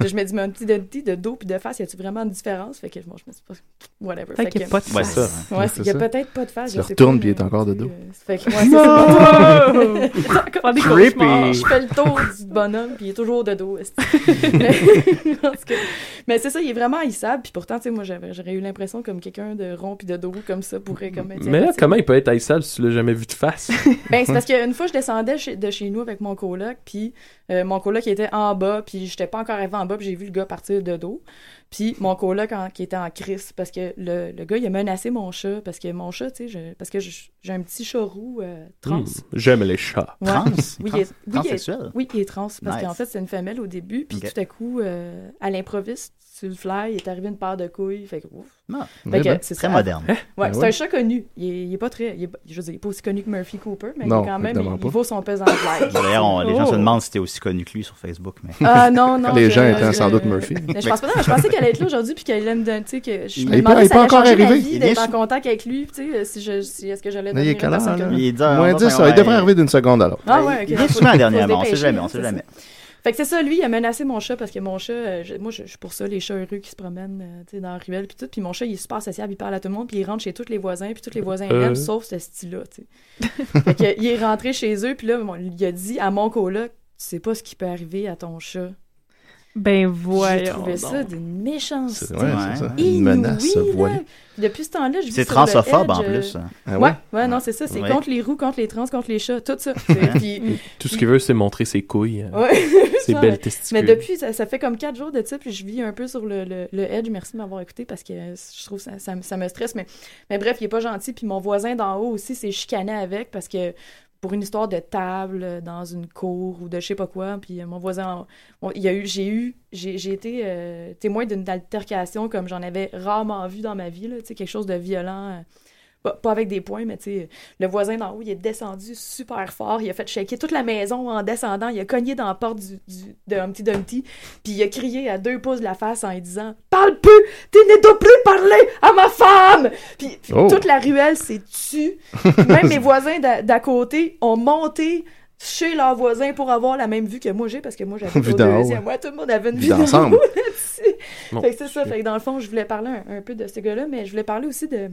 [SPEAKER 10] Puis je me dis mais Humpty Dumpty de dos puis de face, y a-tu vraiment une différence Fait que bon, je me dis pas whatever.
[SPEAKER 8] Fait qu'il y a pas de
[SPEAKER 7] Ouais,
[SPEAKER 10] face.
[SPEAKER 7] ça, hein.
[SPEAKER 10] ouais,
[SPEAKER 7] ouais,
[SPEAKER 10] c'est-
[SPEAKER 7] c'est
[SPEAKER 10] il y a
[SPEAKER 7] ça.
[SPEAKER 10] peut-être pas de face,
[SPEAKER 7] Tu
[SPEAKER 10] je
[SPEAKER 7] le
[SPEAKER 10] sais
[SPEAKER 7] retournes
[SPEAKER 10] pas,
[SPEAKER 7] puis il est encore de dos.
[SPEAKER 10] mais- Fait que ouais, c'est ça. *laughs*
[SPEAKER 8] Wow!
[SPEAKER 7] *laughs*
[SPEAKER 8] Faire des
[SPEAKER 7] Creepy.
[SPEAKER 10] cauchemars. Je fais le tour du bonhomme puis il est toujours de dos. est-ce que- Mais- en tout cas, mais c'est ça, il est vraiment haïssable puis pourtant tu sais moi j'avais- j'aurais eu l'impression comme quelqu'un de rond puis de dos comme ça pourrait comme être
[SPEAKER 9] Mais là,
[SPEAKER 10] sympathique.
[SPEAKER 9] comment il peut être haïssable si tu l'as jamais vu de face?
[SPEAKER 10] *laughs* Ben, c'est parce qu'une fois, je descendais chez- de chez nous avec mon coloc, puis euh, mon coloc il était en bas, puis j'étais pas encore arrivé en bas, puis j'ai vu le gars partir de dos. Puis mon coloc en- qui était en crise, parce que le, le gars, il a menacé mon chat, parce que mon chat, tu sais, je- parce que je- j'ai un petit chat roux euh, trans.
[SPEAKER 9] Hmm, J'aime les chats.
[SPEAKER 10] Ouais. Oui, il est, oui, il est- oui, il est trans, parce
[SPEAKER 9] Nice.
[SPEAKER 10] qu'en fait, c'est une femelle au début, puis
[SPEAKER 9] Ok.
[SPEAKER 10] tout à coup, euh, à l'improviste, sur le fly, il est arrivé une paire de couilles, fait que ouf. Fait
[SPEAKER 6] oui,
[SPEAKER 10] que,
[SPEAKER 6] ben,
[SPEAKER 10] c'est
[SPEAKER 6] très
[SPEAKER 10] ça.
[SPEAKER 6] moderne.
[SPEAKER 10] *laughs* Ouais,
[SPEAKER 6] Ben
[SPEAKER 10] c'est
[SPEAKER 6] oui.
[SPEAKER 10] un chat connu. Il est, il est pas très, il est, pas- je veux dire, il est pas aussi connu que Murphy Cooper, mais
[SPEAKER 6] Non,
[SPEAKER 10] quand même,
[SPEAKER 6] évidemment
[SPEAKER 10] il,
[SPEAKER 6] pas.
[SPEAKER 10] il vaut son pesant de like.
[SPEAKER 6] D'ailleurs, on- les gens se
[SPEAKER 10] Oh.
[SPEAKER 6] demandent si t'es aussi connu que lui sur Facebook. Mais...
[SPEAKER 10] Ah
[SPEAKER 6] *laughs*
[SPEAKER 10] non, non. je- je- Mais
[SPEAKER 6] Mais
[SPEAKER 10] je pense pas, non, je pensais qu'elle allait être là aujourd'hui puis qu'elle aime d'un, tu sais, que je
[SPEAKER 6] Il
[SPEAKER 10] me
[SPEAKER 6] est pas-
[SPEAKER 10] demandais
[SPEAKER 6] il est
[SPEAKER 10] si
[SPEAKER 6] pas
[SPEAKER 10] elle allait
[SPEAKER 6] encore
[SPEAKER 10] changer ma
[SPEAKER 6] arrivé.
[SPEAKER 10] vie
[SPEAKER 6] Il est
[SPEAKER 10] d'être
[SPEAKER 6] sur-
[SPEAKER 10] en contact avec lui, tu sais, si je, si, est-ce que j'allais
[SPEAKER 7] Là, il
[SPEAKER 10] devenir
[SPEAKER 7] est
[SPEAKER 10] une
[SPEAKER 7] quelle heure,
[SPEAKER 10] personne
[SPEAKER 7] là?
[SPEAKER 10] comme lui.
[SPEAKER 6] Il est 10 heures,
[SPEAKER 7] Moins
[SPEAKER 6] on
[SPEAKER 7] 10,
[SPEAKER 6] va
[SPEAKER 7] il devrait
[SPEAKER 6] faire-
[SPEAKER 7] arriver d'une seconde à l'autre.
[SPEAKER 10] Ah ouais, ok.
[SPEAKER 6] Ben,
[SPEAKER 10] *laughs*
[SPEAKER 6] Il vient
[SPEAKER 10] Faut-
[SPEAKER 6] souvent
[SPEAKER 10] faut se
[SPEAKER 6] dernièrement, on sait
[SPEAKER 10] dépêcher, hein,
[SPEAKER 6] jamais, on
[SPEAKER 10] c'est
[SPEAKER 6] sait
[SPEAKER 10] ça.
[SPEAKER 6] jamais.
[SPEAKER 10] Fait que c'est ça, lui, il a menacé mon chat parce que mon chat, euh, je- moi, je je suis pour ça, les chats heureux qui se promènent euh, tu sais, dans la ruelle puis tout. Puis mon chat, il est super sociable, il parle à tout le monde, puis il rentre chez tous les voisins, puis tous les voisins
[SPEAKER 8] Euh.
[SPEAKER 10] l'aiment, sauf ce style-là, tu sais. fait que, il est rentré chez eux, puis là, mon- il a dit à mon coloc, tu sais pas ce qui peut arriver à ton chat.
[SPEAKER 8] Ben voyons.
[SPEAKER 10] J'ai trouvé ça
[SPEAKER 8] donc.
[SPEAKER 10] d'une méchanceté.
[SPEAKER 7] C'est- ouais, c'est ça.
[SPEAKER 10] Inouïe,
[SPEAKER 7] Une menace
[SPEAKER 10] là.
[SPEAKER 7] voilée.
[SPEAKER 10] Puis depuis ce temps-là, je vis
[SPEAKER 7] C'est
[SPEAKER 10] sur le
[SPEAKER 7] transphobe,
[SPEAKER 10] edge,
[SPEAKER 7] en
[SPEAKER 10] euh,
[SPEAKER 7] plus, hein. Ah
[SPEAKER 10] ouais?
[SPEAKER 7] ouais?
[SPEAKER 10] ouais, non, c'est ça. C'est
[SPEAKER 9] Ouais.
[SPEAKER 10] contre les roues, contre les trans, contre les chats, tout ça. Puis-
[SPEAKER 9] Tout ce qu'il veut, c'est montrer ses couilles. euh,
[SPEAKER 10] Ouais. *laughs*
[SPEAKER 9] ses
[SPEAKER 10] Ça,
[SPEAKER 9] belles
[SPEAKER 10] ouais.
[SPEAKER 9] testicules.
[SPEAKER 10] Mais depuis, ça, ça fait comme quatre jours de ça, puis je vis un peu sur le, le, le edge. Merci de m'avoir écouté parce que euh, je trouve ça, ça, me- ça me stresse. Mais, mais bref, il est pas gentil. Puis mon voisin d'en haut aussi s'est chicané avec parce que pour une histoire de table euh, dans une cour ou de je sais pas quoi. Puis euh, mon voisin, en- on- il y a eu, j'ai eu, j'ai j'ai été euh, témoin d'une altercation comme j'en avais rarement vu dans ma vie. Là, tu sais, quelque chose de violent. euh, pas, pas avec des points, mais tu sais, le voisin d'en haut, il est descendu super fort. Il a fait shaker toute la maison en descendant. Il a cogné dans la porte du, du- de Humpty Dumpty. Puis il a crié à deux pouces de la face en lui disant Parle plus Tu n'es plus parler *laughs* à ma femme Puis, puis
[SPEAKER 8] Oh.
[SPEAKER 10] toute la ruelle s'est tue. Même mes voisins d'à d'à côté ont monté chez leurs voisins pour avoir la même vue que moi j'ai parce que moi j'avais
[SPEAKER 7] Vue
[SPEAKER 10] au
[SPEAKER 7] d'en haut.
[SPEAKER 10] deuxième. Ouais, tout le monde avait une
[SPEAKER 7] Vue
[SPEAKER 10] vue d'en
[SPEAKER 7] d'ensemble.
[SPEAKER 10] haut là-dessus.
[SPEAKER 9] Mon
[SPEAKER 10] fait que c'est ça. Fait que dans le fond, je voulais parler un, un peu de ce gars-là, mais je voulais parler aussi de.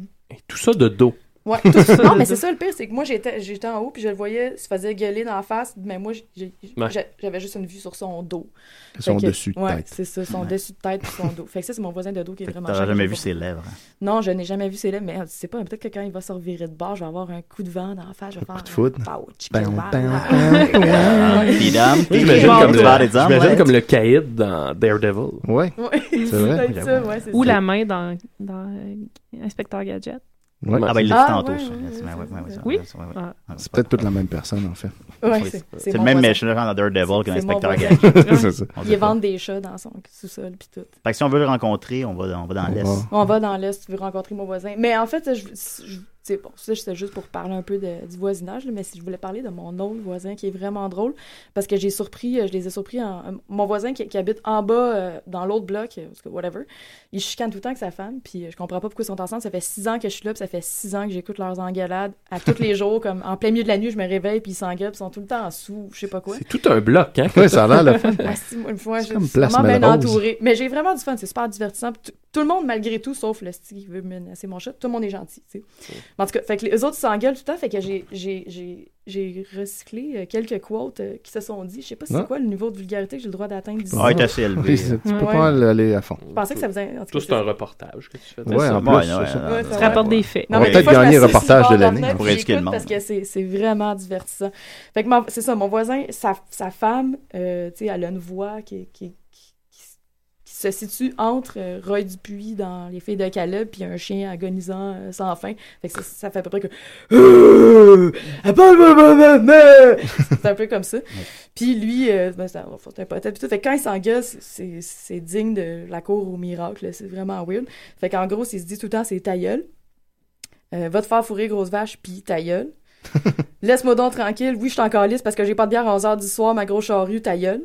[SPEAKER 9] Tout ça de dos. *laughs*
[SPEAKER 10] Ouais, tout ça. *laughs* non, mais c'est ça le pire, c'est que moi j'étais j'étais en haut puis je le voyais se faisait gueuler dans la face, mais moi j'ai- j'ai-
[SPEAKER 9] Ouais.
[SPEAKER 10] j'a- j'avais juste une vue sur son dos.
[SPEAKER 7] Et
[SPEAKER 10] Fait
[SPEAKER 7] son
[SPEAKER 10] que-
[SPEAKER 7] dessus de
[SPEAKER 10] ouais,
[SPEAKER 7] tête.
[SPEAKER 10] c'est ça, son
[SPEAKER 7] Ouais.
[SPEAKER 10] dessus de tête puis son dos. Fait que ça c'est mon voisin de dos qui est vraiment
[SPEAKER 6] T'aurais
[SPEAKER 10] chiant,
[SPEAKER 6] jamais
[SPEAKER 10] je
[SPEAKER 6] vu
[SPEAKER 10] sais
[SPEAKER 6] ses lèvres.
[SPEAKER 10] pas. Non, je n'ai jamais vu ses lèvres, mais euh, tu sais pas, peut-être que quand il va se revirer de bord, je vais avoir un coup de vent dans la face, je vais faire
[SPEAKER 7] de foudre. Ben,
[SPEAKER 10] Pow, Bah, chicken
[SPEAKER 7] Bam,
[SPEAKER 10] wing. *laughs*
[SPEAKER 7] bam,
[SPEAKER 10] Ouais.
[SPEAKER 7] bam, bam.
[SPEAKER 10] Ouais.
[SPEAKER 7] Puis
[SPEAKER 9] J'imagine
[SPEAKER 7] dame,
[SPEAKER 9] comme,
[SPEAKER 7] tu
[SPEAKER 9] le,
[SPEAKER 7] vas aller dame,
[SPEAKER 9] j'imagine
[SPEAKER 7] ouais.
[SPEAKER 9] comme le caïd dans Daredevil.
[SPEAKER 7] Ouais.
[SPEAKER 10] Ouais,
[SPEAKER 7] Ah.
[SPEAKER 10] *laughs*
[SPEAKER 7] C'est
[SPEAKER 10] c'est
[SPEAKER 7] vrai.
[SPEAKER 10] peut-être ça, ouais, c'est
[SPEAKER 8] Ou
[SPEAKER 10] ça.
[SPEAKER 8] la main dans, dans euh, Inspecteur Gadget.
[SPEAKER 7] Ouais.
[SPEAKER 6] Ah, ben il l'a dit
[SPEAKER 8] Ah,
[SPEAKER 6] tantôt,
[SPEAKER 8] ouais,
[SPEAKER 6] ça.
[SPEAKER 8] ouais,
[SPEAKER 6] Ouais, ouais, ouais, ouais,
[SPEAKER 8] Oui?
[SPEAKER 6] ouais, ouais, ouais.
[SPEAKER 8] Ah.
[SPEAKER 6] Ah,
[SPEAKER 7] C'est peut-être toute la même personne, en fait.
[SPEAKER 10] Ouais,
[SPEAKER 6] Oui,
[SPEAKER 10] c'est- c'est
[SPEAKER 6] c'est le
[SPEAKER 10] mon
[SPEAKER 6] même
[SPEAKER 10] voisin.
[SPEAKER 6] méchant dans
[SPEAKER 10] C'est
[SPEAKER 6] Daredevil que dans
[SPEAKER 10] mon
[SPEAKER 6] Inspecteur
[SPEAKER 10] voisin.
[SPEAKER 6] Gadget.
[SPEAKER 7] *laughs* C'est ça.
[SPEAKER 6] On
[SPEAKER 10] Ils
[SPEAKER 6] sait pas.
[SPEAKER 10] vendent des chats dans son sous-sol puis tout.
[SPEAKER 6] Fait que si on veut le rencontrer, on va, on va dans l'Est.
[SPEAKER 10] On va dans l'Est, tu veux rencontrer mon voisin. Mais en fait, je, je- c'est bon, ça, c'était juste pour parler un peu de- du voisinage, là, mais si je voulais parler de mon autre voisin qui est vraiment drôle, parce que j'ai surpris, euh, je les ai surpris, en- euh, mon voisin qui, qui habite en bas, euh, dans l'autre bloc, euh, parce que whatever, il chicane tout le temps avec sa femme, puis euh, je comprends pas pourquoi ils sont ensemble. Ça fait six ans que je suis là, puis ça fait six ans que j'écoute leurs engueulades à tous
[SPEAKER 9] *laughs*
[SPEAKER 10] les jours, comme en plein milieu de la nuit, je me réveille, puis ils s'engueulent, puis ils sont tout le temps en sous, je sais pas quoi.
[SPEAKER 9] Tout un bloc, hein?
[SPEAKER 7] Ouais, ça a l'air le fun.
[SPEAKER 10] Ah, si, moi, une fois, je
[SPEAKER 7] comme
[SPEAKER 10] suis vraiment bien
[SPEAKER 7] Place Melrose.
[SPEAKER 10] entourée. Mais j'ai vraiment du fun, c'est super divertissant. Tout, tout le monde, malgré tout, sauf le style qui veut menacer mon chat, tout le monde est gentil. tu sais. Mais En tout cas, fait que les autres ils s'engueulent tout le temps, fait que j'ai- j'ai- j'ai j'ai recyclé euh, quelques quotes euh, qui se sont dit. Je sais pas si
[SPEAKER 7] Ah.
[SPEAKER 10] c'est quoi le niveau de vulgarité que j'ai le droit d'atteindre d'ici.
[SPEAKER 6] Ah, il est assez élevé.
[SPEAKER 10] *laughs*
[SPEAKER 7] Oui, c'est- tu peux
[SPEAKER 10] Ouais.
[SPEAKER 7] pas aller à fond.
[SPEAKER 10] Je pensais que ça faisait. en tout cas,
[SPEAKER 9] Tout, c'est un reportage que tu fais.
[SPEAKER 7] Ouais, en plus,
[SPEAKER 6] Ouais,
[SPEAKER 7] ça,
[SPEAKER 6] ouais,
[SPEAKER 7] ça.
[SPEAKER 6] ouais,
[SPEAKER 10] Ouais, ça
[SPEAKER 6] ouais.
[SPEAKER 10] va.
[SPEAKER 8] Rapporte des faits.
[SPEAKER 10] Non,
[SPEAKER 7] On va
[SPEAKER 10] mais
[SPEAKER 7] peut-être
[SPEAKER 10] des fois, je
[SPEAKER 7] gagner
[SPEAKER 10] m'associe
[SPEAKER 7] reportage de
[SPEAKER 10] bord
[SPEAKER 7] l'année.
[SPEAKER 10] d'arnaque,
[SPEAKER 6] pour
[SPEAKER 10] puis
[SPEAKER 6] éduquer le
[SPEAKER 10] j'écoute
[SPEAKER 6] monde.
[SPEAKER 10] Parce que c'est c'est vraiment divertissant. Fait que mon- c'est ça, mon voisin, sa, sa femme, euh, tu sais, elle a une voix qui, qui, qui- qui s- qui se situe entre euh, Roy Dupuis dans Les Filles de Caleb puis un chien agonisant euh, sans fin. Fait que ça, ça fait à peu près que.
[SPEAKER 8] Euh, eh ben,
[SPEAKER 10] *laughs* C'est un peu comme ça. Puis lui, euh, ben, c'est un- c'est un pote. Puis tout. Fait que quand il s'engueule, c'est- c'est c'est digne de la cour au miracle. là. C'est vraiment weird. Fait qu'en gros, il se dit tout le temps, c'est ta gueule. Euh, va te faire fourrer, grosse vache, puis ta gueule. Laisse-moi donc tranquille. Oui, je t'en calisse parce que j'ai pas de bière à 11h du soir, ma grosse charrue, ta gueule.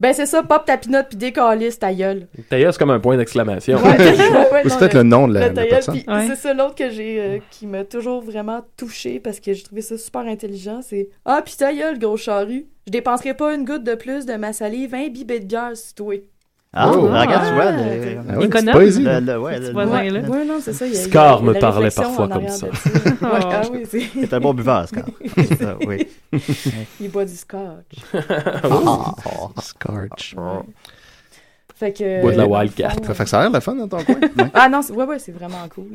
[SPEAKER 10] Ben, c'est ça, pop ta pinotte puis décalisse ta gueule.
[SPEAKER 9] D'ailleurs, c'est comme un point d'exclamation.
[SPEAKER 10] Ouais,
[SPEAKER 7] Ou
[SPEAKER 10] non,
[SPEAKER 7] c'est peut-être le nom de la,
[SPEAKER 10] le
[SPEAKER 7] la
[SPEAKER 10] tailleul,
[SPEAKER 7] personne.
[SPEAKER 10] puis C'est ça l'autre que j'ai euh, qui m'a toujours vraiment touchée parce que j'ai trouvé ça super intelligent. C'est Ah, puis ta gueule, gros charru. Je dépenserai pas une goutte de plus de ma salive, 20 bibets de bière, si toi.
[SPEAKER 6] Ah,
[SPEAKER 10] Oh.
[SPEAKER 6] regarde, tu vois.
[SPEAKER 10] Ah. Ah
[SPEAKER 6] le-
[SPEAKER 10] oui,
[SPEAKER 6] le-
[SPEAKER 10] économe.
[SPEAKER 6] le- le- le- ouais,
[SPEAKER 10] Ce
[SPEAKER 6] le-
[SPEAKER 10] voisin-là.
[SPEAKER 6] le- Oh.
[SPEAKER 10] Ouais, non, c'est ça, il y a-
[SPEAKER 9] Scar
[SPEAKER 10] il y a
[SPEAKER 9] me
[SPEAKER 10] la
[SPEAKER 9] parlait
[SPEAKER 10] réflexion
[SPEAKER 9] parfois
[SPEAKER 10] en
[SPEAKER 9] comme
[SPEAKER 10] arrière
[SPEAKER 6] *laughs*
[SPEAKER 9] ça.
[SPEAKER 10] de *laughs* Ouais, ah oui, c'est.
[SPEAKER 6] C'est un bon
[SPEAKER 10] *laughs*
[SPEAKER 6] buveur, Scar. Ça, oui.
[SPEAKER 10] Il boit du scotch.
[SPEAKER 7] *laughs* Ah, Scorch.
[SPEAKER 10] Fait que. euh,
[SPEAKER 7] Bois de la
[SPEAKER 10] dans le
[SPEAKER 7] Wildcat.
[SPEAKER 10] fond,
[SPEAKER 7] Fait que ça a l'air le
[SPEAKER 6] hein,
[SPEAKER 7] fun dans
[SPEAKER 10] *laughs*
[SPEAKER 7] ton coin.
[SPEAKER 10] ah non, c'est- ouais, ouais, c'est vraiment cool.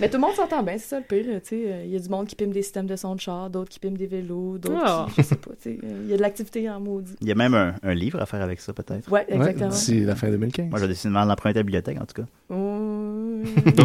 [SPEAKER 10] Mais tout le monde s'entend bien, c'est ça le pire. tu sais. Euh, Il y a du monde qui pime des systèmes de son de char, d'autres qui piment des vélos, d'autres
[SPEAKER 6] Ah.
[SPEAKER 10] qui, je sais pas, tu sais, euh, il y a de l'activité en maudit.
[SPEAKER 6] Il y a même un, un livre à faire avec ça, peut-être.
[SPEAKER 10] Ouais, exactement. Ouais, d'ici
[SPEAKER 7] la fin 2015.
[SPEAKER 6] Moi, je vais décidément l'emprunter à la bibliothèque, en tout cas.
[SPEAKER 10] *laughs*
[SPEAKER 6] *laughs*
[SPEAKER 10] ben,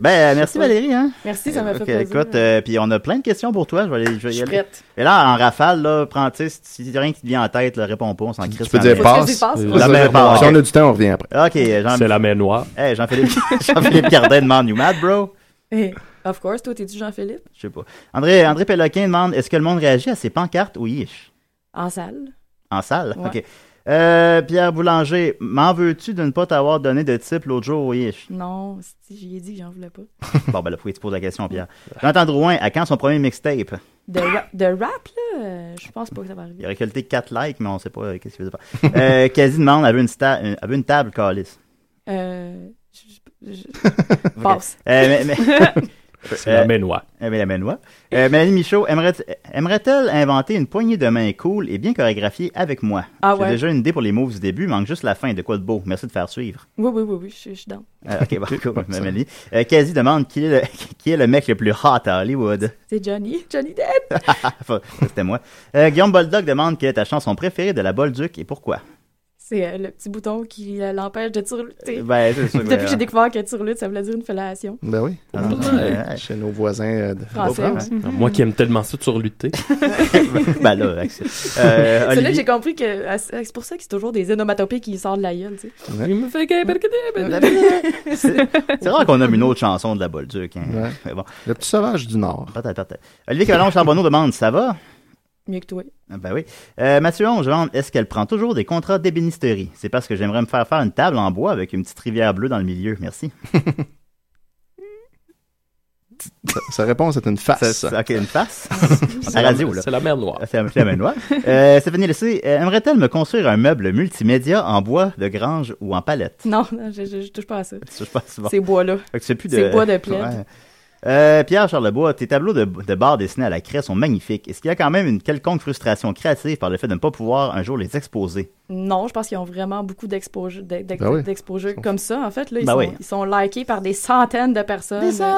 [SPEAKER 6] Ben, merci Valérie. Hein?
[SPEAKER 10] Merci, ça m'a fait
[SPEAKER 6] Ok,
[SPEAKER 10] plaisir.
[SPEAKER 6] Écoute, euh, puis on a plein de questions pour toi. Je vais, aller- je vais y
[SPEAKER 10] Je suis
[SPEAKER 6] aller.
[SPEAKER 10] prête.
[SPEAKER 6] Et là, en rafale, là, prends, tu sais, si si rien qui te vient en tête, là, réponds pas, on s'en crisse. ça
[SPEAKER 7] peux dire
[SPEAKER 6] en-
[SPEAKER 7] passe. Est-ce que je dis passe?
[SPEAKER 6] La mer passe.
[SPEAKER 7] Si on a du temps, on revient après.
[SPEAKER 6] Ok, Jean-
[SPEAKER 9] C'est la main noire.
[SPEAKER 6] Hey, Jean-Philippe *laughs* Jean-Philippe Cardin demande You mad, bro?
[SPEAKER 10] Eh, of course, toi, t'es du Jean-Philippe?
[SPEAKER 6] Je sais pas. André, André Péloquin demande Est-ce que le monde réagit à ces pancartes ou yish?
[SPEAKER 10] En salle?
[SPEAKER 6] En salle?
[SPEAKER 10] Ouais.
[SPEAKER 6] OK. Euh, Pierre Boulanger, m'en veux-tu de ne pas t'avoir donné de type l'autre jour au yish?
[SPEAKER 10] Non, si, j'y ai dit que j'en voulais pas.
[SPEAKER 6] bon, ben là, pourquoi tu poses la question, Pierre? Jonathan Drouin, à quand son premier mixtape?
[SPEAKER 10] De, ra- de rap, là, euh, je pense pas que ça va arriver.
[SPEAKER 6] Il a récolté 4 likes, mais on sait pas euh, qu'est-ce qu'il faisait
[SPEAKER 10] *laughs*
[SPEAKER 6] pas. Euh, Kazi demande avait une, sta- une- elle veut une table, Calis.
[SPEAKER 10] Euh, je- je-
[SPEAKER 6] *laughs* Ok.
[SPEAKER 10] Passe.
[SPEAKER 6] Euh, mais-
[SPEAKER 7] *laughs*
[SPEAKER 10] *laughs*
[SPEAKER 6] mais-
[SPEAKER 9] C'est la Ménois.
[SPEAKER 6] Euh, mais la Ménois. Euh, Mélanie Michaud, aimerait- aimerait-elle inventer une poignée de main cool et bien chorégraphiée avec moi?
[SPEAKER 10] Ah
[SPEAKER 6] J'ai
[SPEAKER 10] ouais.
[SPEAKER 6] déjà une idée pour les moves du début, manque juste la fin, de quoi de beau. Merci de faire suivre.
[SPEAKER 10] Oui, oui, oui, oui, je je suis dans.
[SPEAKER 6] Euh, ok,
[SPEAKER 9] *laughs*
[SPEAKER 6] bon, cool, Mélanie. Euh, Kazi demande qui est, le, *laughs* qui est le mec le plus hot à Hollywood? *laughs*
[SPEAKER 10] C'est Johnny, *laughs* Johnny Depp.
[SPEAKER 6] Enfin, C'était moi. Euh, Guillaume Boldock demande quelle est ta chanson préférée de la Bolduc et pourquoi?
[SPEAKER 10] C'est euh, le petit bouton qui euh, l'empêche de turluter.
[SPEAKER 6] Ben, c'est sûr que-
[SPEAKER 10] *laughs* Depuis que j'ai découvert que turlute, ça voulait dire une fellation.
[SPEAKER 7] Ben oui.
[SPEAKER 9] Ah, ouais. Ah,
[SPEAKER 7] Chez nos voisins euh, de
[SPEAKER 10] Français,
[SPEAKER 7] France.
[SPEAKER 10] ouais.
[SPEAKER 9] Moi qui aime tellement ça de lutter.
[SPEAKER 6] ben là, Axel.
[SPEAKER 10] c'est là que j'ai compris que euh, c'est c'est pour ça que c'est toujours des onomatopées qui sortent de la gueule, tu sais.
[SPEAKER 9] Il me fait que-
[SPEAKER 6] C'est rare qu'on aime une autre chanson de la Bolduc. hein.
[SPEAKER 7] Ouais.
[SPEAKER 6] Mais bon.
[SPEAKER 7] Le petit sauvage du Nord.
[SPEAKER 6] Peut-être, peut-être. Olivier Cavallon Charbonneau demande Ça va
[SPEAKER 10] *laughs* Mieux que toi.
[SPEAKER 6] Ah, Ben oui. Euh, Mathieu Onge demande Est-ce qu'elle prend toujours des contrats d'ébénisterie C'est parce que j'aimerais me faire faire une table en bois avec une petite rivière bleue dans le milieu. Merci.
[SPEAKER 7] *laughs* Sa- Sa réponse est une face.
[SPEAKER 6] Ça, ok, une face.
[SPEAKER 7] C'est
[SPEAKER 6] à
[SPEAKER 7] la-
[SPEAKER 6] la radio, là.
[SPEAKER 9] *laughs*
[SPEAKER 6] Ah,
[SPEAKER 9] c'est la mer noire.
[SPEAKER 6] C'est la, c'est la mer
[SPEAKER 9] *laughs*
[SPEAKER 6] noire. Euh, Stéphanie Lessé, euh, aimerait-elle me construire un meuble multimédia en bois de grange ou en palette
[SPEAKER 10] Non, non, je, je- je touche pas à ça.
[SPEAKER 6] Ça, je pense, bon.
[SPEAKER 10] Ces bois-là.
[SPEAKER 6] Fait que c'est plus de...
[SPEAKER 10] Ces bois de plaide.
[SPEAKER 6] Ouais. Euh, Pierre Charlebois, tes tableaux de, de barres dessinés à la craie sont magnifiques. Est-ce qu'il y a quand même une quelconque frustration créative par le fait de ne pas pouvoir un jour les exposer?
[SPEAKER 10] Non, je pense qu'ils ont vraiment beaucoup d'exposure d'ex- d'ex-
[SPEAKER 6] Ben oui.
[SPEAKER 10] d'exposure comme ça. En fait, là, ils,
[SPEAKER 6] Ben
[SPEAKER 10] sont,
[SPEAKER 6] oui.
[SPEAKER 10] ils sont likés par des centaines de personnes.
[SPEAKER 6] Des
[SPEAKER 10] centaines!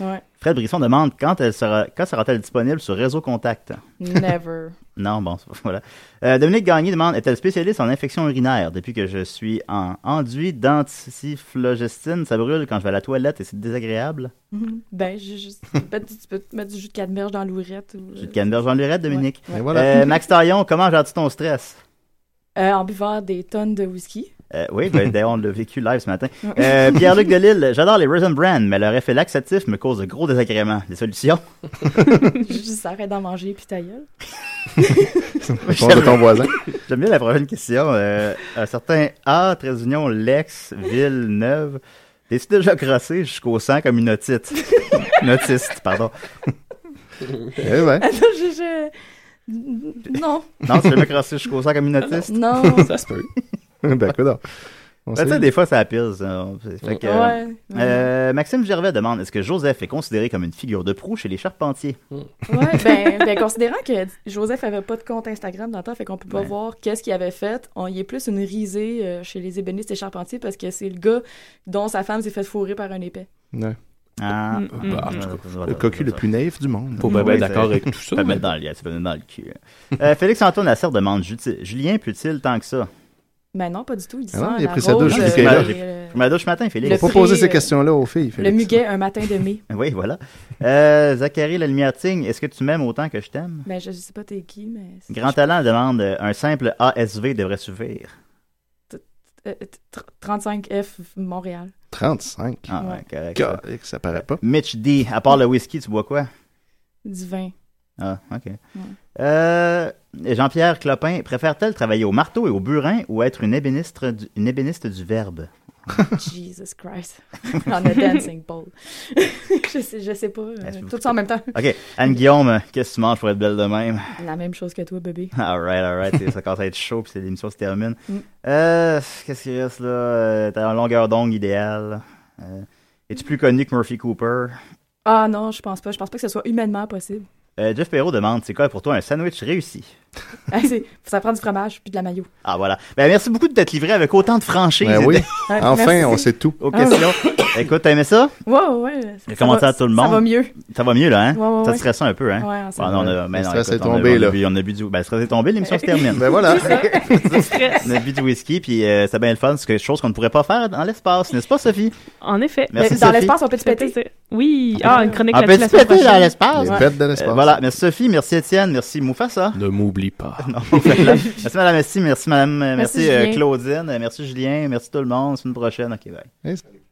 [SPEAKER 10] Ouais.
[SPEAKER 6] Fred Brisson demande quand, elle sera, quand sera-t-elle disponible sur Réseau Contact?
[SPEAKER 10] Never.
[SPEAKER 6] *laughs* Non, bon, voilà. Euh, Dominique Gagné demande est-elle spécialiste en infection urinaire depuis que je suis en enduit d'antiflogestine? Ça brûle quand je vais à la toilette et c'est désagréable.
[SPEAKER 10] Mhm. ben, je, je- peut-être que tu peux te mettre du jus de canneberge dans l'ourette. Ou,
[SPEAKER 6] Tu te cannes en lurette, Dominique.
[SPEAKER 10] Ouais, ouais. Et voilà.
[SPEAKER 6] Euh, Max Taillon, comment gères-tu ton stress?
[SPEAKER 10] Euh, en buvant des tonnes de
[SPEAKER 7] *laughs*
[SPEAKER 10] whisky.
[SPEAKER 6] Euh, oui, ben, d'ailleurs, on l'a vécu live ce matin.
[SPEAKER 10] Ouais.
[SPEAKER 6] Euh, Pierre-Luc Delille, j'adore les Rosenbrand, mais leur effet laxatif me cause de gros désagréments. Les
[SPEAKER 7] *laughs*
[SPEAKER 6] solutions?
[SPEAKER 10] Juste arrête d'en manger puis ta gueule.
[SPEAKER 6] Réponse
[SPEAKER 7] de ton voisin.
[SPEAKER 6] J'aime bien la prochaine question. Euh, un certain A, très union, Lex, Villeneuve. T'es-tu déjà crossé jusqu'au sang comme une
[SPEAKER 7] *laughs*
[SPEAKER 6] otite? une autiste, pardon.
[SPEAKER 7] Eh
[SPEAKER 10] *laughs*
[SPEAKER 7] ouais.
[SPEAKER 10] Attends, je, je- Non.
[SPEAKER 6] Non, tu l'as crossé jusqu'au sang comme une autiste?
[SPEAKER 10] Non. Ça
[SPEAKER 6] *laughs*
[SPEAKER 7] se peut. ben, quoi On
[SPEAKER 6] Ben,
[SPEAKER 7] sait.
[SPEAKER 6] tu sais, des fois, ça pile. ça. On- Fait que, euh,
[SPEAKER 10] Ouais.
[SPEAKER 6] euh, Maxime Gervais demande est-ce que Joseph est considéré comme une figure de proue chez les charpentiers
[SPEAKER 7] Mm.
[SPEAKER 10] Ouais, ben, ben, considérant que Joseph avait pas de compte Instagram dans le temps, fait qu'on peut pas
[SPEAKER 6] Ouais.
[SPEAKER 10] voir qu'est-ce qu'il avait fait, on y est plus une risée euh, chez les ébénistes et charpentiers parce que c'est le gars dont sa femme s'est fait fourrer par un épais.
[SPEAKER 7] Ouais.
[SPEAKER 6] Ah,
[SPEAKER 10] Mm, mm.
[SPEAKER 6] bah, en tout cas,
[SPEAKER 7] Le cocu
[SPEAKER 6] mm.
[SPEAKER 7] le plus naïf du monde.
[SPEAKER 6] Pour
[SPEAKER 7] Pour
[SPEAKER 6] ben d'accord avec tout ça.
[SPEAKER 7] mais-
[SPEAKER 6] dans le lien, tu peux mettre dans le cul. Euh, Félix-Antoine Lasserre demande Juti- Julien peut-il tant que ça
[SPEAKER 10] Ben non, pas du tout. Il dit
[SPEAKER 7] Ah
[SPEAKER 10] ça
[SPEAKER 7] non,
[SPEAKER 10] en
[SPEAKER 7] il a
[SPEAKER 10] la
[SPEAKER 7] pris sa
[SPEAKER 10] rose,
[SPEAKER 7] douche,
[SPEAKER 10] euh,
[SPEAKER 7] Michaela.
[SPEAKER 10] et,
[SPEAKER 6] J'ai
[SPEAKER 10] euh,
[SPEAKER 6] pris ma douche ce matin, Félix.
[SPEAKER 10] Le
[SPEAKER 7] Faut pas poser
[SPEAKER 10] prix,
[SPEAKER 7] ces
[SPEAKER 10] euh,
[SPEAKER 7] questions-là aux filles,
[SPEAKER 10] le
[SPEAKER 7] Félix.
[SPEAKER 10] muguet un matin de mai.
[SPEAKER 6] Oui, voilà. Euh, Zachary Lalmiating, est-ce que tu m'aimes autant que je t'aime
[SPEAKER 10] Ben, je sais pas t'es qui, mais. c'est-
[SPEAKER 6] Grand talent demande euh, un simple ASV devrait suffire.
[SPEAKER 10] euh, tr- 35F Montréal.
[SPEAKER 7] 35.
[SPEAKER 6] Ah, ouais,
[SPEAKER 10] Ouais.
[SPEAKER 6] correct. ça.
[SPEAKER 7] Calique, Ça paraît pas.
[SPEAKER 6] Mitch D, à part le whisky, tu bois quoi
[SPEAKER 10] Du vin.
[SPEAKER 6] Ah, ok.
[SPEAKER 10] Ouais.
[SPEAKER 6] Euh, Jean-Pierre Clopin préfère-t-elle travailler au marteau et au burin ou être une ébéniste du, une ébéniste du verbe?
[SPEAKER 10] Jesus Christ. *laughs* On a dancing ball. *laughs* je, sais, je sais pas. euh, tout ça en même temps.
[SPEAKER 6] OK. Anne-Guillaume, qu'est-ce que tu manges pour être belle de même? *laughs*
[SPEAKER 10] La même chose que toi, bébé.
[SPEAKER 6] All right, all right. ça commence à être chaud, puis c'est- l'émission se termine.
[SPEAKER 10] Mm.
[SPEAKER 6] Euh, qu'est-ce qui reste, là? Euh, T'as une longueur d'ongle idéale. Euh, Es-tu plus connu que Murphy Cooper?
[SPEAKER 10] Ah non, je pense pas. Je pense pas que ce soit humainement possible. *laughs*
[SPEAKER 6] Euh, Jeff Perrault demande, c'est quoi pour toi un sandwich réussi?
[SPEAKER 10] Ah, c'est- ça prend du fromage puis de la mayo.
[SPEAKER 6] Ah, voilà. Ben, merci beaucoup de t'être livré avec autant de franchise.
[SPEAKER 7] Ben
[SPEAKER 6] et
[SPEAKER 7] oui.
[SPEAKER 6] de-
[SPEAKER 10] Ouais, Enfin, merci. on sait
[SPEAKER 7] tout.
[SPEAKER 6] Aux
[SPEAKER 10] Ah.
[SPEAKER 6] questions. Écoute, t'as aimé ça?
[SPEAKER 10] Wow, Oh, ouais.
[SPEAKER 6] Et comment ça, tout le monde?
[SPEAKER 10] Ça va mieux.
[SPEAKER 6] Ça va mieux, là, hein?
[SPEAKER 10] Ouais, ouais,
[SPEAKER 6] ça
[SPEAKER 10] ouais.
[SPEAKER 6] te stressait un peu, hein?
[SPEAKER 10] Ouais, on s'en
[SPEAKER 6] Ah, non,
[SPEAKER 10] va.
[SPEAKER 6] on a, mais
[SPEAKER 7] Le
[SPEAKER 6] non,
[SPEAKER 7] stress
[SPEAKER 6] écoute,
[SPEAKER 7] est
[SPEAKER 6] on a-
[SPEAKER 7] tombé,
[SPEAKER 6] on a
[SPEAKER 7] là.
[SPEAKER 6] bu- on a bu du... Ben, le stress est tombé, l'émission se termine.
[SPEAKER 7] *laughs* Ben voilà.
[SPEAKER 6] *laughs* on a bu du whisky, puis euh, c'est bien le fun. C'est quelque chose qu'on ne pourrait pas faire dans l'espace, n'est-ce pas, Sophie?
[SPEAKER 8] En effet.
[SPEAKER 6] Merci, Dans Sophie. l'espace,
[SPEAKER 10] on peut-tu
[SPEAKER 8] péter? Oui. Ah, une chronique
[SPEAKER 6] Un
[SPEAKER 8] là-dessus
[SPEAKER 6] petit
[SPEAKER 8] la semaine
[SPEAKER 6] pété dans
[SPEAKER 8] prochaine.
[SPEAKER 6] l'espace.
[SPEAKER 8] Les
[SPEAKER 6] Ouais.
[SPEAKER 8] bêtes de
[SPEAKER 6] Euh, voilà. Merci Sophie, merci Étienne, merci Moufassa.
[SPEAKER 9] Ne m'oublie pas.
[SPEAKER 6] Non, madame. merci Madame Messi, merci Madame, euh,
[SPEAKER 9] Merci,
[SPEAKER 6] merci, euh,
[SPEAKER 9] Julien.
[SPEAKER 6] Claudine, euh, merci Julien, merci tout le monde. À la semaine prochaine. OK, bye.
[SPEAKER 7] Hey, salut.